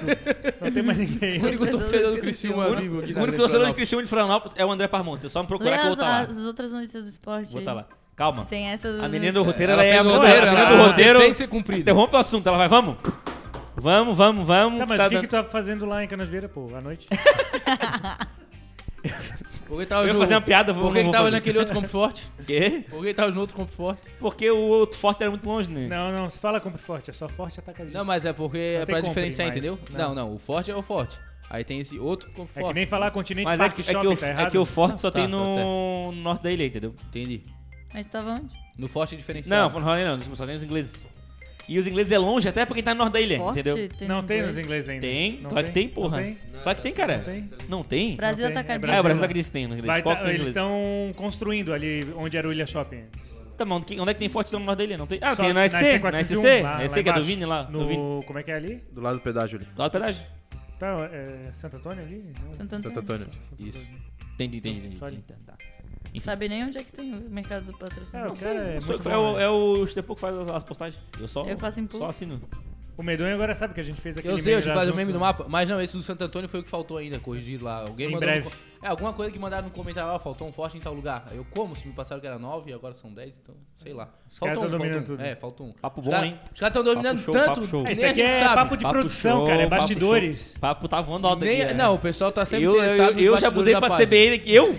Speaker 1: Não tem mais ninguém.
Speaker 6: O único torcedor do Criciúma vivo
Speaker 1: Tá
Speaker 6: aqui
Speaker 2: O único torcedor de Criciúma de Florianópolis é o André Parmontes. É só me
Speaker 5: Lê
Speaker 2: procurar que eu vou
Speaker 5: as,
Speaker 2: estar
Speaker 5: as
Speaker 2: lá.
Speaker 5: outras notícias do esporte.
Speaker 2: Vou
Speaker 5: aí.
Speaker 2: estar lá. Calma.
Speaker 5: ah, Tem um- essa do...
Speaker 2: A menina do roteiro, ela,
Speaker 6: Ela
Speaker 2: é a
Speaker 6: fez o
Speaker 2: mulher.
Speaker 6: roteiro,
Speaker 2: a menina
Speaker 6: ela-
Speaker 2: do roteiro.
Speaker 6: tem que ser cumprido.
Speaker 2: Interrompe o assunto, ela vai, vamos? Vamos, vamos, vamos.
Speaker 1: Tá, mas
Speaker 2: Tá
Speaker 1: o que,
Speaker 2: dando-
Speaker 1: que tu tá fazendo lá em Canasveira, pô, à noite?
Speaker 6: Porque tava
Speaker 1: tá
Speaker 2: Eu ia
Speaker 6: no-
Speaker 2: fazer uma piada, vou-
Speaker 6: tá Por que
Speaker 2: não
Speaker 6: que
Speaker 2: vou
Speaker 6: tava
Speaker 2: fazer.
Speaker 6: naquele outro campo forte?
Speaker 2: Quê?
Speaker 6: Por que que tava no outro campo forte?
Speaker 2: Porque o outro forte era muito longe, né?
Speaker 1: não, não, se fala compre forte, é só forte ataca disso.
Speaker 6: Não, mas é porque é
Speaker 1: tem
Speaker 6: pra
Speaker 1: compra
Speaker 6: diferenciar,
Speaker 1: demais.
Speaker 6: entendeu?
Speaker 1: Não.
Speaker 6: Não. não, o forte é o forte. Aí tem esse outro com
Speaker 1: É que nem falar continente
Speaker 2: Mas é
Speaker 1: Park
Speaker 2: que, é, que
Speaker 1: Shopping,
Speaker 2: o,
Speaker 1: tá
Speaker 2: é
Speaker 1: errado?
Speaker 2: que o forte só
Speaker 6: Tá,
Speaker 2: tem
Speaker 6: tá
Speaker 2: no,
Speaker 6: certo.
Speaker 2: no norte da ilha, entendeu?
Speaker 6: Entendi.
Speaker 5: Mas tu tava onde?
Speaker 6: No forte é diferencial.
Speaker 2: Não, não, não, não, só tem os ingleses. E os ingleses é longe até pra quem tá no norte da ilha,
Speaker 5: Forte?
Speaker 2: entendeu?
Speaker 1: Não tem
Speaker 5: dois?
Speaker 1: nos ingleses ainda.
Speaker 2: Tem,
Speaker 1: Não
Speaker 2: claro que tem, porra.
Speaker 1: Não tem.
Speaker 2: Claro que tem, cara.
Speaker 1: Não tem.
Speaker 2: Não tem?
Speaker 5: Brasil
Speaker 1: Não tem, é
Speaker 5: atacadinho.
Speaker 1: Brasil.
Speaker 2: Ah, o Brasil tá acreditando.
Speaker 1: Vai
Speaker 2: Qual
Speaker 1: tá-
Speaker 2: que tem
Speaker 1: eles
Speaker 2: inglês?
Speaker 1: estão construindo ali onde era o Ilha Shopping.
Speaker 2: Tá, mas onde, onde é que tem forte no norte da ilha? Não tem? Ah,
Speaker 1: Só
Speaker 2: tem na SC, na
Speaker 1: 401,
Speaker 2: SC,
Speaker 1: lá-
Speaker 2: na
Speaker 1: lá
Speaker 2: SC que é do
Speaker 1: embaixo,
Speaker 2: Vini lá, do Vini.
Speaker 1: No, como é que é ali?
Speaker 7: Do lado do pedágio ali.
Speaker 2: Lá é do pedágio.
Speaker 1: Tá, é Santo Antônio ali? Não.
Speaker 5: Santo Antônio.
Speaker 7: Santo Antônio.
Speaker 6: Isso.
Speaker 2: Entendi, entendi, entendi.
Speaker 1: Só ali.
Speaker 2: entendi tá, tá.
Speaker 5: Sabe nem onde é que tem o mercado do
Speaker 1: É,
Speaker 5: patrocínio.
Speaker 1: o
Speaker 2: Não sei,
Speaker 1: cara é
Speaker 2: não sou eu
Speaker 1: muito
Speaker 2: que fa- é,
Speaker 1: bom,
Speaker 2: o,
Speaker 1: né?
Speaker 2: é o Estepô que faz as, as postagens. Eu só,
Speaker 5: Eu faço impulso.
Speaker 2: só assino.
Speaker 1: O Medonho agora sabe que a gente fez aquele
Speaker 6: Eu sei, eu
Speaker 1: meme
Speaker 6: te
Speaker 1: lá
Speaker 6: fazer o
Speaker 1: junto,
Speaker 6: meme do
Speaker 1: né?
Speaker 6: mapa. Mas não, esse do Santo Antônio foi o que faltou ainda, corrigir lá. Alguém
Speaker 1: Em
Speaker 6: mandou
Speaker 1: breve.
Speaker 6: no co- É, alguma coisa que mandaram no comentário, ó, faltou um forte em tal lugar. Aí Eu como, se me passaram que era 9 e agora são 10, então, sei lá.
Speaker 1: caras
Speaker 6: Faltou
Speaker 1: tão
Speaker 6: um,
Speaker 1: dominando
Speaker 6: faltou um.
Speaker 1: tudo.
Speaker 6: É, faltou um.
Speaker 2: Papo
Speaker 6: Os
Speaker 2: bom,
Speaker 6: cara-
Speaker 2: hein?
Speaker 6: Os caras estão dominando
Speaker 2: show, papo
Speaker 6: tanto
Speaker 2: show.
Speaker 6: que
Speaker 1: É, Isso
Speaker 6: nem a
Speaker 1: aqui
Speaker 6: gente
Speaker 1: é
Speaker 6: sabe.
Speaker 1: papo de
Speaker 2: Papo
Speaker 1: produção,
Speaker 2: show,
Speaker 1: cara. É
Speaker 2: papo
Speaker 1: bastidores.
Speaker 2: show. Papo tá voando alto
Speaker 6: Nem-
Speaker 2: aqui. é.
Speaker 6: Não, o pessoal tá sempre
Speaker 2: eu,
Speaker 6: interessado
Speaker 2: eu,
Speaker 6: nos
Speaker 2: eu já
Speaker 6: bastidores
Speaker 2: mudei
Speaker 6: da
Speaker 2: pra
Speaker 6: página.
Speaker 2: CBN aqui. Eu?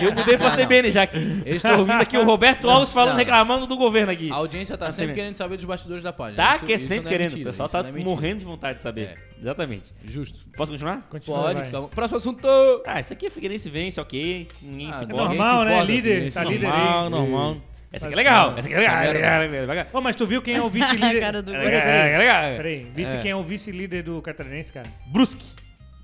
Speaker 2: Eu mudei pra
Speaker 6: Não, não.
Speaker 2: CBN já aqui. Eu estou ouvindo aqui o Roberto Alves falando,
Speaker 6: Não.
Speaker 2: reclamando do governo aqui.
Speaker 6: A audiência tá
Speaker 2: Assim
Speaker 6: sempre
Speaker 2: mesmo.
Speaker 6: querendo saber dos bastidores da página.
Speaker 2: Tá,
Speaker 6: Isso-
Speaker 2: que é
Speaker 6: isso
Speaker 2: sempre
Speaker 6: não
Speaker 2: querendo.
Speaker 6: mentira,
Speaker 2: o pessoal
Speaker 6: isso
Speaker 2: tá
Speaker 6: não é mentira.
Speaker 2: morrendo de vontade de saber.
Speaker 6: É.
Speaker 2: Exatamente.
Speaker 6: Justo.
Speaker 2: Posso continuar?
Speaker 1: Continua,
Speaker 6: Pode,
Speaker 1: vai.
Speaker 6: fica. Próximo assunto.
Speaker 2: Ah, isso aqui é Figueirense vence, ok. Ninguém
Speaker 6: Ah,
Speaker 2: se
Speaker 6: é
Speaker 2: importa.
Speaker 6: ninguém
Speaker 1: normal,
Speaker 6: se
Speaker 1: né?
Speaker 6: importa,
Speaker 1: Líder,
Speaker 6: ninguém se
Speaker 1: tá líder
Speaker 2: normal,
Speaker 1: aí.
Speaker 2: normal. Essa aqui é legal. Essa aqui é legal. é legal, é legal, é legal.
Speaker 1: Ô, mas tu viu quem é o
Speaker 5: A
Speaker 1: vice-líder?
Speaker 5: cara do
Speaker 2: É
Speaker 1: Peraí,
Speaker 2: legal, é
Speaker 1: peraí.
Speaker 2: legal.
Speaker 1: Peraí, vice
Speaker 2: É.
Speaker 1: quem é o vice-líder do Catarinense, cara?
Speaker 6: Tá
Speaker 2: Brusque.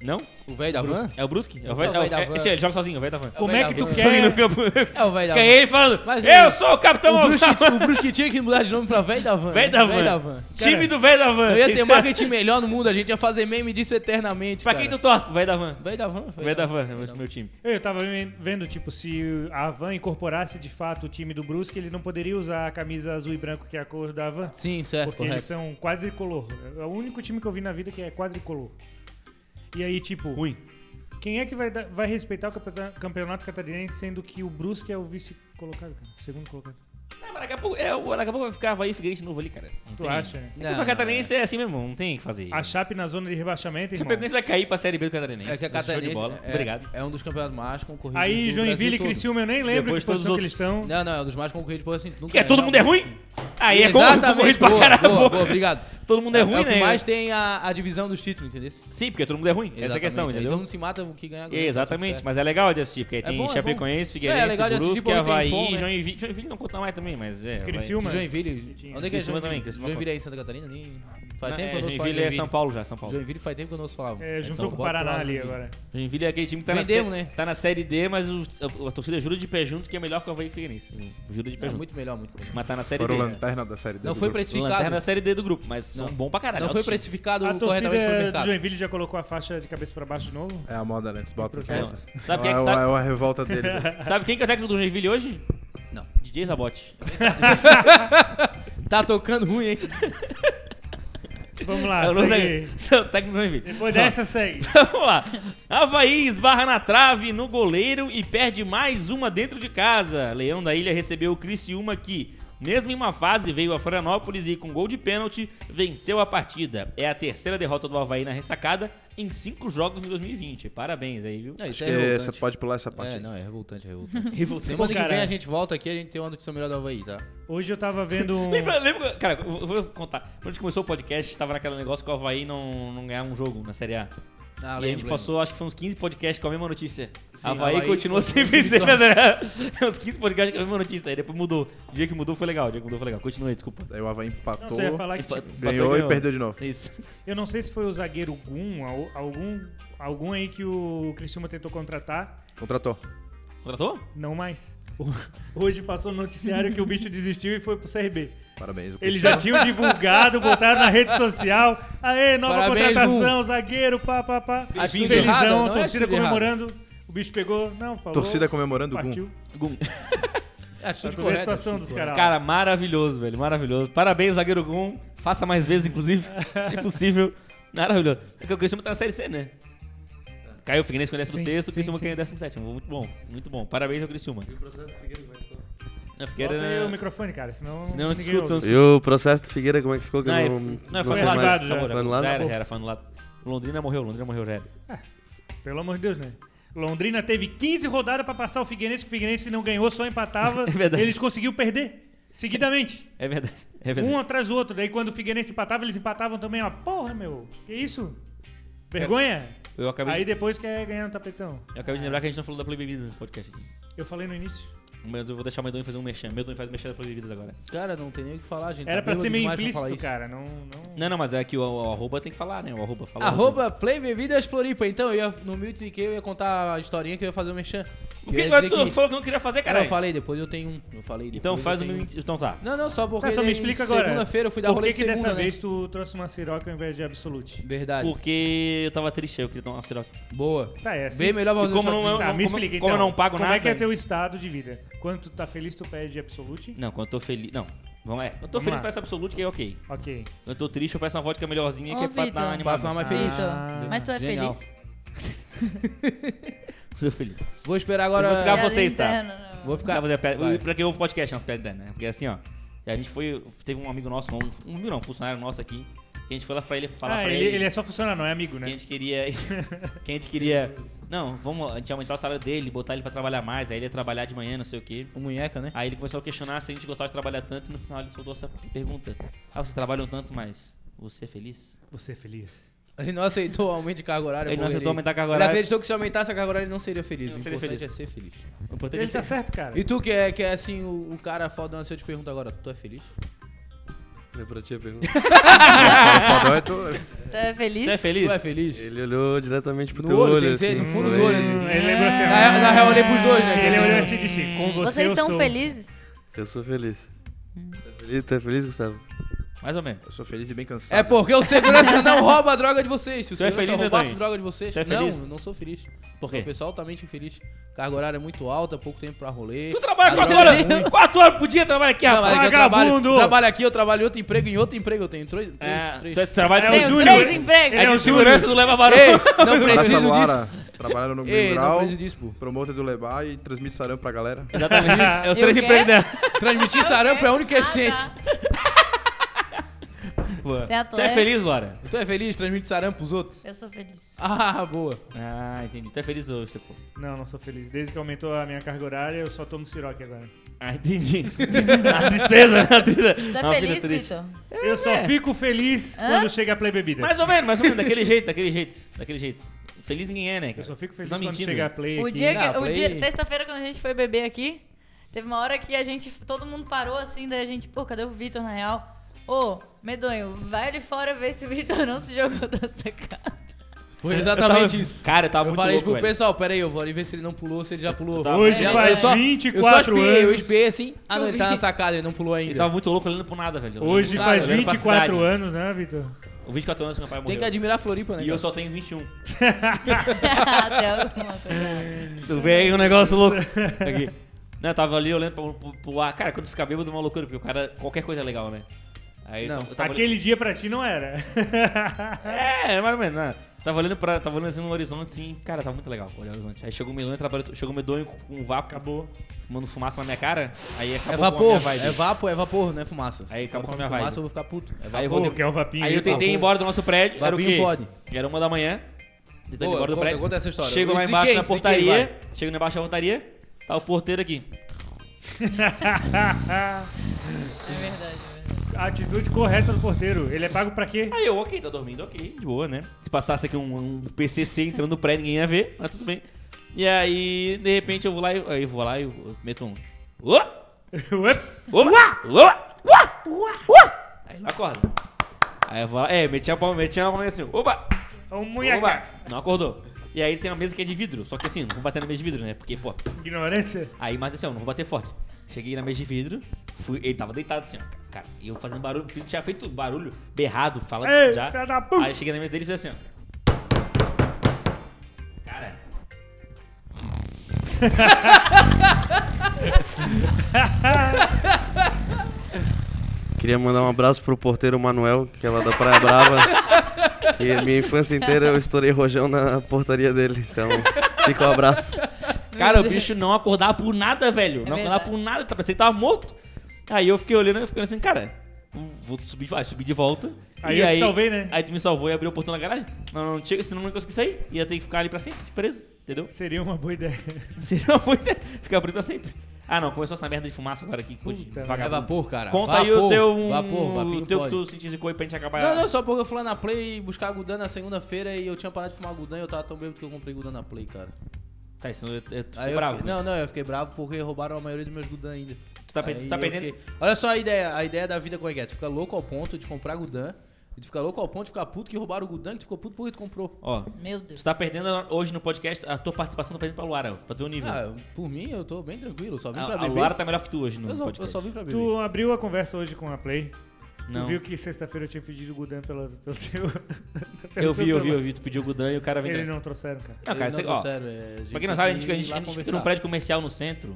Speaker 2: Não?
Speaker 6: O velho
Speaker 1: Tá
Speaker 6: da van?
Speaker 2: É o Brusque? É o
Speaker 6: É o
Speaker 2: velho
Speaker 6: velho
Speaker 2: da
Speaker 6: da
Speaker 2: van.
Speaker 6: van.
Speaker 2: Esse aí, ele joga sozinho, o velho da van.
Speaker 1: Como
Speaker 6: velho
Speaker 1: é que
Speaker 6: da
Speaker 1: tu
Speaker 6: van.
Speaker 2: Sangue no
Speaker 1: quer...
Speaker 2: campo.
Speaker 6: É o velho
Speaker 2: Fica
Speaker 6: da van.
Speaker 2: ele falando,
Speaker 6: Mas
Speaker 2: eu
Speaker 6: ele-
Speaker 2: sou o capitão
Speaker 6: O
Speaker 2: Alves.
Speaker 6: Brusque, o Brusque tinha que mudar de nome pra velho da van.
Speaker 2: Velho da
Speaker 6: Velho
Speaker 2: van.
Speaker 6: da van.
Speaker 1: um-
Speaker 2: Time do velho da van.
Speaker 6: Eu ia ter
Speaker 2: Vocês-
Speaker 6: marketing melhor no mundo, a gente ia fazer meme disso eternamente.
Speaker 2: Pra quem tu torce? Pro velho da van.
Speaker 6: Velho da van.
Speaker 2: Velho da van, é o meu time.
Speaker 1: Eu tava vendo, tipo, se a Havan incorporasse de fato o time do Brusque, ele não poderia usar a camisa azul e branco, que é a cor da Havan.
Speaker 6: Sim, certo,
Speaker 1: Porque eles
Speaker 6: É, correto.
Speaker 1: são quadricolor. É o único time que eu vi na vida que é quadricolor. E aí, tipo,
Speaker 2: Ruim.
Speaker 1: quem é que vai, dar- vai respeitar o campeota- campeonato catarinense, sendo que o Brusque é o vice-colocado, cara? O segundo colocado.
Speaker 2: Ah, mas daqui a pouco, é, o- daqui a pouco vai ficar Havaí e Figueirense de novo ali, cara. Não
Speaker 1: Tu
Speaker 2: tem-
Speaker 1: acha, né?
Speaker 2: É que
Speaker 6: Não,
Speaker 2: o
Speaker 6: não,
Speaker 2: Catarinense é assim mesmo, não tem o que fazer.
Speaker 1: A Chape na zona de rebaixamento,
Speaker 2: O
Speaker 1: irmão.
Speaker 2: Chapecoense vai cair pra Série B do Catarinense.
Speaker 6: É que a
Speaker 2: Mas show
Speaker 6: Catarinense
Speaker 2: de bola.
Speaker 6: é,
Speaker 2: Obrigado.
Speaker 6: é um dos campeonatos mais concorridos
Speaker 1: Aí,
Speaker 6: do
Speaker 1: Joinville
Speaker 6: Brasil
Speaker 1: e
Speaker 6: todo.
Speaker 1: Criciúma, eu nem lembro
Speaker 2: Depois
Speaker 1: que
Speaker 2: todos os
Speaker 1: posição que eles
Speaker 2: outros.
Speaker 1: estão.
Speaker 6: Não, não, é um dos mais concorridos, por assim, nunca
Speaker 2: Que é, todo mundo é ruim? Aí é como
Speaker 6: Exatamente,
Speaker 2: concorrido pra
Speaker 6: boa,
Speaker 2: caralho.
Speaker 6: boa,
Speaker 2: pô.
Speaker 6: boa, obrigado.
Speaker 2: Todo mundo é ruim,
Speaker 6: o que
Speaker 2: né?
Speaker 6: mais tem a, a divisão dos títulos, entendeu?
Speaker 2: Sim, porque todo mundo é ruim. Essa é a questão,
Speaker 6: Exatamente. Aí Todo
Speaker 2: entendeu?
Speaker 6: mundo se mata o que ganhar. ganha,
Speaker 2: Exatamente,
Speaker 6: tá
Speaker 2: mas é legal de assistir, porque aí
Speaker 6: É
Speaker 2: tem
Speaker 6: bom, é bom.
Speaker 2: Chapecoense,
Speaker 6: É, é
Speaker 2: Figueirense,
Speaker 6: legal de assistir
Speaker 2: Brusque,
Speaker 6: porque tem
Speaker 2: Havaí,
Speaker 6: bom, né?
Speaker 2: Joinville. Joinville não conta mais também, mas é. Havaí.
Speaker 6: tudo
Speaker 1: Criciúma.
Speaker 6: certo. Joinville. Onde é que é
Speaker 2: Criciúma
Speaker 6: Joinville?
Speaker 2: também, Criciúma
Speaker 6: Joinville é em Santa Catarina? Nem... Faz
Speaker 2: Não,
Speaker 6: tempo que
Speaker 2: é,
Speaker 6: eu não ouço falar
Speaker 2: Joinville é São Paulo já, São Paulo.
Speaker 6: Joinville faz tempo que eu não ouço falava.
Speaker 1: É,
Speaker 6: São
Speaker 1: juntou com o
Speaker 6: Paulo,
Speaker 1: Paraná
Speaker 6: lá,
Speaker 1: ali
Speaker 6: Joinville.
Speaker 1: agora.
Speaker 2: Joinville é aquele time que tá,
Speaker 6: Vendemos,
Speaker 2: na, sé-
Speaker 6: né?
Speaker 2: tá na Série D, mas o- a, a torcida jura de pé junto que é melhor que o Havaí e o Figueirense. Jura de pé
Speaker 6: É
Speaker 2: junto.
Speaker 6: muito melhor, muito melhor.
Speaker 2: Mas tá na Série
Speaker 7: Foram
Speaker 2: D.
Speaker 7: lanterna da série D.
Speaker 6: Não
Speaker 7: do
Speaker 6: foi
Speaker 7: grupo.
Speaker 2: Lanterna
Speaker 6: precificado.
Speaker 2: da Série D do grupo, mas são
Speaker 6: Não.
Speaker 2: bom pra caralho. é
Speaker 6: Não foi
Speaker 2: Altos times.
Speaker 6: precificado
Speaker 1: A
Speaker 6: corretamente pelo
Speaker 1: torcida é do
Speaker 6: mercado.
Speaker 1: Joinville já colocou a faixa de cabeça pra baixo de novo?
Speaker 7: É a moda, né? Eles botam
Speaker 2: É,
Speaker 7: essa.
Speaker 2: Sabe quem é
Speaker 7: é,
Speaker 2: que
Speaker 7: o- é
Speaker 2: sabe?
Speaker 7: uma revolta deles. essa.
Speaker 2: Sabe quem que é o técnico do Joinville hoje?
Speaker 6: Não.
Speaker 2: DJ Zabote.
Speaker 6: Tá tocando ruim, hein?
Speaker 1: Vamos lá,
Speaker 2: É o novo
Speaker 1: segue.
Speaker 2: técnico- seu técnico do Joinville.
Speaker 1: Ah, Depois dessa, segue.
Speaker 2: Vamos lá. Havaí esbarra na trave, no goleiro e perde mais uma dentro de casa. Leão da Ilha recebeu o Criciúma que, mesmo em uma fase, veio a Florianópolis e com gol de pênalti venceu a partida. É a terceira derrota do Havaí na ressacada em cinco jogos em 2020. Parabéns aí, viu?
Speaker 6: Não, isso
Speaker 7: Acho
Speaker 6: é
Speaker 7: que você
Speaker 6: revoltante.
Speaker 7: pode pular essa parte.
Speaker 6: É,
Speaker 7: aí.
Speaker 6: não, é revoltante, é revoltante.
Speaker 2: Revoltante.
Speaker 6: Semana que vem
Speaker 1: cara.
Speaker 6: a gente volta aqui, a gente tem uma notícia melhor do Havaí, tá?
Speaker 1: Hoje eu tava vendo um...
Speaker 2: Lembra, lembra, cara, eu vou- eu vou contar. Quando a gente começou o podcast, tava naquele negócio que o Havaí não, não ganhava um jogo na Série A.
Speaker 6: Ah,
Speaker 2: e a gente passou, acho que foi uns 15 podcasts com a mesma notícia.
Speaker 6: Sim,
Speaker 2: Havaí,
Speaker 6: Havaí
Speaker 2: continua
Speaker 6: continua
Speaker 2: sem
Speaker 6: sem
Speaker 2: vencer na
Speaker 6: vitória.
Speaker 2: Série A. uns 15 podcasts com a mesma notícia. Aí depois mudou. O dia que mudou foi legal, o dia que mudou foi legal. Continua aí, desculpa.
Speaker 7: Daí o Havaí
Speaker 1: Não,
Speaker 7: empatou,
Speaker 1: você ia falar que...
Speaker 2: Empa-
Speaker 1: tipo,
Speaker 7: ganhou e perdeu de novo.
Speaker 2: Isso.
Speaker 1: Eu não sei se foi o zagueiro Gum, al- algum, algum aí que o Criciúma tentou contratar.
Speaker 7: Contratou.
Speaker 2: Contratou?
Speaker 1: Não mais. Hoje passou no noticiário que o bicho desistiu e foi pro CRB.
Speaker 7: Parabéns. o
Speaker 1: Eles
Speaker 7: Cristiano.
Speaker 1: já tinham divulgado, botaram na rede social. Aê, nova
Speaker 6: Parabéns,
Speaker 1: contratação, zagueiro, pá, pá, pá.
Speaker 6: Atitude
Speaker 1: Felizão,
Speaker 6: errada, não é
Speaker 1: torcida
Speaker 6: atitude
Speaker 1: comemorando. O bicho pegou, não, falou.
Speaker 7: Torcida comemorando o
Speaker 1: partiu.
Speaker 7: Gum.
Speaker 2: Gum.
Speaker 6: É, atitude
Speaker 1: Pra ver a
Speaker 6: correta.
Speaker 1: situação
Speaker 6: atitude
Speaker 1: dos caras.
Speaker 2: Cara, maravilhoso, velho. Maravilhoso. Parabéns, zagueiro Gum. Faça mais vezes, inclusive, se possível. Maravilhoso. Porque o Criciúma tá na Série C, né? Caiu o Figueirense com 16, o
Speaker 1: sim,
Speaker 2: Criciúma
Speaker 1: sim.
Speaker 2: caiu em 17. Muito bom, muito bom. Parabéns ao Criciúma. E o processo
Speaker 1: Bota aí o
Speaker 2: do Figueiredo é vai ficar?
Speaker 1: microfone, cara, senão.
Speaker 2: Senão eu
Speaker 1: ninguém
Speaker 2: discuto,
Speaker 1: ouve.
Speaker 2: eu
Speaker 4: E o processo do Figueira, como é que ficou? Que
Speaker 2: Não,
Speaker 4: eu
Speaker 2: é-
Speaker 4: não,
Speaker 2: não, é
Speaker 4: não
Speaker 2: foi
Speaker 4: sei
Speaker 1: anulado
Speaker 4: mais. Tá
Speaker 1: já.
Speaker 2: Acabou, já.
Speaker 4: Foi anulado?
Speaker 2: Já era, já era, foi anulado. Londrina morreu, Londrina morreu, já era.
Speaker 1: Pelo amor de Deus, né? Londrina teve 15 rodadas pra passar o Figueirense, que o Figueirense não ganhou, só empatava.
Speaker 2: É verdade.
Speaker 1: Eles conseguiam perder seguidamente.
Speaker 2: É verdade, é
Speaker 1: Um
Speaker 2: verdade.
Speaker 1: atrás do outro. Daí quando o Figueirense empatava, eles empatavam também. Ó, porra, meu. Que isso? Vergonha?
Speaker 2: Eu acabei,
Speaker 1: Aí
Speaker 2: de,
Speaker 1: depois quer ganhar no tapetão.
Speaker 2: eu acabei de lembrar que a gente não falou da Play Bebidas nesse podcast aqui.
Speaker 1: Eu falei no início.
Speaker 2: Mas eu vou deixar o Medonho fazer um merchan. O Medonho faz merchan da Play Bebidas agora.
Speaker 6: Cara, não tem nem o que falar, gente.
Speaker 1: Era
Speaker 6: tá
Speaker 1: pra ser
Speaker 6: bêbado
Speaker 1: meio
Speaker 6: demais pra falar
Speaker 1: implícito,
Speaker 6: isso.
Speaker 1: cara. Não, não...
Speaker 2: Não, não, mas é que o, o arroba tem que falar, né? O arroba fala.
Speaker 6: Arroba Play Bebidas Floripa. Então, eu ia, no Mutes e que eu ia contar a historinha que eu ia fazer o merchan.
Speaker 2: O
Speaker 6: Eu
Speaker 2: que
Speaker 6: ia
Speaker 2: agora
Speaker 6: dizer
Speaker 2: tu falou que não queria fazer,
Speaker 6: Não,
Speaker 2: cara?
Speaker 6: eu falei, depois eu tenho um. Eu falei,
Speaker 2: Então
Speaker 6: depois
Speaker 2: faz
Speaker 6: eu
Speaker 2: um.
Speaker 6: tenho
Speaker 2: Então tá.
Speaker 6: Não, não, só porque é
Speaker 1: Tá, só me
Speaker 6: em
Speaker 1: explica agora.
Speaker 6: segunda-feira eu fui dar
Speaker 1: Por
Speaker 6: rolê
Speaker 1: que,
Speaker 6: de
Speaker 1: que
Speaker 6: segunda,
Speaker 1: dessa
Speaker 6: né?
Speaker 1: vez tu trouxe uma siroca ao invés de absolute?
Speaker 6: Verdade.
Speaker 2: Porque eu tava triste, eu queria tomar uma siroca.
Speaker 6: Boa.
Speaker 1: Tá, é assim.
Speaker 6: Bem melhor pra
Speaker 2: E
Speaker 6: fazer
Speaker 2: como
Speaker 6: um
Speaker 2: não é-
Speaker 6: shotzinho.
Speaker 1: Tá,
Speaker 2: não,
Speaker 1: me
Speaker 2: como-
Speaker 1: explica então.
Speaker 2: como eu não pago
Speaker 1: como é
Speaker 2: nada,
Speaker 1: que é
Speaker 2: hein?
Speaker 1: teu estado de vida? Quando tu tá feliz, tu pede absolute?
Speaker 2: Não, quando eu tô feliz. Não, vamos é. Quando eu tô
Speaker 1: Vamos
Speaker 2: feliz,
Speaker 1: lá.
Speaker 2: eu peço absolute, que é ok.
Speaker 1: Ok.
Speaker 2: Quando eu tô triste, eu peço uma vodka melhorzinha, que
Speaker 5: Ô,
Speaker 2: é pra
Speaker 5: Vitor.
Speaker 2: dar uma
Speaker 6: Pra
Speaker 2: animada.
Speaker 6: ficar mais feliz.
Speaker 1: Ah.
Speaker 5: Vitor, mas tu é
Speaker 6: Genial.
Speaker 5: feliz?
Speaker 2: Seu filho.
Speaker 6: Vou esperar
Speaker 2: um- Eu
Speaker 6: agora.
Speaker 2: vou esperar- Pra
Speaker 5: Piada
Speaker 2: vocês, tá?
Speaker 5: interna, não.
Speaker 6: Vou
Speaker 2: Cara,
Speaker 6: ficar.
Speaker 2: fazer a pé-
Speaker 6: vai.
Speaker 2: pra quem ouve o podcast, nas pedras, né? Porque assim, ó. A gente foi. Teve um amigo nosso, um, um amigo não, um funcionário nosso aqui. Que a gente foi lá pra ele falar
Speaker 1: ah,
Speaker 2: pra
Speaker 1: ele,
Speaker 2: ele.
Speaker 1: ele é só funcionário, não é amigo,
Speaker 2: Que a
Speaker 1: né?
Speaker 2: gente queria. que a gente queria. Não, vamos. A gente ia aumentar o salário dele, botar ele pra trabalhar mais. Aí ele ia trabalhar de manhã, não sei o quê.
Speaker 6: O munheca, né?
Speaker 2: Aí ele começou a questionar se a gente gostava de trabalhar tanto. E no final ele soltou essa pergunta: Ah, vocês trabalham tanto, mas você é feliz?
Speaker 1: Você é feliz.
Speaker 6: Ele não aceitou o aumento de carga horária.
Speaker 2: Ele não
Speaker 6: pô,
Speaker 2: aceitou aumentar a carga horária.
Speaker 6: Ele acreditou que se aumentasse a carga horária ele não seria feliz.
Speaker 2: Não
Speaker 6: o
Speaker 2: seria
Speaker 6: importante
Speaker 2: feliz.
Speaker 6: é ser feliz.
Speaker 2: O importante é
Speaker 1: Ele tá
Speaker 2: ser-
Speaker 1: certo, cara.
Speaker 6: E tu que é, que é assim, o, o cara fodão, se eu te pergunto agora, tu é feliz?
Speaker 4: É pra ti a pergunta.
Speaker 7: Fodão é tu.
Speaker 5: Tu é feliz?
Speaker 2: Você é feliz?
Speaker 6: Tu é feliz?
Speaker 4: Ele olhou diretamente pro
Speaker 6: No
Speaker 4: teu
Speaker 6: olho,
Speaker 4: olho,
Speaker 6: tem que ser,
Speaker 4: assim.
Speaker 6: no fundo do
Speaker 4: falei,
Speaker 6: olho, assim.
Speaker 1: Hum, Ele lembrou assim.
Speaker 6: Na- na real, eu olhei pros dois, né?
Speaker 1: Ele olhou assim e disse: Com você.
Speaker 5: Vocês
Speaker 1: eu
Speaker 5: são
Speaker 1: sou.
Speaker 5: felizes?
Speaker 4: Eu sou feliz. Tá feliz? Tu é feliz, Gustavo?
Speaker 2: Mais ou menos.
Speaker 7: Eu sou feliz e bem cansado.
Speaker 6: É porque o segurança não rouba a droga de vocês. Se o
Speaker 2: Tu é
Speaker 6: segurança
Speaker 2: feliz,
Speaker 6: roubasse
Speaker 2: Betonho?
Speaker 6: droga de vocês,
Speaker 2: Tu é
Speaker 6: não,
Speaker 2: feliz?
Speaker 6: eu não sou feliz.
Speaker 2: Por
Speaker 6: Sou
Speaker 2: quê?
Speaker 6: um pessoalmente infeliz. Carga horária é muito alta, pouco tempo pra rolê.
Speaker 2: Tu trabalha
Speaker 6: A
Speaker 2: quatro
Speaker 6: droga é
Speaker 2: horas, quatro horas por dia, trabalha aqui,
Speaker 6: Não, mas
Speaker 2: rapaz.
Speaker 6: é que eu
Speaker 1: Vagabundo!
Speaker 6: trabalho, trabalho aqui, eu trabalho em outro emprego, em outro emprego eu tenho três, três,
Speaker 2: É,
Speaker 6: três.
Speaker 2: tu é- tu trabalha de
Speaker 1: É o
Speaker 5: Tenho
Speaker 2: segurança.
Speaker 1: Júnior.
Speaker 5: três empregos.
Speaker 2: É
Speaker 1: Ele é o
Speaker 2: de segurança,
Speaker 1: Júnior.
Speaker 2: tu leva
Speaker 6: Ei,
Speaker 2: barulho.
Speaker 6: não preciso disso.
Speaker 7: Trabalhando no
Speaker 6: Ei, não
Speaker 7: Grau,
Speaker 6: preciso disso, pô.
Speaker 7: promotor do Lebar e transmite sarampo pra galera.
Speaker 2: Exatamente. É os
Speaker 5: E o
Speaker 2: três
Speaker 5: quê?
Speaker 2: empregos dela.
Speaker 6: Transmitir sarampo é a única
Speaker 5: Ah,
Speaker 6: eficiente.
Speaker 5: tá.
Speaker 2: Boa.
Speaker 5: Tem a
Speaker 2: Tu é
Speaker 5: toalha.
Speaker 2: feliz, Bora?
Speaker 6: Tu é feliz? Transmite sarampo pros outros?
Speaker 5: Eu sou feliz.
Speaker 6: Ah, boa.
Speaker 2: Ah, entendi. Tu é feliz hoje, pô.
Speaker 1: Não, não sou feliz. Desde que aumentou a minha carga horária, eu só tomo siroque agora.
Speaker 2: Ah, entendi. a tristeza, né? a tristeza.
Speaker 5: Tu é
Speaker 2: Uma vida
Speaker 5: feliz,
Speaker 2: triste.
Speaker 5: Vitor?
Speaker 6: É,
Speaker 1: eu só fico feliz quando chega a Play Bebida.
Speaker 2: Mais ou menos, mais ou menos. Daquele jeito, daquele jeito. Daquele jeito. Feliz ninguém é, né? Cara?
Speaker 1: Eu só fico
Speaker 2: Vocês
Speaker 1: feliz
Speaker 2: tão
Speaker 1: quando
Speaker 2: mentindo.
Speaker 1: chega a Play.
Speaker 5: O
Speaker 1: aqui.
Speaker 5: dia,
Speaker 6: Não,
Speaker 5: que, o
Speaker 6: play-
Speaker 5: dia, sexta-feira quando a gente foi beber aqui, teve uma hora que a gente, todo mundo parou assim, daí a gente, pô, cadê o Vitor na real? Ô, medonho, vai ali fora ver se o Vitor não se jogou da sacada.
Speaker 6: Foi
Speaker 2: Eu tava-
Speaker 6: exatamente isso.
Speaker 2: Cara, eu tava
Speaker 6: Eu
Speaker 2: muito
Speaker 6: falei
Speaker 2: louco,
Speaker 6: pro
Speaker 2: velho.
Speaker 6: pessoal, pera aí, eu vou ali ver se ele não pulou, se ele já pulou.
Speaker 2: tava-
Speaker 1: Hoje
Speaker 6: Eu-
Speaker 1: faz
Speaker 6: eu só-
Speaker 1: 24
Speaker 6: eu só espiei, Eu
Speaker 1: anos.
Speaker 6: espiei assim. Ah, não,
Speaker 2: Eu
Speaker 6: ele tá na
Speaker 2: vi.
Speaker 6: sacada, ele não pulou ainda.
Speaker 2: Eu tava muito louco olhando pro nada, velho.
Speaker 1: Hoje
Speaker 2: Olhando-
Speaker 1: faz
Speaker 2: olhando pra
Speaker 1: 24
Speaker 2: cidade.
Speaker 1: anos, né, Vitor?
Speaker 2: O 24 anos que meu pai
Speaker 6: Tem
Speaker 2: morreu.
Speaker 6: que admirar a Floripa,
Speaker 2: E
Speaker 6: né?
Speaker 2: um. eu
Speaker 6: cara?
Speaker 2: só tenho 21.
Speaker 5: Até alguma coisa.
Speaker 2: Tu vê aí um negócio louco. Aqui. Não, eu tava ali olhando pro, pro, pro ar. Cara, quando fica bêbado é uma loucura, porque o cara, qualquer coisa é legal, né? Aí eu
Speaker 6: Não.
Speaker 2: tava- eu tava
Speaker 1: Aquele dia pra ti não era.
Speaker 2: É, mais ou menos, né? Tava olhando, pra, tava olhando assim no horizonte, assim, cara, tava muito legal olhar o horizonte. Aí chegou o Melonho, trabalhou, chegou o Medonho com com um vapo,
Speaker 1: Acabou.
Speaker 2: fumando fumaça na minha cara, aí
Speaker 6: É
Speaker 2: acabou com a minha
Speaker 6: vapor,
Speaker 2: vibe.
Speaker 6: é vapor, é vapor, não é fumaça.
Speaker 2: Aí acabou com a minha
Speaker 6: fumaça,
Speaker 2: vibe.
Speaker 6: eu vou ficar puto. É
Speaker 2: Aí eu,
Speaker 1: Pô,
Speaker 6: vapor.
Speaker 1: que
Speaker 2: voltei,
Speaker 1: é um vapinho.
Speaker 2: aí eu tentei ir embora do nosso prédio, era o
Speaker 6: Vapinho
Speaker 2: quê?
Speaker 6: pode.
Speaker 2: Era uma da manhã, tentei ir
Speaker 6: Boa,
Speaker 2: embora tá do
Speaker 6: conta-
Speaker 2: prédio.
Speaker 6: conta essa história.
Speaker 2: Chego lá
Speaker 6: Desenquei,
Speaker 2: embaixo na
Speaker 6: desenquei,
Speaker 2: portaria, chego lá embaixo da portaria, tá o porteiro aqui.
Speaker 5: É verdade, é verdade.
Speaker 1: A atitude correta do porteiro. Ele é pago pra quê?
Speaker 2: Aí eu, ok, tá dormindo, ok, de boa, né? Se passasse aqui um, um PCC entrando no prédio, ninguém ia ver, mas tudo bem. E aí, de repente, eu vou lá e aí eu vou lá e eu eu meto um... Ô!
Speaker 1: Ué?
Speaker 2: Opa! Opa! Uá! Uá! Aí não acorda. Aí eu falo, é, meti a palma, meti a palma assim, opa!
Speaker 1: É um
Speaker 2: Opa!
Speaker 1: munhaca.
Speaker 2: Não acordou. E aí tem uma mesa que é de vidro, só que assim, não vou bater na mesa de vidro, né? Porque, pô,
Speaker 1: Ignorância.
Speaker 2: aí, mas assim, ó, não vou bater forte. Cheguei na mesa de vidro, fui, ele tava deitado assim, ó, cara, e eu fazendo barulho, fiz- tinha feito barulho, berrado, falando
Speaker 1: Ei,
Speaker 2: já.
Speaker 1: filha da puta.
Speaker 2: Aí eu cheguei na mesa dele e fiz assim, ó. Cara.
Speaker 4: Queria mandar um abraço pro porteiro Manuel, que é lá da Praia Brava. que minha infância inteira eu estourei rojão na portaria dele. Então, fica o abraço.
Speaker 2: Cara, o bicho não acordava por nada, velho. não acordava
Speaker 5: verdade.
Speaker 2: por nada, tá- parecia que tava morto. Aí eu fiquei olhando e ficando assim, cara, vou subir, vai, subir de volta.
Speaker 1: Aí
Speaker 2: e
Speaker 1: eu te salvei, né?
Speaker 2: Aí tu me salvou e abriu a portão na garagem. Não, não, não chega, senão eu não consegui sair. Ia ter que ficar ali pra sempre, preso, entendeu?
Speaker 1: Seria uma boa ideia.
Speaker 2: Seria uma boa ideia ficar preso pra sempre. Ah, não, começou essa merda de fumaça agora aqui. Puta,
Speaker 1: Puta,
Speaker 2: vagabundo.
Speaker 6: É vapor, cara.
Speaker 2: Conta
Speaker 6: vapor,
Speaker 2: aí o teu. Um,
Speaker 6: Vapor, vapinho
Speaker 2: o teu que
Speaker 6: pode.
Speaker 2: tu se desicou aí pra gente acabar.
Speaker 6: Não, não, só porque eu fui lá na Play buscar Gudan na segunda-feira e eu tinha parado de fumar Gudan e eu tava tão bêbado que eu comprei Gudan na Play, cara.
Speaker 2: Tá, isso eu, eu, eu fico
Speaker 6: Aí eu
Speaker 2: bravo.
Speaker 6: fiquei-
Speaker 2: com
Speaker 6: não,
Speaker 2: isso.
Speaker 6: não, eu fiquei bravo porque roubaram a maioria dos meus Gudan ainda.
Speaker 2: Tu tá pe-
Speaker 6: Aí
Speaker 2: tá
Speaker 6: eu
Speaker 2: perdendo-
Speaker 6: fiquei- Olha só a ideia, a ideia da vida como é que é. Tu fica louco ao ponto de comprar Gudan, e tu fica louco ao ponto de ficar puto que roubaram o Gudan, que tu ficou puto porque tu comprou.
Speaker 2: Ó,
Speaker 5: Meu Deus.
Speaker 2: tu tá perdendo hoje no podcast, a tua participação tá perdendo pra Luara, ó, pra tu ver o nível.
Speaker 6: Ah, por mim eu tô bem tranquilo, eu só vim
Speaker 2: a,
Speaker 6: pra
Speaker 2: a
Speaker 6: beber.
Speaker 2: Luara tá melhor que tu hoje no
Speaker 6: eu, só, eu
Speaker 2: podcast.
Speaker 6: só vim pra beber.
Speaker 1: Tu abriu a conversa hoje com a Play.
Speaker 2: Não.
Speaker 1: Tu viu que sexta-feira eu tinha pedido o Gudan pela, pelo teu. pelo
Speaker 2: Eu
Speaker 1: teu
Speaker 2: vi, eu vi, É eu
Speaker 1: celular.
Speaker 2: vi. Tu pediu o Gudan e o cara vem.
Speaker 1: Eles
Speaker 2: tra-
Speaker 1: não trouxeram, cara.
Speaker 2: Não, cara,
Speaker 6: Não,
Speaker 2: você,
Speaker 6: tô
Speaker 2: ó,
Speaker 6: sério, é, gente
Speaker 2: pra quem não
Speaker 6: tem
Speaker 2: sabe, a gente,
Speaker 6: que
Speaker 2: a
Speaker 6: ir
Speaker 2: gente,
Speaker 6: lá
Speaker 2: a gente fica
Speaker 6: conversar.
Speaker 2: num prédio comercial no centro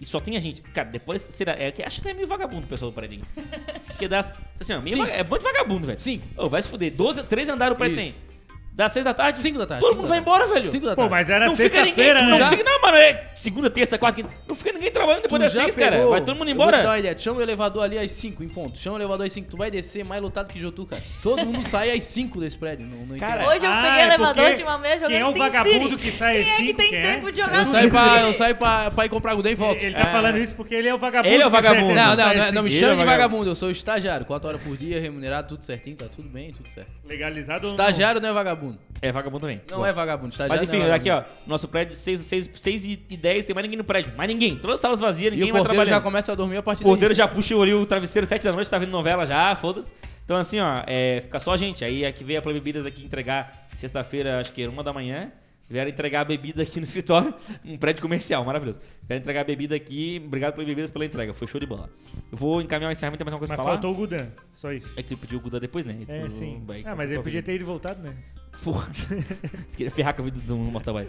Speaker 2: e só tem a gente. Cara, depois será. É, que acho até meio vagabundo o pessoal do prédio. Porque dá. Assim, ó, meio
Speaker 6: Sim.
Speaker 2: vaga- é bando de vagabundo, velho.
Speaker 6: Cinco.
Speaker 2: Ô, vai se fuder. 12, 13 andares o prédio
Speaker 6: Isso.
Speaker 2: tem. Dá 6 da tarde.
Speaker 6: Cinco da tarde,
Speaker 2: Todo
Speaker 6: cinco
Speaker 2: mundo
Speaker 6: da
Speaker 2: vai embora, velho.
Speaker 6: Cinco da
Speaker 1: Pô,
Speaker 6: tarde.
Speaker 1: mas era
Speaker 2: não fica ninguém.
Speaker 1: sexta-feira, né?
Speaker 2: Não fica, não, mano. É segunda, terça, quarta, quinta. Não fica ninguém trabalhando depois
Speaker 6: Tu
Speaker 2: das
Speaker 6: já
Speaker 2: 6,
Speaker 6: pegou-
Speaker 2: cara. Vai todo mundo embora.
Speaker 6: Eu vou te dar uma ideia. Tu Chama o elevador ali às 5 em ponto. Chama o elevador às 5. Tu vai descer mais lotado que Jotu, cara. Todo mundo sai às 5 desse prédio. Não, não
Speaker 2: Cara,
Speaker 5: Hoje eu
Speaker 1: Ah,
Speaker 5: peguei
Speaker 1: é
Speaker 5: elevador
Speaker 1: porque
Speaker 5: de uma mulher jogando
Speaker 1: quem é o
Speaker 5: Sin
Speaker 1: vagabundo
Speaker 5: City.
Speaker 1: que sai às
Speaker 5: Quem é que
Speaker 1: cinco,
Speaker 5: tem
Speaker 1: quem é?
Speaker 5: tempo de
Speaker 6: entendo.
Speaker 5: jogar
Speaker 6: Eu saio,
Speaker 5: Sin
Speaker 6: pra,
Speaker 5: City?
Speaker 6: eu saio pra, pra ir comprar Gudem e volto.
Speaker 1: Ele tá
Speaker 2: É.
Speaker 1: falando isso porque ele é o vagabundo.
Speaker 2: Ele é o
Speaker 1: que sai
Speaker 2: vagabundo.
Speaker 1: terça-feira,
Speaker 6: Não, não,
Speaker 1: sai
Speaker 6: não,
Speaker 1: às
Speaker 6: não me
Speaker 1: cinco.
Speaker 6: chame de
Speaker 2: é vagabundo.
Speaker 6: vagabundo. Eu sou estagiário. 4 horas por dia, remunerado, tudo certinho, tá tudo bem, tudo certo.
Speaker 1: Legalizado ou não?
Speaker 6: Estagiário não é vagabundo.
Speaker 2: É vagabundo também.
Speaker 6: Não
Speaker 2: Boa.
Speaker 6: é vagabundo. Estagiário
Speaker 2: Mas enfim,
Speaker 6: não é
Speaker 2: aqui
Speaker 6: vagabundo.
Speaker 2: ó, nosso prédio 6, 6, 6 e e 10, tem mais ninguém no prédio. Mais ninguém. Todas as salas vazias,
Speaker 6: E o
Speaker 2: ninguém vai
Speaker 6: porteiro
Speaker 2: trabalhar.
Speaker 6: já começa a dormir a partir
Speaker 2: O porteiro já puxa ali o travesseiro 7 da noite, tá vendo novela já, foda-se. Então assim, ó, é, fica só a gente. Aí aqui veio a Play Bebidas aqui entregar sexta-feira, acho que era uma da manhã. Vieram entregar a bebida aqui no escritório, um prédio comercial, maravilhoso. Vieram entregar a bebida aqui, obrigado Play Bebidas pela entrega, foi show de bola. Eu vou encaminhar o encerramento, tem mais uma coisa
Speaker 1: Mas
Speaker 2: pra falar.
Speaker 1: faltou o Gudan, só isso.
Speaker 2: É que tu pediu o tá Guda depois, né?
Speaker 1: É,
Speaker 2: Tu-
Speaker 1: sim.
Speaker 2: vai-
Speaker 1: Ah, mas ele podia ter ido e voltado, né?
Speaker 2: Porra. Tu queria ferrar com a vida do motoboy.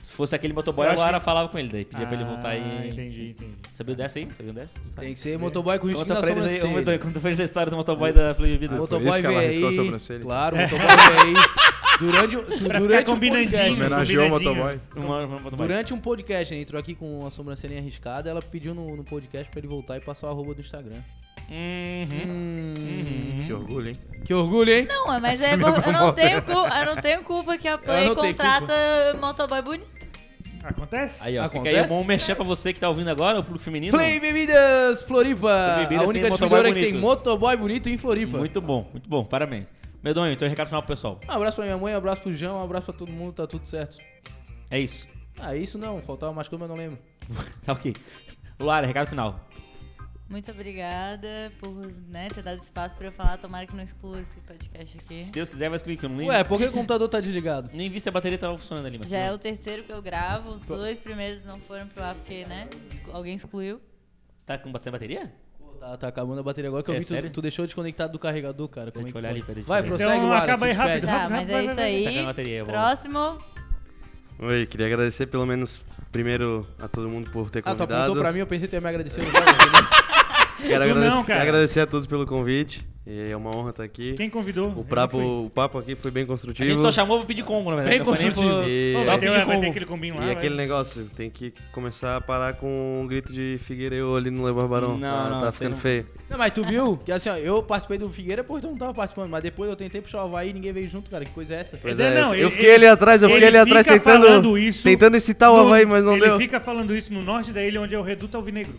Speaker 2: Se fosse aquele motoboy,
Speaker 1: Eu
Speaker 2: a
Speaker 1: acho
Speaker 2: Luara falava com ele, daí pedia pra ele
Speaker 1: Ah,
Speaker 2: voltar e.
Speaker 1: entendi, entendi.
Speaker 2: Sabia dessa aí? Sabia dessa?
Speaker 6: Tem que ser motoboy com risco
Speaker 2: Conta
Speaker 6: na
Speaker 2: pra eles aí, ô,
Speaker 6: sobrancelha.
Speaker 2: Medonho, conta pra eles a história do motoboy da Flip
Speaker 6: O
Speaker 2: Bebidas.
Speaker 7: Por isso
Speaker 6: Ah, motoboy
Speaker 7: que ela
Speaker 6: veio
Speaker 7: arriscou a
Speaker 6: aí.
Speaker 7: sobrancelha.
Speaker 6: Claro,
Speaker 2: É.
Speaker 6: o motoboy veio aí. Durante, o- tu-
Speaker 1: Pra ficar
Speaker 6: durante um
Speaker 1: combinandinho.
Speaker 6: podcast.
Speaker 7: Homenageou o
Speaker 1: combinadinho.
Speaker 7: motoboy.
Speaker 2: Uma- uma motoboy.
Speaker 6: Durante um podcast, ele entrou aqui com uma sobrancelhinha arriscada, ela pediu no, no podcast pra ele voltar e passar o arroba do Instagram. Hum.
Speaker 2: Uhum.
Speaker 7: Que orgulho, hein?
Speaker 6: Que orgulho, hein?
Speaker 5: Não, é, mas é, bo- eu, não tenho cu- eu não tenho culpa que a Play
Speaker 6: não tenho
Speaker 5: contrata motoboy bonito.
Speaker 1: Acontece?
Speaker 2: Aí, ó,
Speaker 6: Acontece?
Speaker 2: fica aí bom mexer pra você que tá ouvindo agora, o público feminino.
Speaker 6: Play Bebidas Floripa,
Speaker 2: Play Bebidas
Speaker 6: a
Speaker 2: tem
Speaker 6: única
Speaker 2: motoboy
Speaker 6: distribuidora que tem
Speaker 2: bonito.
Speaker 6: motoboy bonito em Floripa.
Speaker 2: Muito bom, muito bom, parabéns. Medonho, então recado final pro pessoal.
Speaker 6: Um abraço pra minha mãe, um abraço pro João, um abraço pra todo mundo, tá tudo certo.
Speaker 2: É isso.
Speaker 6: Ah, isso não, faltava mais coisa, mas eu não lembro.
Speaker 2: Tá ok. Luara, recado final.
Speaker 5: Muito obrigada por né, ter dado espaço pra eu falar. Tomara que não exclua esse podcast
Speaker 2: Se
Speaker 5: aqui.
Speaker 2: Deus quiser, vai escolher que eu não nem,
Speaker 6: Ué, por que o computador tá desligado?
Speaker 2: nem vi se a bateria tava funcionando ali, mas.
Speaker 5: Já é o terceiro que eu gravo. Os dois primeiros não foram pro ar porque, né? exclu- Alguém excluiu.
Speaker 2: Tá com sem bateria?
Speaker 6: Pô, tá, tá acabando a bateria agora que
Speaker 2: É
Speaker 6: eu vi
Speaker 2: sério?
Speaker 6: tu, tu deixou desconectado do carregador, cara. Como
Speaker 2: Deixa
Speaker 6: é
Speaker 2: eu
Speaker 6: que
Speaker 2: olhar
Speaker 6: pode?
Speaker 2: ali, peraí, deixa eu olhar.
Speaker 6: Vai, prossegue,
Speaker 1: Então,
Speaker 6: Lara,
Speaker 1: acaba
Speaker 6: se
Speaker 1: aí rápido.
Speaker 6: despede.
Speaker 5: Tá, mas é isso aí.
Speaker 2: Tá caindo a bateria, eu vou-
Speaker 5: Próximo.
Speaker 4: Oi, queria agradecer pelo menos primeiro a todo mundo por ter
Speaker 6: Ah, tu
Speaker 4: convidado.
Speaker 6: apontou pra mim, eu pensei que tu ia me agradecer. eu não né? vou.
Speaker 4: Quero
Speaker 1: Tu não,
Speaker 4: agradecer,
Speaker 1: cara.
Speaker 4: agradecer a todos pelo convite. E é uma honra estar aqui.
Speaker 1: Quem convidou?
Speaker 4: O,
Speaker 1: Eu
Speaker 4: papo, é
Speaker 1: não fui.
Speaker 4: o papo aqui foi bem
Speaker 2: A
Speaker 4: construtivo.
Speaker 2: gente só chamou pra pedir combo, na verdade.
Speaker 6: Bem
Speaker 2: Não foi nem
Speaker 6: construtivo.
Speaker 2: pro-
Speaker 4: E,
Speaker 1: Pô,
Speaker 2: Só
Speaker 1: um, vai,
Speaker 4: e
Speaker 1: ter,
Speaker 2: pedir
Speaker 1: vai ter
Speaker 2: combo.
Speaker 1: aquele combinho lá. vai.
Speaker 4: aquele negócio, tem que começar a parar com um grito de Figueiredo ali no Lebar Barão.
Speaker 2: Não,
Speaker 4: tá,
Speaker 2: não,
Speaker 4: tá
Speaker 2: sei
Speaker 4: ficando
Speaker 2: não.
Speaker 4: feio.
Speaker 6: não, mas tu viu que assim, ó, eu participei do Figueira porque tu não tava participando, mas depois eu tentei puxar o Havaí e ninguém veio junto, cara. Que coisa é essa?
Speaker 4: Pois
Speaker 1: Ele-
Speaker 4: é,
Speaker 1: não,
Speaker 4: eu
Speaker 1: ele-
Speaker 4: fiquei ali atrás, eu
Speaker 1: ele
Speaker 4: fiquei ali atrás
Speaker 1: fica falando
Speaker 4: tentando,
Speaker 1: isso
Speaker 4: tentando excitar o
Speaker 1: No-
Speaker 4: Havaí, mas não
Speaker 1: ele
Speaker 4: deu.
Speaker 1: fica falando isso no norte da ilha, onde é o Reduto Alvinegro.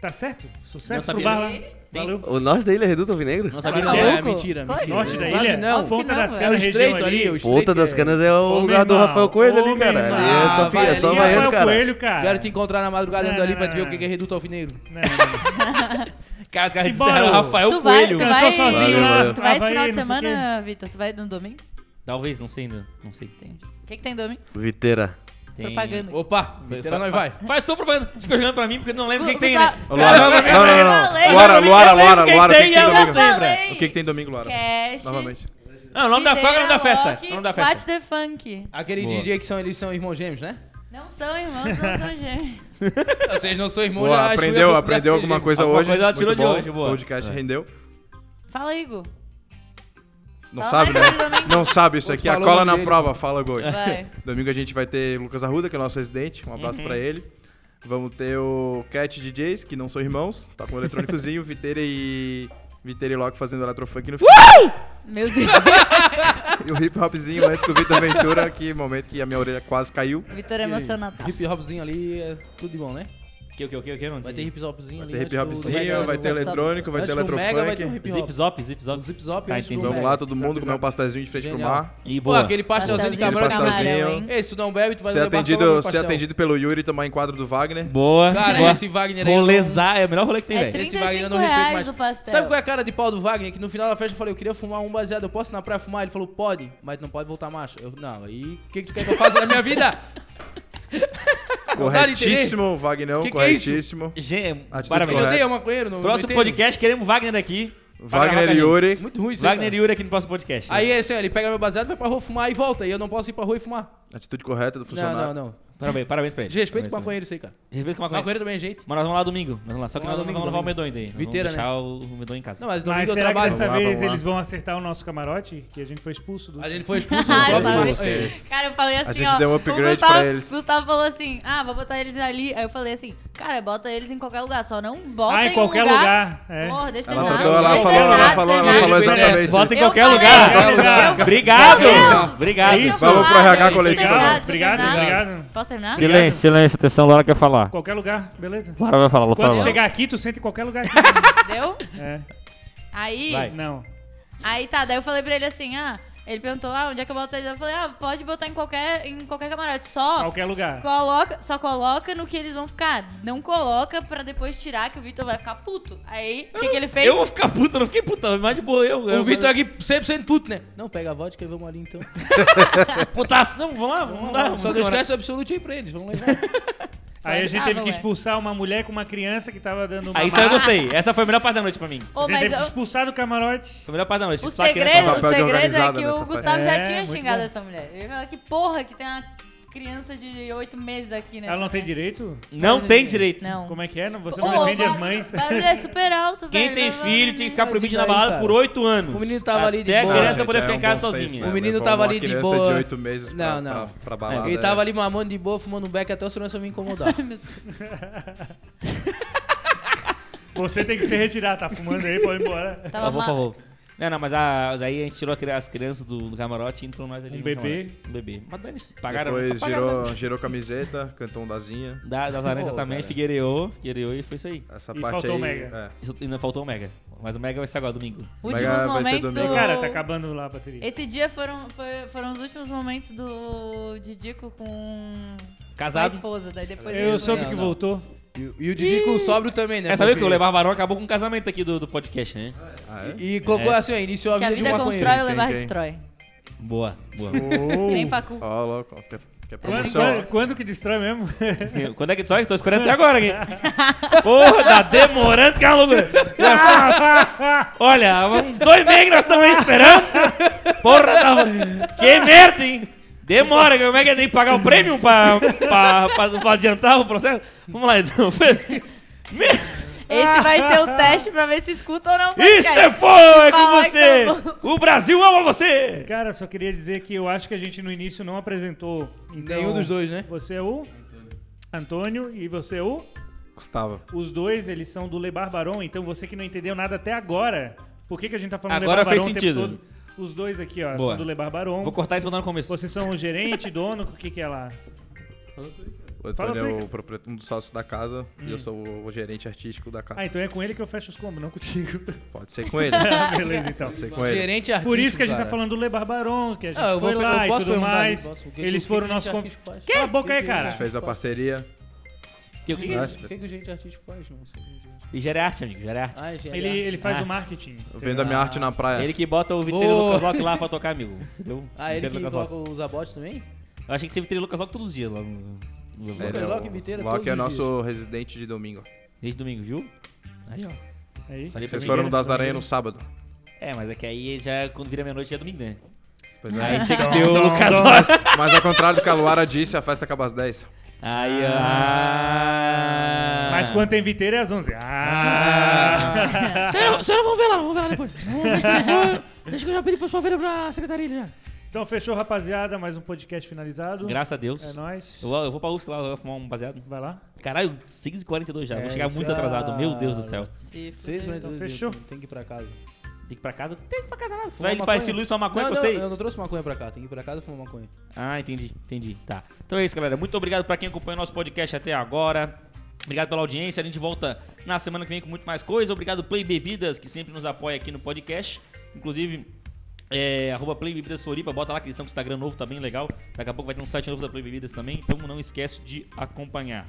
Speaker 1: Tá certo?
Speaker 2: Não
Speaker 1: Sucesso pro
Speaker 2: sabia.
Speaker 1: bar lá.
Speaker 2: Tem-
Speaker 1: Valeu.
Speaker 4: O norte da ilha é Reduto Alvinegro?
Speaker 2: Não sabia
Speaker 5: Tá
Speaker 2: disso.
Speaker 6: é,
Speaker 5: louco?
Speaker 6: mentira,
Speaker 5: Claro que
Speaker 6: mentira.
Speaker 1: Norte da
Speaker 6: Claro que
Speaker 1: ilha?
Speaker 6: não.
Speaker 1: A ponta
Speaker 5: Claro que
Speaker 1: das
Speaker 5: não,
Speaker 6: É o
Speaker 1: canas, região
Speaker 6: estreito
Speaker 1: ali.
Speaker 6: ali, o estreito.
Speaker 4: Ponta das
Speaker 6: é-
Speaker 4: Canas é o
Speaker 1: Ô,
Speaker 4: lugar do
Speaker 1: meu
Speaker 4: Rafael
Speaker 1: irmão,
Speaker 4: Coelho
Speaker 1: ô,
Speaker 4: ali,
Speaker 1: meu
Speaker 4: cara.
Speaker 1: irmão.
Speaker 4: Ali é só,
Speaker 6: Ah,
Speaker 4: fi- é
Speaker 6: vai
Speaker 4: só
Speaker 6: ali,
Speaker 4: baiano,
Speaker 1: Rafael
Speaker 4: cara.
Speaker 1: Coelho, cara.
Speaker 6: Quero te encontrar na madrugada
Speaker 1: Não,
Speaker 6: andando ali
Speaker 1: não,
Speaker 6: pra te ver
Speaker 1: não,
Speaker 6: o que que é Reduto Alvinegro.
Speaker 1: Não, não, não.
Speaker 2: Cara, os caras
Speaker 1: Simbora.
Speaker 2: disseram
Speaker 1: É
Speaker 2: Rafael
Speaker 5: Tu vai,
Speaker 2: Coelho.
Speaker 5: tu vai,
Speaker 1: Cantou sozinho
Speaker 4: Valeu, valeu.
Speaker 1: lá.
Speaker 5: tu vai esse
Speaker 1: Havaí,
Speaker 5: final de
Speaker 1: não sei o quê.
Speaker 5: semana, Vitor? Tu vai no domingo?
Speaker 2: Talvez, não sei ainda. Não sei.
Speaker 5: Entendi. O que, que tem domingo?
Speaker 4: Viteira.
Speaker 2: Tem-
Speaker 5: Propaganda.
Speaker 6: Opa, veterano nós vai.
Speaker 2: Faz tua propaganda. Tu fica jogando pra mim porque tu não lembra o que, que tem, né?
Speaker 5: Vamos
Speaker 7: Ô, Luara,
Speaker 5: Cara,
Speaker 7: não,
Speaker 5: eu
Speaker 7: não, não, não.
Speaker 5: falei.
Speaker 7: Luara, Luara, Luara,
Speaker 2: Quem
Speaker 7: Luara, o que
Speaker 2: tem
Speaker 7: que
Speaker 2: é
Speaker 5: tá
Speaker 7: tem
Speaker 2: o
Speaker 7: domingo?
Speaker 5: Luara.
Speaker 7: O que que tem domingo, Luara?
Speaker 5: Cash.
Speaker 7: Novamente.
Speaker 2: Não, o nome da
Speaker 5: Videira,
Speaker 2: festa é o nome da festa.
Speaker 5: Loki,
Speaker 2: É o nome da festa.
Speaker 5: Watch the Funk.
Speaker 6: Aquele DJ que são, eles são irmãos gêmeos, né?
Speaker 5: Não são irmãos, não são gêmeos.
Speaker 6: Vocês não são irmãos,
Speaker 7: Boa,
Speaker 6: já
Speaker 7: aprendeu, aprendeu alguma coisa
Speaker 2: Alguma
Speaker 7: hoje.
Speaker 2: coisa ela tirou
Speaker 7: muito
Speaker 2: de
Speaker 7: bom.
Speaker 2: hoje, boa.
Speaker 7: O
Speaker 6: É.
Speaker 7: podcast rendeu.
Speaker 5: Fala, Igor.
Speaker 7: Não
Speaker 5: Fala
Speaker 7: sabe,
Speaker 5: mais
Speaker 7: né?
Speaker 5: sobre domingo.
Speaker 7: Não sabe isso
Speaker 6: um Outro
Speaker 7: aqui. A
Speaker 6: falou o
Speaker 7: cola
Speaker 6: nome
Speaker 7: na
Speaker 6: dele.
Speaker 7: prova, fala Goi.
Speaker 5: Vai.
Speaker 7: Domingo a gente vai ter Lucas Arruda, que é o nosso residente. Um abraço
Speaker 6: Uhum.
Speaker 7: pra ele. Vamos ter o Cat DJs, que não são irmãos. Tá com o eletrônicozinho, Viteira e. Viteira e Loki fazendo eletrofunk no fim.
Speaker 5: Meu Deus.
Speaker 7: E o hip hopzinho antes do Vitor Ventura, que momento que a minha orelha quase caiu.
Speaker 5: Vitor é emocionado.
Speaker 6: Hip hopzinho ali é tudo de bom, né?
Speaker 2: Que, o que, o que, o que? Não
Speaker 6: Vai ter
Speaker 2: entendi.
Speaker 6: hip hopzinho
Speaker 7: Vai
Speaker 6: ali.
Speaker 7: ter hip
Speaker 6: antes do-
Speaker 7: hopzinho, vai
Speaker 5: Zap,
Speaker 7: ter
Speaker 5: zap,
Speaker 7: eletrônico, vai ter
Speaker 6: antes do Mega, vai ter um
Speaker 7: eletrofunk.
Speaker 6: hip
Speaker 2: Zip
Speaker 6: hop.
Speaker 2: zop, zip
Speaker 6: O
Speaker 2: zop.
Speaker 6: Zip Zop
Speaker 2: Tá,
Speaker 6: antes do
Speaker 2: entendi.
Speaker 7: Vamos
Speaker 6: Mega.
Speaker 7: lá, todo mundo comer um pastelzinho de frente pro
Speaker 6: Genial.
Speaker 7: mar.
Speaker 2: E
Speaker 6: Pô,
Speaker 2: boa.
Speaker 6: aquele pastelzinho de
Speaker 5: Pastelzinho
Speaker 6: camarão. é
Speaker 7: de camarão.
Speaker 6: camarão.
Speaker 5: hein?
Speaker 6: Ei, se tu não bebe, tu vai
Speaker 7: Ser
Speaker 6: beber
Speaker 7: é atendido, ser atendido pelo Yuri e tomar em quadro do Wagner.
Speaker 2: Boa.
Speaker 6: um Cara,
Speaker 2: boa.
Speaker 6: esse Wagner aí. um eu não-
Speaker 2: Rolezar é o melhor rolê que tem,
Speaker 5: É
Speaker 2: velho.
Speaker 6: Esse Wagner eu
Speaker 5: 35
Speaker 6: não respeito mais.
Speaker 5: reais o pastel.
Speaker 6: Sabe qual é a cara de pau do Wagner? Que no final da festa eu falei, eu queria fumar um baseado, eu posso ir na praia fumar? Ele falou, pode, mas não pode voltar macho. Eu, não, aí o que, que tu quer que eu faça na minha vida? Não dá de entender.
Speaker 7: Corretíssimo, Wagner,
Speaker 6: Que que é isso?
Speaker 7: corretíssimo.
Speaker 2: Gente,
Speaker 7: Atitude
Speaker 6: Eu
Speaker 2: parabéns.
Speaker 7: correta.
Speaker 6: odeio maconheiro. Não, não
Speaker 2: Próximo
Speaker 6: entendo.
Speaker 2: podcast, queremos Wagner aqui. pra gravar com a
Speaker 7: Wagner e
Speaker 2: gente.
Speaker 7: Yuri.
Speaker 6: Muito ruim isso aí,
Speaker 2: Wagner e Yuri aqui no próximo podcast.
Speaker 6: cara. Aí é assim, ó, ele pega meu baseado, vai pra rua fumar e volta. E eu não posso ir pra rua e fumar.
Speaker 7: Atitude correta do funcionário.
Speaker 6: Não, não, não.
Speaker 2: Parabéns, parabéns pra ele.
Speaker 6: De respeito
Speaker 2: Parabéns
Speaker 6: com
Speaker 2: pra ele.
Speaker 6: maconheiro isso aí, cara.
Speaker 2: Respeito com a maconha.
Speaker 6: Maconheiro também é jeito.
Speaker 2: Mas nós vamos lá domingo. Nós vamos lá. Só que nós
Speaker 6: Vamos lá
Speaker 2: vamos, vamos levar o
Speaker 6: domingo,
Speaker 2: medonho daí. Nós
Speaker 6: Viteira,
Speaker 2: vamos
Speaker 6: né?
Speaker 2: deixar o, o medonho em casa.
Speaker 6: Não, mas
Speaker 1: Mas
Speaker 6: domingo eu
Speaker 1: será que
Speaker 6: trabalho.
Speaker 1: dessa
Speaker 7: Vamos lá,
Speaker 1: vez
Speaker 7: vamos lá.
Speaker 1: eles vão acertar o nosso camarote? Que a gente foi expulso do.
Speaker 6: A gente foi expulso. né?
Speaker 5: Ah, eu
Speaker 6: Próximo
Speaker 5: falei-
Speaker 6: podcast.
Speaker 5: Cara, eu falei assim,
Speaker 7: gente
Speaker 5: ó.
Speaker 7: deu um
Speaker 5: o
Speaker 7: upgrade
Speaker 5: Gustavo,
Speaker 7: pra eles.
Speaker 5: Gustavo falou assim, ah, vou botar eles ali. Aí eu falei assim, cara, bota eles em qualquer lugar, só não bota
Speaker 1: Ah, em qualquer
Speaker 5: um lugar.
Speaker 1: lugar. É.
Speaker 5: Porra, deixa eu
Speaker 7: Ela
Speaker 5: terminar.
Speaker 7: tratou, ela
Speaker 5: deixa eu
Speaker 7: falou,
Speaker 5: terminar,
Speaker 7: ela falou,
Speaker 5: deixa eu
Speaker 7: ela
Speaker 4: assim,
Speaker 7: falou
Speaker 5: terminar.
Speaker 7: exatamente.
Speaker 2: Bota em
Speaker 5: Eu
Speaker 2: qualquer
Speaker 5: falei,
Speaker 2: lugar.
Speaker 1: eu falei.
Speaker 2: Obrigado.
Speaker 5: Eu-
Speaker 2: Obrigado.
Speaker 1: É
Speaker 2: É
Speaker 1: Isso.
Speaker 7: Vamos pro RH coletivo.
Speaker 1: Obrigado, obrigado.
Speaker 5: Posso terminar?
Speaker 1: Silêncio,
Speaker 8: silêncio, atenção, Laura quer falar.
Speaker 1: Qualquer lugar, beleza?
Speaker 8: Laura vai falar, Laura
Speaker 1: Quando chegar aqui, tu senta em qualquer lugar. aqui.
Speaker 5: Deu?
Speaker 1: é.
Speaker 5: Aí,
Speaker 2: Vai.
Speaker 1: Não.
Speaker 5: aí tá, daí eu falei pra ele assim, ah, ele perguntou, ah, onde é que eu boto eles? Eu falei, ah, pode botar em qualquer, em qualquer camarote, só...
Speaker 1: Qualquer lugar.
Speaker 5: Coloca, só coloca no que eles vão ficar. Não coloca pra depois tirar, que o Vitor vai ficar puto. Aí, o que, que ele fez?
Speaker 2: Eu vou ficar puto, eu não fiquei puto, mas de boa eu.
Speaker 6: O
Speaker 2: eu-
Speaker 6: Vitor aqui 100% puto, né? Não, pega a vodka e vamos ali então.
Speaker 2: Putaço, não, vamos lá, vamos lá. vamos
Speaker 6: Só não
Speaker 2: embora.
Speaker 6: esquece o absolute aí pra eles. Vamos levar.
Speaker 1: Aí a gente
Speaker 5: Ah,
Speaker 1: teve que
Speaker 5: ué.
Speaker 1: expulsar uma mulher com uma criança que tava dando uma.
Speaker 2: Aí isso aí eu gostei. Essa foi a melhor parte da noite pra mim.
Speaker 5: Ô,
Speaker 1: A gente
Speaker 5: mas
Speaker 1: teve que
Speaker 5: eu-
Speaker 1: expulsar do camarote.
Speaker 2: Foi a melhor parte da noite.
Speaker 5: O
Speaker 2: Só a criança
Speaker 5: segredo, o
Speaker 7: papel de
Speaker 5: segredo é
Speaker 7: organizada
Speaker 5: que
Speaker 7: nessa
Speaker 5: o Gustavo
Speaker 1: festa.
Speaker 5: já
Speaker 1: É,
Speaker 5: tinha
Speaker 1: muito
Speaker 5: xingado
Speaker 1: bom.
Speaker 5: essa mulher. Ele falou que porra que tem uma criança de oito meses aqui nessa
Speaker 1: Ela não tem
Speaker 5: mulher."
Speaker 1: direito?
Speaker 2: Não tem direito.
Speaker 5: Não.
Speaker 1: Como é que é? Não- Você
Speaker 5: Ô,
Speaker 1: não defende
Speaker 5: o
Speaker 1: as
Speaker 5: ba-
Speaker 1: mães?
Speaker 5: O barulho é super alto,
Speaker 2: Quem
Speaker 5: velho.
Speaker 2: tem
Speaker 5: Blá, blá,
Speaker 2: filho tinha que
Speaker 5: blá, blá.
Speaker 2: ficar proibido
Speaker 6: Mas
Speaker 2: na
Speaker 6: isso aí,
Speaker 2: balada
Speaker 6: cara.
Speaker 2: por oito anos.
Speaker 6: O menino tava ali de
Speaker 2: Até
Speaker 6: boa.
Speaker 2: a criança
Speaker 7: gente,
Speaker 2: poder
Speaker 7: é
Speaker 2: ficar em
Speaker 7: um
Speaker 2: casa
Speaker 7: consenso,
Speaker 2: sozinha.
Speaker 7: né?
Speaker 6: O menino
Speaker 7: Levou
Speaker 6: tava
Speaker 7: uma
Speaker 6: ali de
Speaker 7: criança
Speaker 6: boa.
Speaker 7: de oito meses pra,
Speaker 6: Não, não.
Speaker 7: pra- pra
Speaker 4: Ah,
Speaker 7: balada.
Speaker 6: Ele tava
Speaker 7: é.
Speaker 6: ali mamando de boa, fumando um beck até o segurança me incomodar.
Speaker 1: Você tem que se retirar, tá fumando aí, pode ir embora.
Speaker 5: Tava
Speaker 2: por
Speaker 5: ma-
Speaker 2: favor. Não, não, mas a- aí a gente tirou a cri- as crianças do, do camarote e entrou nós ali.
Speaker 1: Um
Speaker 2: no
Speaker 1: bebê.
Speaker 2: camarote. Um bebê. Mas dane-se. Pagaram.
Speaker 7: Depois
Speaker 2: pagaram
Speaker 7: girou,
Speaker 2: dane-se.
Speaker 7: girou camiseta, cantou um dazinha.
Speaker 2: Da, das aranhas
Speaker 6: Pô,
Speaker 2: também,
Speaker 6: cara.
Speaker 2: Figueireou, Figueireou e foi isso aí.
Speaker 7: Essa
Speaker 1: E
Speaker 7: parte
Speaker 1: faltou
Speaker 7: aí.
Speaker 1: o Mega.
Speaker 7: é.
Speaker 2: Isso, ainda faltou o Mega. Mas o Mega vai ser agora, domingo.
Speaker 5: Últimos
Speaker 7: Vai- vai ser
Speaker 5: momentos
Speaker 7: domingo.
Speaker 5: do...
Speaker 1: Cara, tá acabando lá a bateria.
Speaker 5: Esse dia foram, foi- foram os últimos momentos do Didico com com a
Speaker 2: Casado.
Speaker 5: esposa. Daí depois
Speaker 1: Eu
Speaker 5: ele-
Speaker 1: soube
Speaker 6: Não,
Speaker 1: que
Speaker 6: não.
Speaker 1: voltou.
Speaker 6: E, e o Didico sóbrio também, né?
Speaker 2: É, sabe que o
Speaker 6: porque-
Speaker 2: Le Barbarão acabou com o casamento aqui do, do podcast, né?
Speaker 7: Ah, é?
Speaker 6: E colocou
Speaker 2: É.
Speaker 6: assim, ó, iniciou a
Speaker 5: Que
Speaker 6: vida,
Speaker 5: a
Speaker 6: de
Speaker 5: vida
Speaker 6: um maconheiro.
Speaker 5: constrói, o
Speaker 7: quem,
Speaker 5: levar
Speaker 7: quem?
Speaker 5: destrói.
Speaker 2: Boa, boa.
Speaker 1: Uh.
Speaker 5: Que Nem facu.
Speaker 7: Ó, louco, que,
Speaker 1: Quando,
Speaker 7: que É promoção.
Speaker 1: quando, quando que destrói mesmo?
Speaker 2: Quando é que tu sai? Tô esperando até agora aqui. Porra, tá demorando que é uma loucura. Já faz- Olha, um, dois meses que nós estamos aí esperando. Porra, tá... que merda, hein? Demora, como é que tem que pagar o prêmio pra, pra, pra- pra adiantar o processo? Vamos lá, então.
Speaker 5: Esse vai ser o teste pra ver se escuta ou não. o podcast.
Speaker 1: né?
Speaker 2: Estefão, é com
Speaker 5: Fala que
Speaker 2: você!
Speaker 5: tá
Speaker 2: O Brasil ama você!
Speaker 1: Cara, só queria dizer que eu acho que a gente no início não apresentou. Então,
Speaker 6: Nenhum dos dois, né?
Speaker 1: Você é o Antônio e você é o.
Speaker 7: Gustavo.
Speaker 1: Os dois, eles são do Le Barbaron, então você que não entendeu nada até agora, por que, que a gente tá falando
Speaker 2: Agora
Speaker 1: Le Barbaron
Speaker 2: fez
Speaker 1: o tempo
Speaker 2: sentido.
Speaker 1: todo? Os dois aqui, ó,
Speaker 2: Boa.
Speaker 1: são do Le Barbaron.
Speaker 2: Vou cortar isso e botar no começo.
Speaker 1: Vocês são o gerente, dono, o que que é lá?
Speaker 7: O
Speaker 1: Fala
Speaker 7: Antônio
Speaker 1: tu aí,
Speaker 7: é
Speaker 1: cara.
Speaker 7: o proprietário, um dos sócios da casa e eu sou o, o gerente artístico da casa.
Speaker 1: Ah, então é com ele que eu fecho os combos, não contigo.
Speaker 7: Pode ser com ele.
Speaker 1: Ah, Beleza, então.
Speaker 7: Pode ser com ele.
Speaker 6: Gerente artístico,
Speaker 1: Por isso que a gente tá
Speaker 6: cara.
Speaker 1: falando do Le Barbaron, que a gente
Speaker 6: Ah, eu vou
Speaker 1: foi
Speaker 6: pe- eu
Speaker 1: lá e
Speaker 6: posso
Speaker 1: tudo
Speaker 6: perguntar ali,
Speaker 1: mais.
Speaker 6: posso, o que- o
Speaker 1: Eles
Speaker 6: que
Speaker 1: foram
Speaker 6: que
Speaker 1: nossos
Speaker 6: gerente
Speaker 1: convidados.
Speaker 6: artístico faz?
Speaker 1: Cala a boca aí,
Speaker 6: que gerente
Speaker 1: cara.
Speaker 7: A gente fez a parceria.
Speaker 2: Que- que-
Speaker 7: né?
Speaker 6: O que, que o gerente artístico faz? Não sei.
Speaker 2: E gera arte, amigo, gera arte.
Speaker 6: Ah, é gerente.
Speaker 1: Ele, ele faz
Speaker 2: Ah.
Speaker 1: o marketing.
Speaker 7: Eu vendo a minha arte na praia.
Speaker 2: Ele que bota o Vitor
Speaker 6: Ah. Boa.
Speaker 2: Lucas Locke lá pra tocar, amigo. Entendeu?
Speaker 6: Ah, ele
Speaker 2: Vitor
Speaker 6: que
Speaker 2: Lucas
Speaker 6: coloca
Speaker 2: Locke.
Speaker 6: os abotes também?
Speaker 2: Eu achei que você Vitor Lucas Locke todos os dias lá no. no-
Speaker 7: É, ele
Speaker 6: Lucas
Speaker 7: é
Speaker 6: Locke e
Speaker 7: o
Speaker 6: Viteira
Speaker 7: Locke
Speaker 6: todos
Speaker 7: é
Speaker 6: os
Speaker 7: nosso residente de domingo.
Speaker 2: Desde domingo, viu? Aí, ó.
Speaker 1: Aí.
Speaker 2: Falei pra
Speaker 7: Vocês
Speaker 2: mim.
Speaker 7: foram no das aranhas no sábado.
Speaker 2: É, mas é que aí já quando vira meia-noite já é domingo, né?
Speaker 7: Pois é.
Speaker 2: Aí
Speaker 6: Então,
Speaker 2: tinha que ter o Lucas
Speaker 7: Mas,
Speaker 2: Locke.
Speaker 7: mas ao contrário do que a Luara disse, a festa acaba às 10.
Speaker 2: Aí, ó. Ah.
Speaker 1: Mas quando tem viteira é às 11. Ah!
Speaker 8: Sério, sério, vamos ver lá, vamos ver lá depois. Vamos ver se Deixa que eu já pedi pro sua feira pra secretaria já.
Speaker 1: Então fechou, rapaziada. Mais um podcast finalizado.
Speaker 2: Graças a
Speaker 1: É
Speaker 2: Deus.
Speaker 1: nóis.
Speaker 2: Eu, vou- eu vou pra UFSC lá, eu vou fumar um baseado.
Speaker 1: Vai lá.
Speaker 2: Caralho, 6h42 já.
Speaker 1: É,
Speaker 2: vou chegar muito
Speaker 6: já.
Speaker 2: atrasado. Meu Deus do céu.
Speaker 5: Se
Speaker 6: Seis,
Speaker 5: fudeu.
Speaker 6: mas então
Speaker 1: fechou.
Speaker 6: Tem que ir pra casa.
Speaker 2: Tem que ir pra casa? Tem que ir pra casa nada. Tu
Speaker 6: Fumar
Speaker 2: vai limpar esse
Speaker 6: maconha?
Speaker 2: luz só maconha
Speaker 6: não,
Speaker 2: que eu
Speaker 6: não,
Speaker 2: sei?
Speaker 6: Eu não trouxe maconha pra cá, tem que ir pra casa e fumar maconha.
Speaker 2: Ah, entendi, entendi. Tá. Então é isso, galera. Muito obrigado pra quem acompanhou nosso podcast até agora. Obrigado pela audiência. A gente volta na semana que vem com muito mais coisa. Obrigado Play Bebidas, que sempre nos apoia aqui no podcast. Inclusive, é, arroba Play Bebidas Floripa, bota lá que eles estão com o Instagram novo, tá bem legal. Daqui a pouco vai ter um site novo da Play Bebidas também, então não esquece de acompanhar.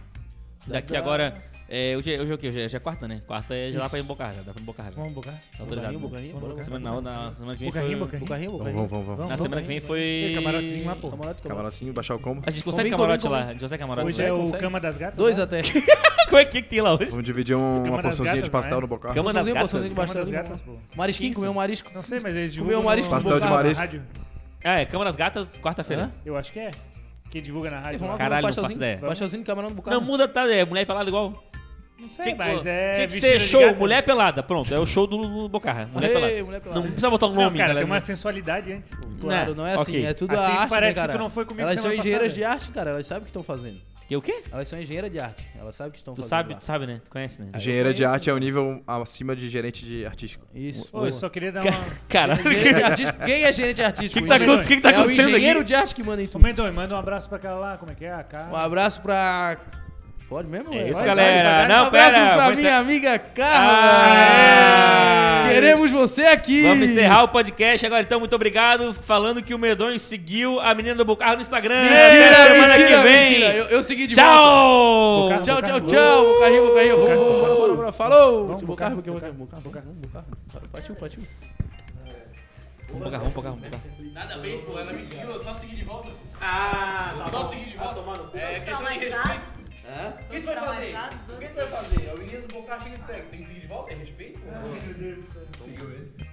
Speaker 2: Daqui
Speaker 6: Dá-
Speaker 2: agora. É, hoje, é- hoje é o quê? Hoje é, já é quarta, né? Quarta é já dá pra embocar, já dá pra embocar já.
Speaker 1: Vamos bocar?
Speaker 2: Tá autorizado.
Speaker 6: Bocarrinho, bocarrinho,
Speaker 2: né?
Speaker 6: bocarrinho.
Speaker 2: semana, não, na semana que vem foi.
Speaker 1: Bocarrinho, bocarrinho.
Speaker 6: Bocarrinho,
Speaker 7: Vamos,
Speaker 6: bocarrinho.
Speaker 7: vamos, vamos. vamos.
Speaker 1: Vamos,
Speaker 2: Na
Speaker 1: vamos.
Speaker 2: semana que vem foi.
Speaker 1: É, camarotezinho lá, pô.
Speaker 6: Camarote, camarote.
Speaker 7: Camarotinho, baixar o combo.
Speaker 2: A gente consegue
Speaker 6: Convém,
Speaker 2: camarote
Speaker 6: convém,
Speaker 2: lá. A
Speaker 6: convém.
Speaker 2: gente consegue camarote
Speaker 1: Hoje
Speaker 2: lá.
Speaker 1: é o
Speaker 6: consegue.
Speaker 1: Cama das Gatas.
Speaker 6: Dois
Speaker 1: né?
Speaker 6: até.
Speaker 2: Como é que tem lá hoje?
Speaker 7: Vamos dividir um-
Speaker 1: Cama
Speaker 7: uma
Speaker 1: das
Speaker 7: porçãozinha de
Speaker 1: gatas,
Speaker 7: pastel
Speaker 1: vai.
Speaker 7: no bocal.
Speaker 2: Cama das
Speaker 6: Porçãozinho, porçãozinho
Speaker 1: Cama
Speaker 2: gatas.
Speaker 6: de
Speaker 1: das
Speaker 6: bastardo.
Speaker 1: Gatas, pô.
Speaker 6: Marisquinho, comeu um marisco.
Speaker 1: Não sei, mas eles
Speaker 6: Comeu
Speaker 1: divulgam
Speaker 6: um marisco,
Speaker 1: no-
Speaker 7: pastel de
Speaker 1: na
Speaker 7: marisco.
Speaker 1: rádio.
Speaker 2: Ah, é, Cama das Gatas, quarta-feira.
Speaker 6: Hã?
Speaker 1: Eu acho que é. Que divulga na rádio.
Speaker 6: Vamos lá,
Speaker 1: lá.
Speaker 2: Caralho, não
Speaker 6: vamos
Speaker 2: faço
Speaker 6: pastelzinho-
Speaker 2: ideia.
Speaker 6: Pastelzinho de camarão do
Speaker 2: Não,
Speaker 6: bocado.
Speaker 2: muda, tá? É mulher pelada igual.
Speaker 1: Não sei, mas
Speaker 2: pô,
Speaker 1: é.
Speaker 2: tinha que
Speaker 1: vestido
Speaker 2: ser
Speaker 1: de
Speaker 2: show,
Speaker 1: gata.
Speaker 2: mulher pelada. Pronto, é o show do, do Bocarra. Mulher,
Speaker 6: Ei,
Speaker 2: pelada.
Speaker 6: mulher pelada.
Speaker 2: Não precisa botar um
Speaker 1: Não,
Speaker 2: nome,
Speaker 1: cara,
Speaker 2: galera.
Speaker 1: tem uma sensualidade antes, pô.
Speaker 6: Claro, não é assim.
Speaker 2: Ok.
Speaker 6: É tudo
Speaker 1: Assim
Speaker 6: a arte,
Speaker 1: parece
Speaker 6: né, cara?
Speaker 1: que tu não foi comigo
Speaker 6: Elas
Speaker 1: semana
Speaker 6: são engenheiras
Speaker 1: passada.
Speaker 6: de arte, cara. Elas sabem o que estão fazendo.
Speaker 2: Que o quê?
Speaker 6: Elas são engenheiras de arte. Elas sabem o que estão
Speaker 2: Tu
Speaker 6: fazendo.
Speaker 2: sabe,
Speaker 6: lá.
Speaker 2: tu sabe, né? Tu conhece, né?
Speaker 7: Engenheira de
Speaker 6: conheço.
Speaker 7: arte é um nível acima de gerente de artístico.
Speaker 6: Isso.
Speaker 1: Pô, eu só queria
Speaker 6: é
Speaker 1: dar uma.
Speaker 2: Caralho,
Speaker 6: Engenheiro de
Speaker 2: o
Speaker 6: artista- Quem é gerente artístico?
Speaker 2: que, que tá,
Speaker 6: William?
Speaker 2: acon- que que tá
Speaker 6: é o
Speaker 2: acontecendo
Speaker 6: engenheiro
Speaker 2: aqui? é
Speaker 6: de arte que manda em tudo.
Speaker 1: Comendou, manda um abraço pra aquela lá, como é que é? A cara.
Speaker 6: Um abraço pra. Pode mesmo?
Speaker 2: É
Speaker 6: ué?
Speaker 2: isso,
Speaker 6: Vai,
Speaker 2: galera.
Speaker 6: vai.
Speaker 2: Não,
Speaker 6: um abraço
Speaker 2: pera,
Speaker 6: pra
Speaker 2: vou
Speaker 6: minha
Speaker 2: encer-
Speaker 6: amiga
Speaker 2: Ah,
Speaker 6: Carla.
Speaker 2: é.
Speaker 6: Queremos você aqui.
Speaker 2: Vamos encerrar o podcast agora, então. Muito obrigado. Falando que o Medonho seguiu a menina do Bocarra no Instagram. Até
Speaker 6: Mentira,
Speaker 2: semana
Speaker 6: mentira,
Speaker 2: que vem.
Speaker 6: mentira. Eu, eu segui de volta.
Speaker 2: Tchau!
Speaker 1: Bocarra,
Speaker 6: Tchau, tchau,
Speaker 1: Bocarra.
Speaker 6: tchau. Bocarrinho, bocarrinho. Bora,
Speaker 1: Bocarra.
Speaker 6: bora, bora, bora. Falou.
Speaker 1: Vamos,
Speaker 6: Bocarra,
Speaker 1: Bocarra,
Speaker 6: bocarra,
Speaker 1: Bocarra,
Speaker 6: bocarra, bocarra, bocarra. Partiu, partiu.
Speaker 2: Vamos Bocarra, vamos Bocarra, vamos Bocarra.
Speaker 3: Nada a vez, pô. Ela me seguiu, eu só segui de volta.
Speaker 2: Ah, tá
Speaker 3: Só segui de volta. É questão de
Speaker 5: Traumatizado?
Speaker 3: respeito. O que tu vai fazer?
Speaker 6: É
Speaker 3: O que tu vai fazer? A menina do Boca chega de cego. Tem que seguir de volta? É respeito? Seguiu ele.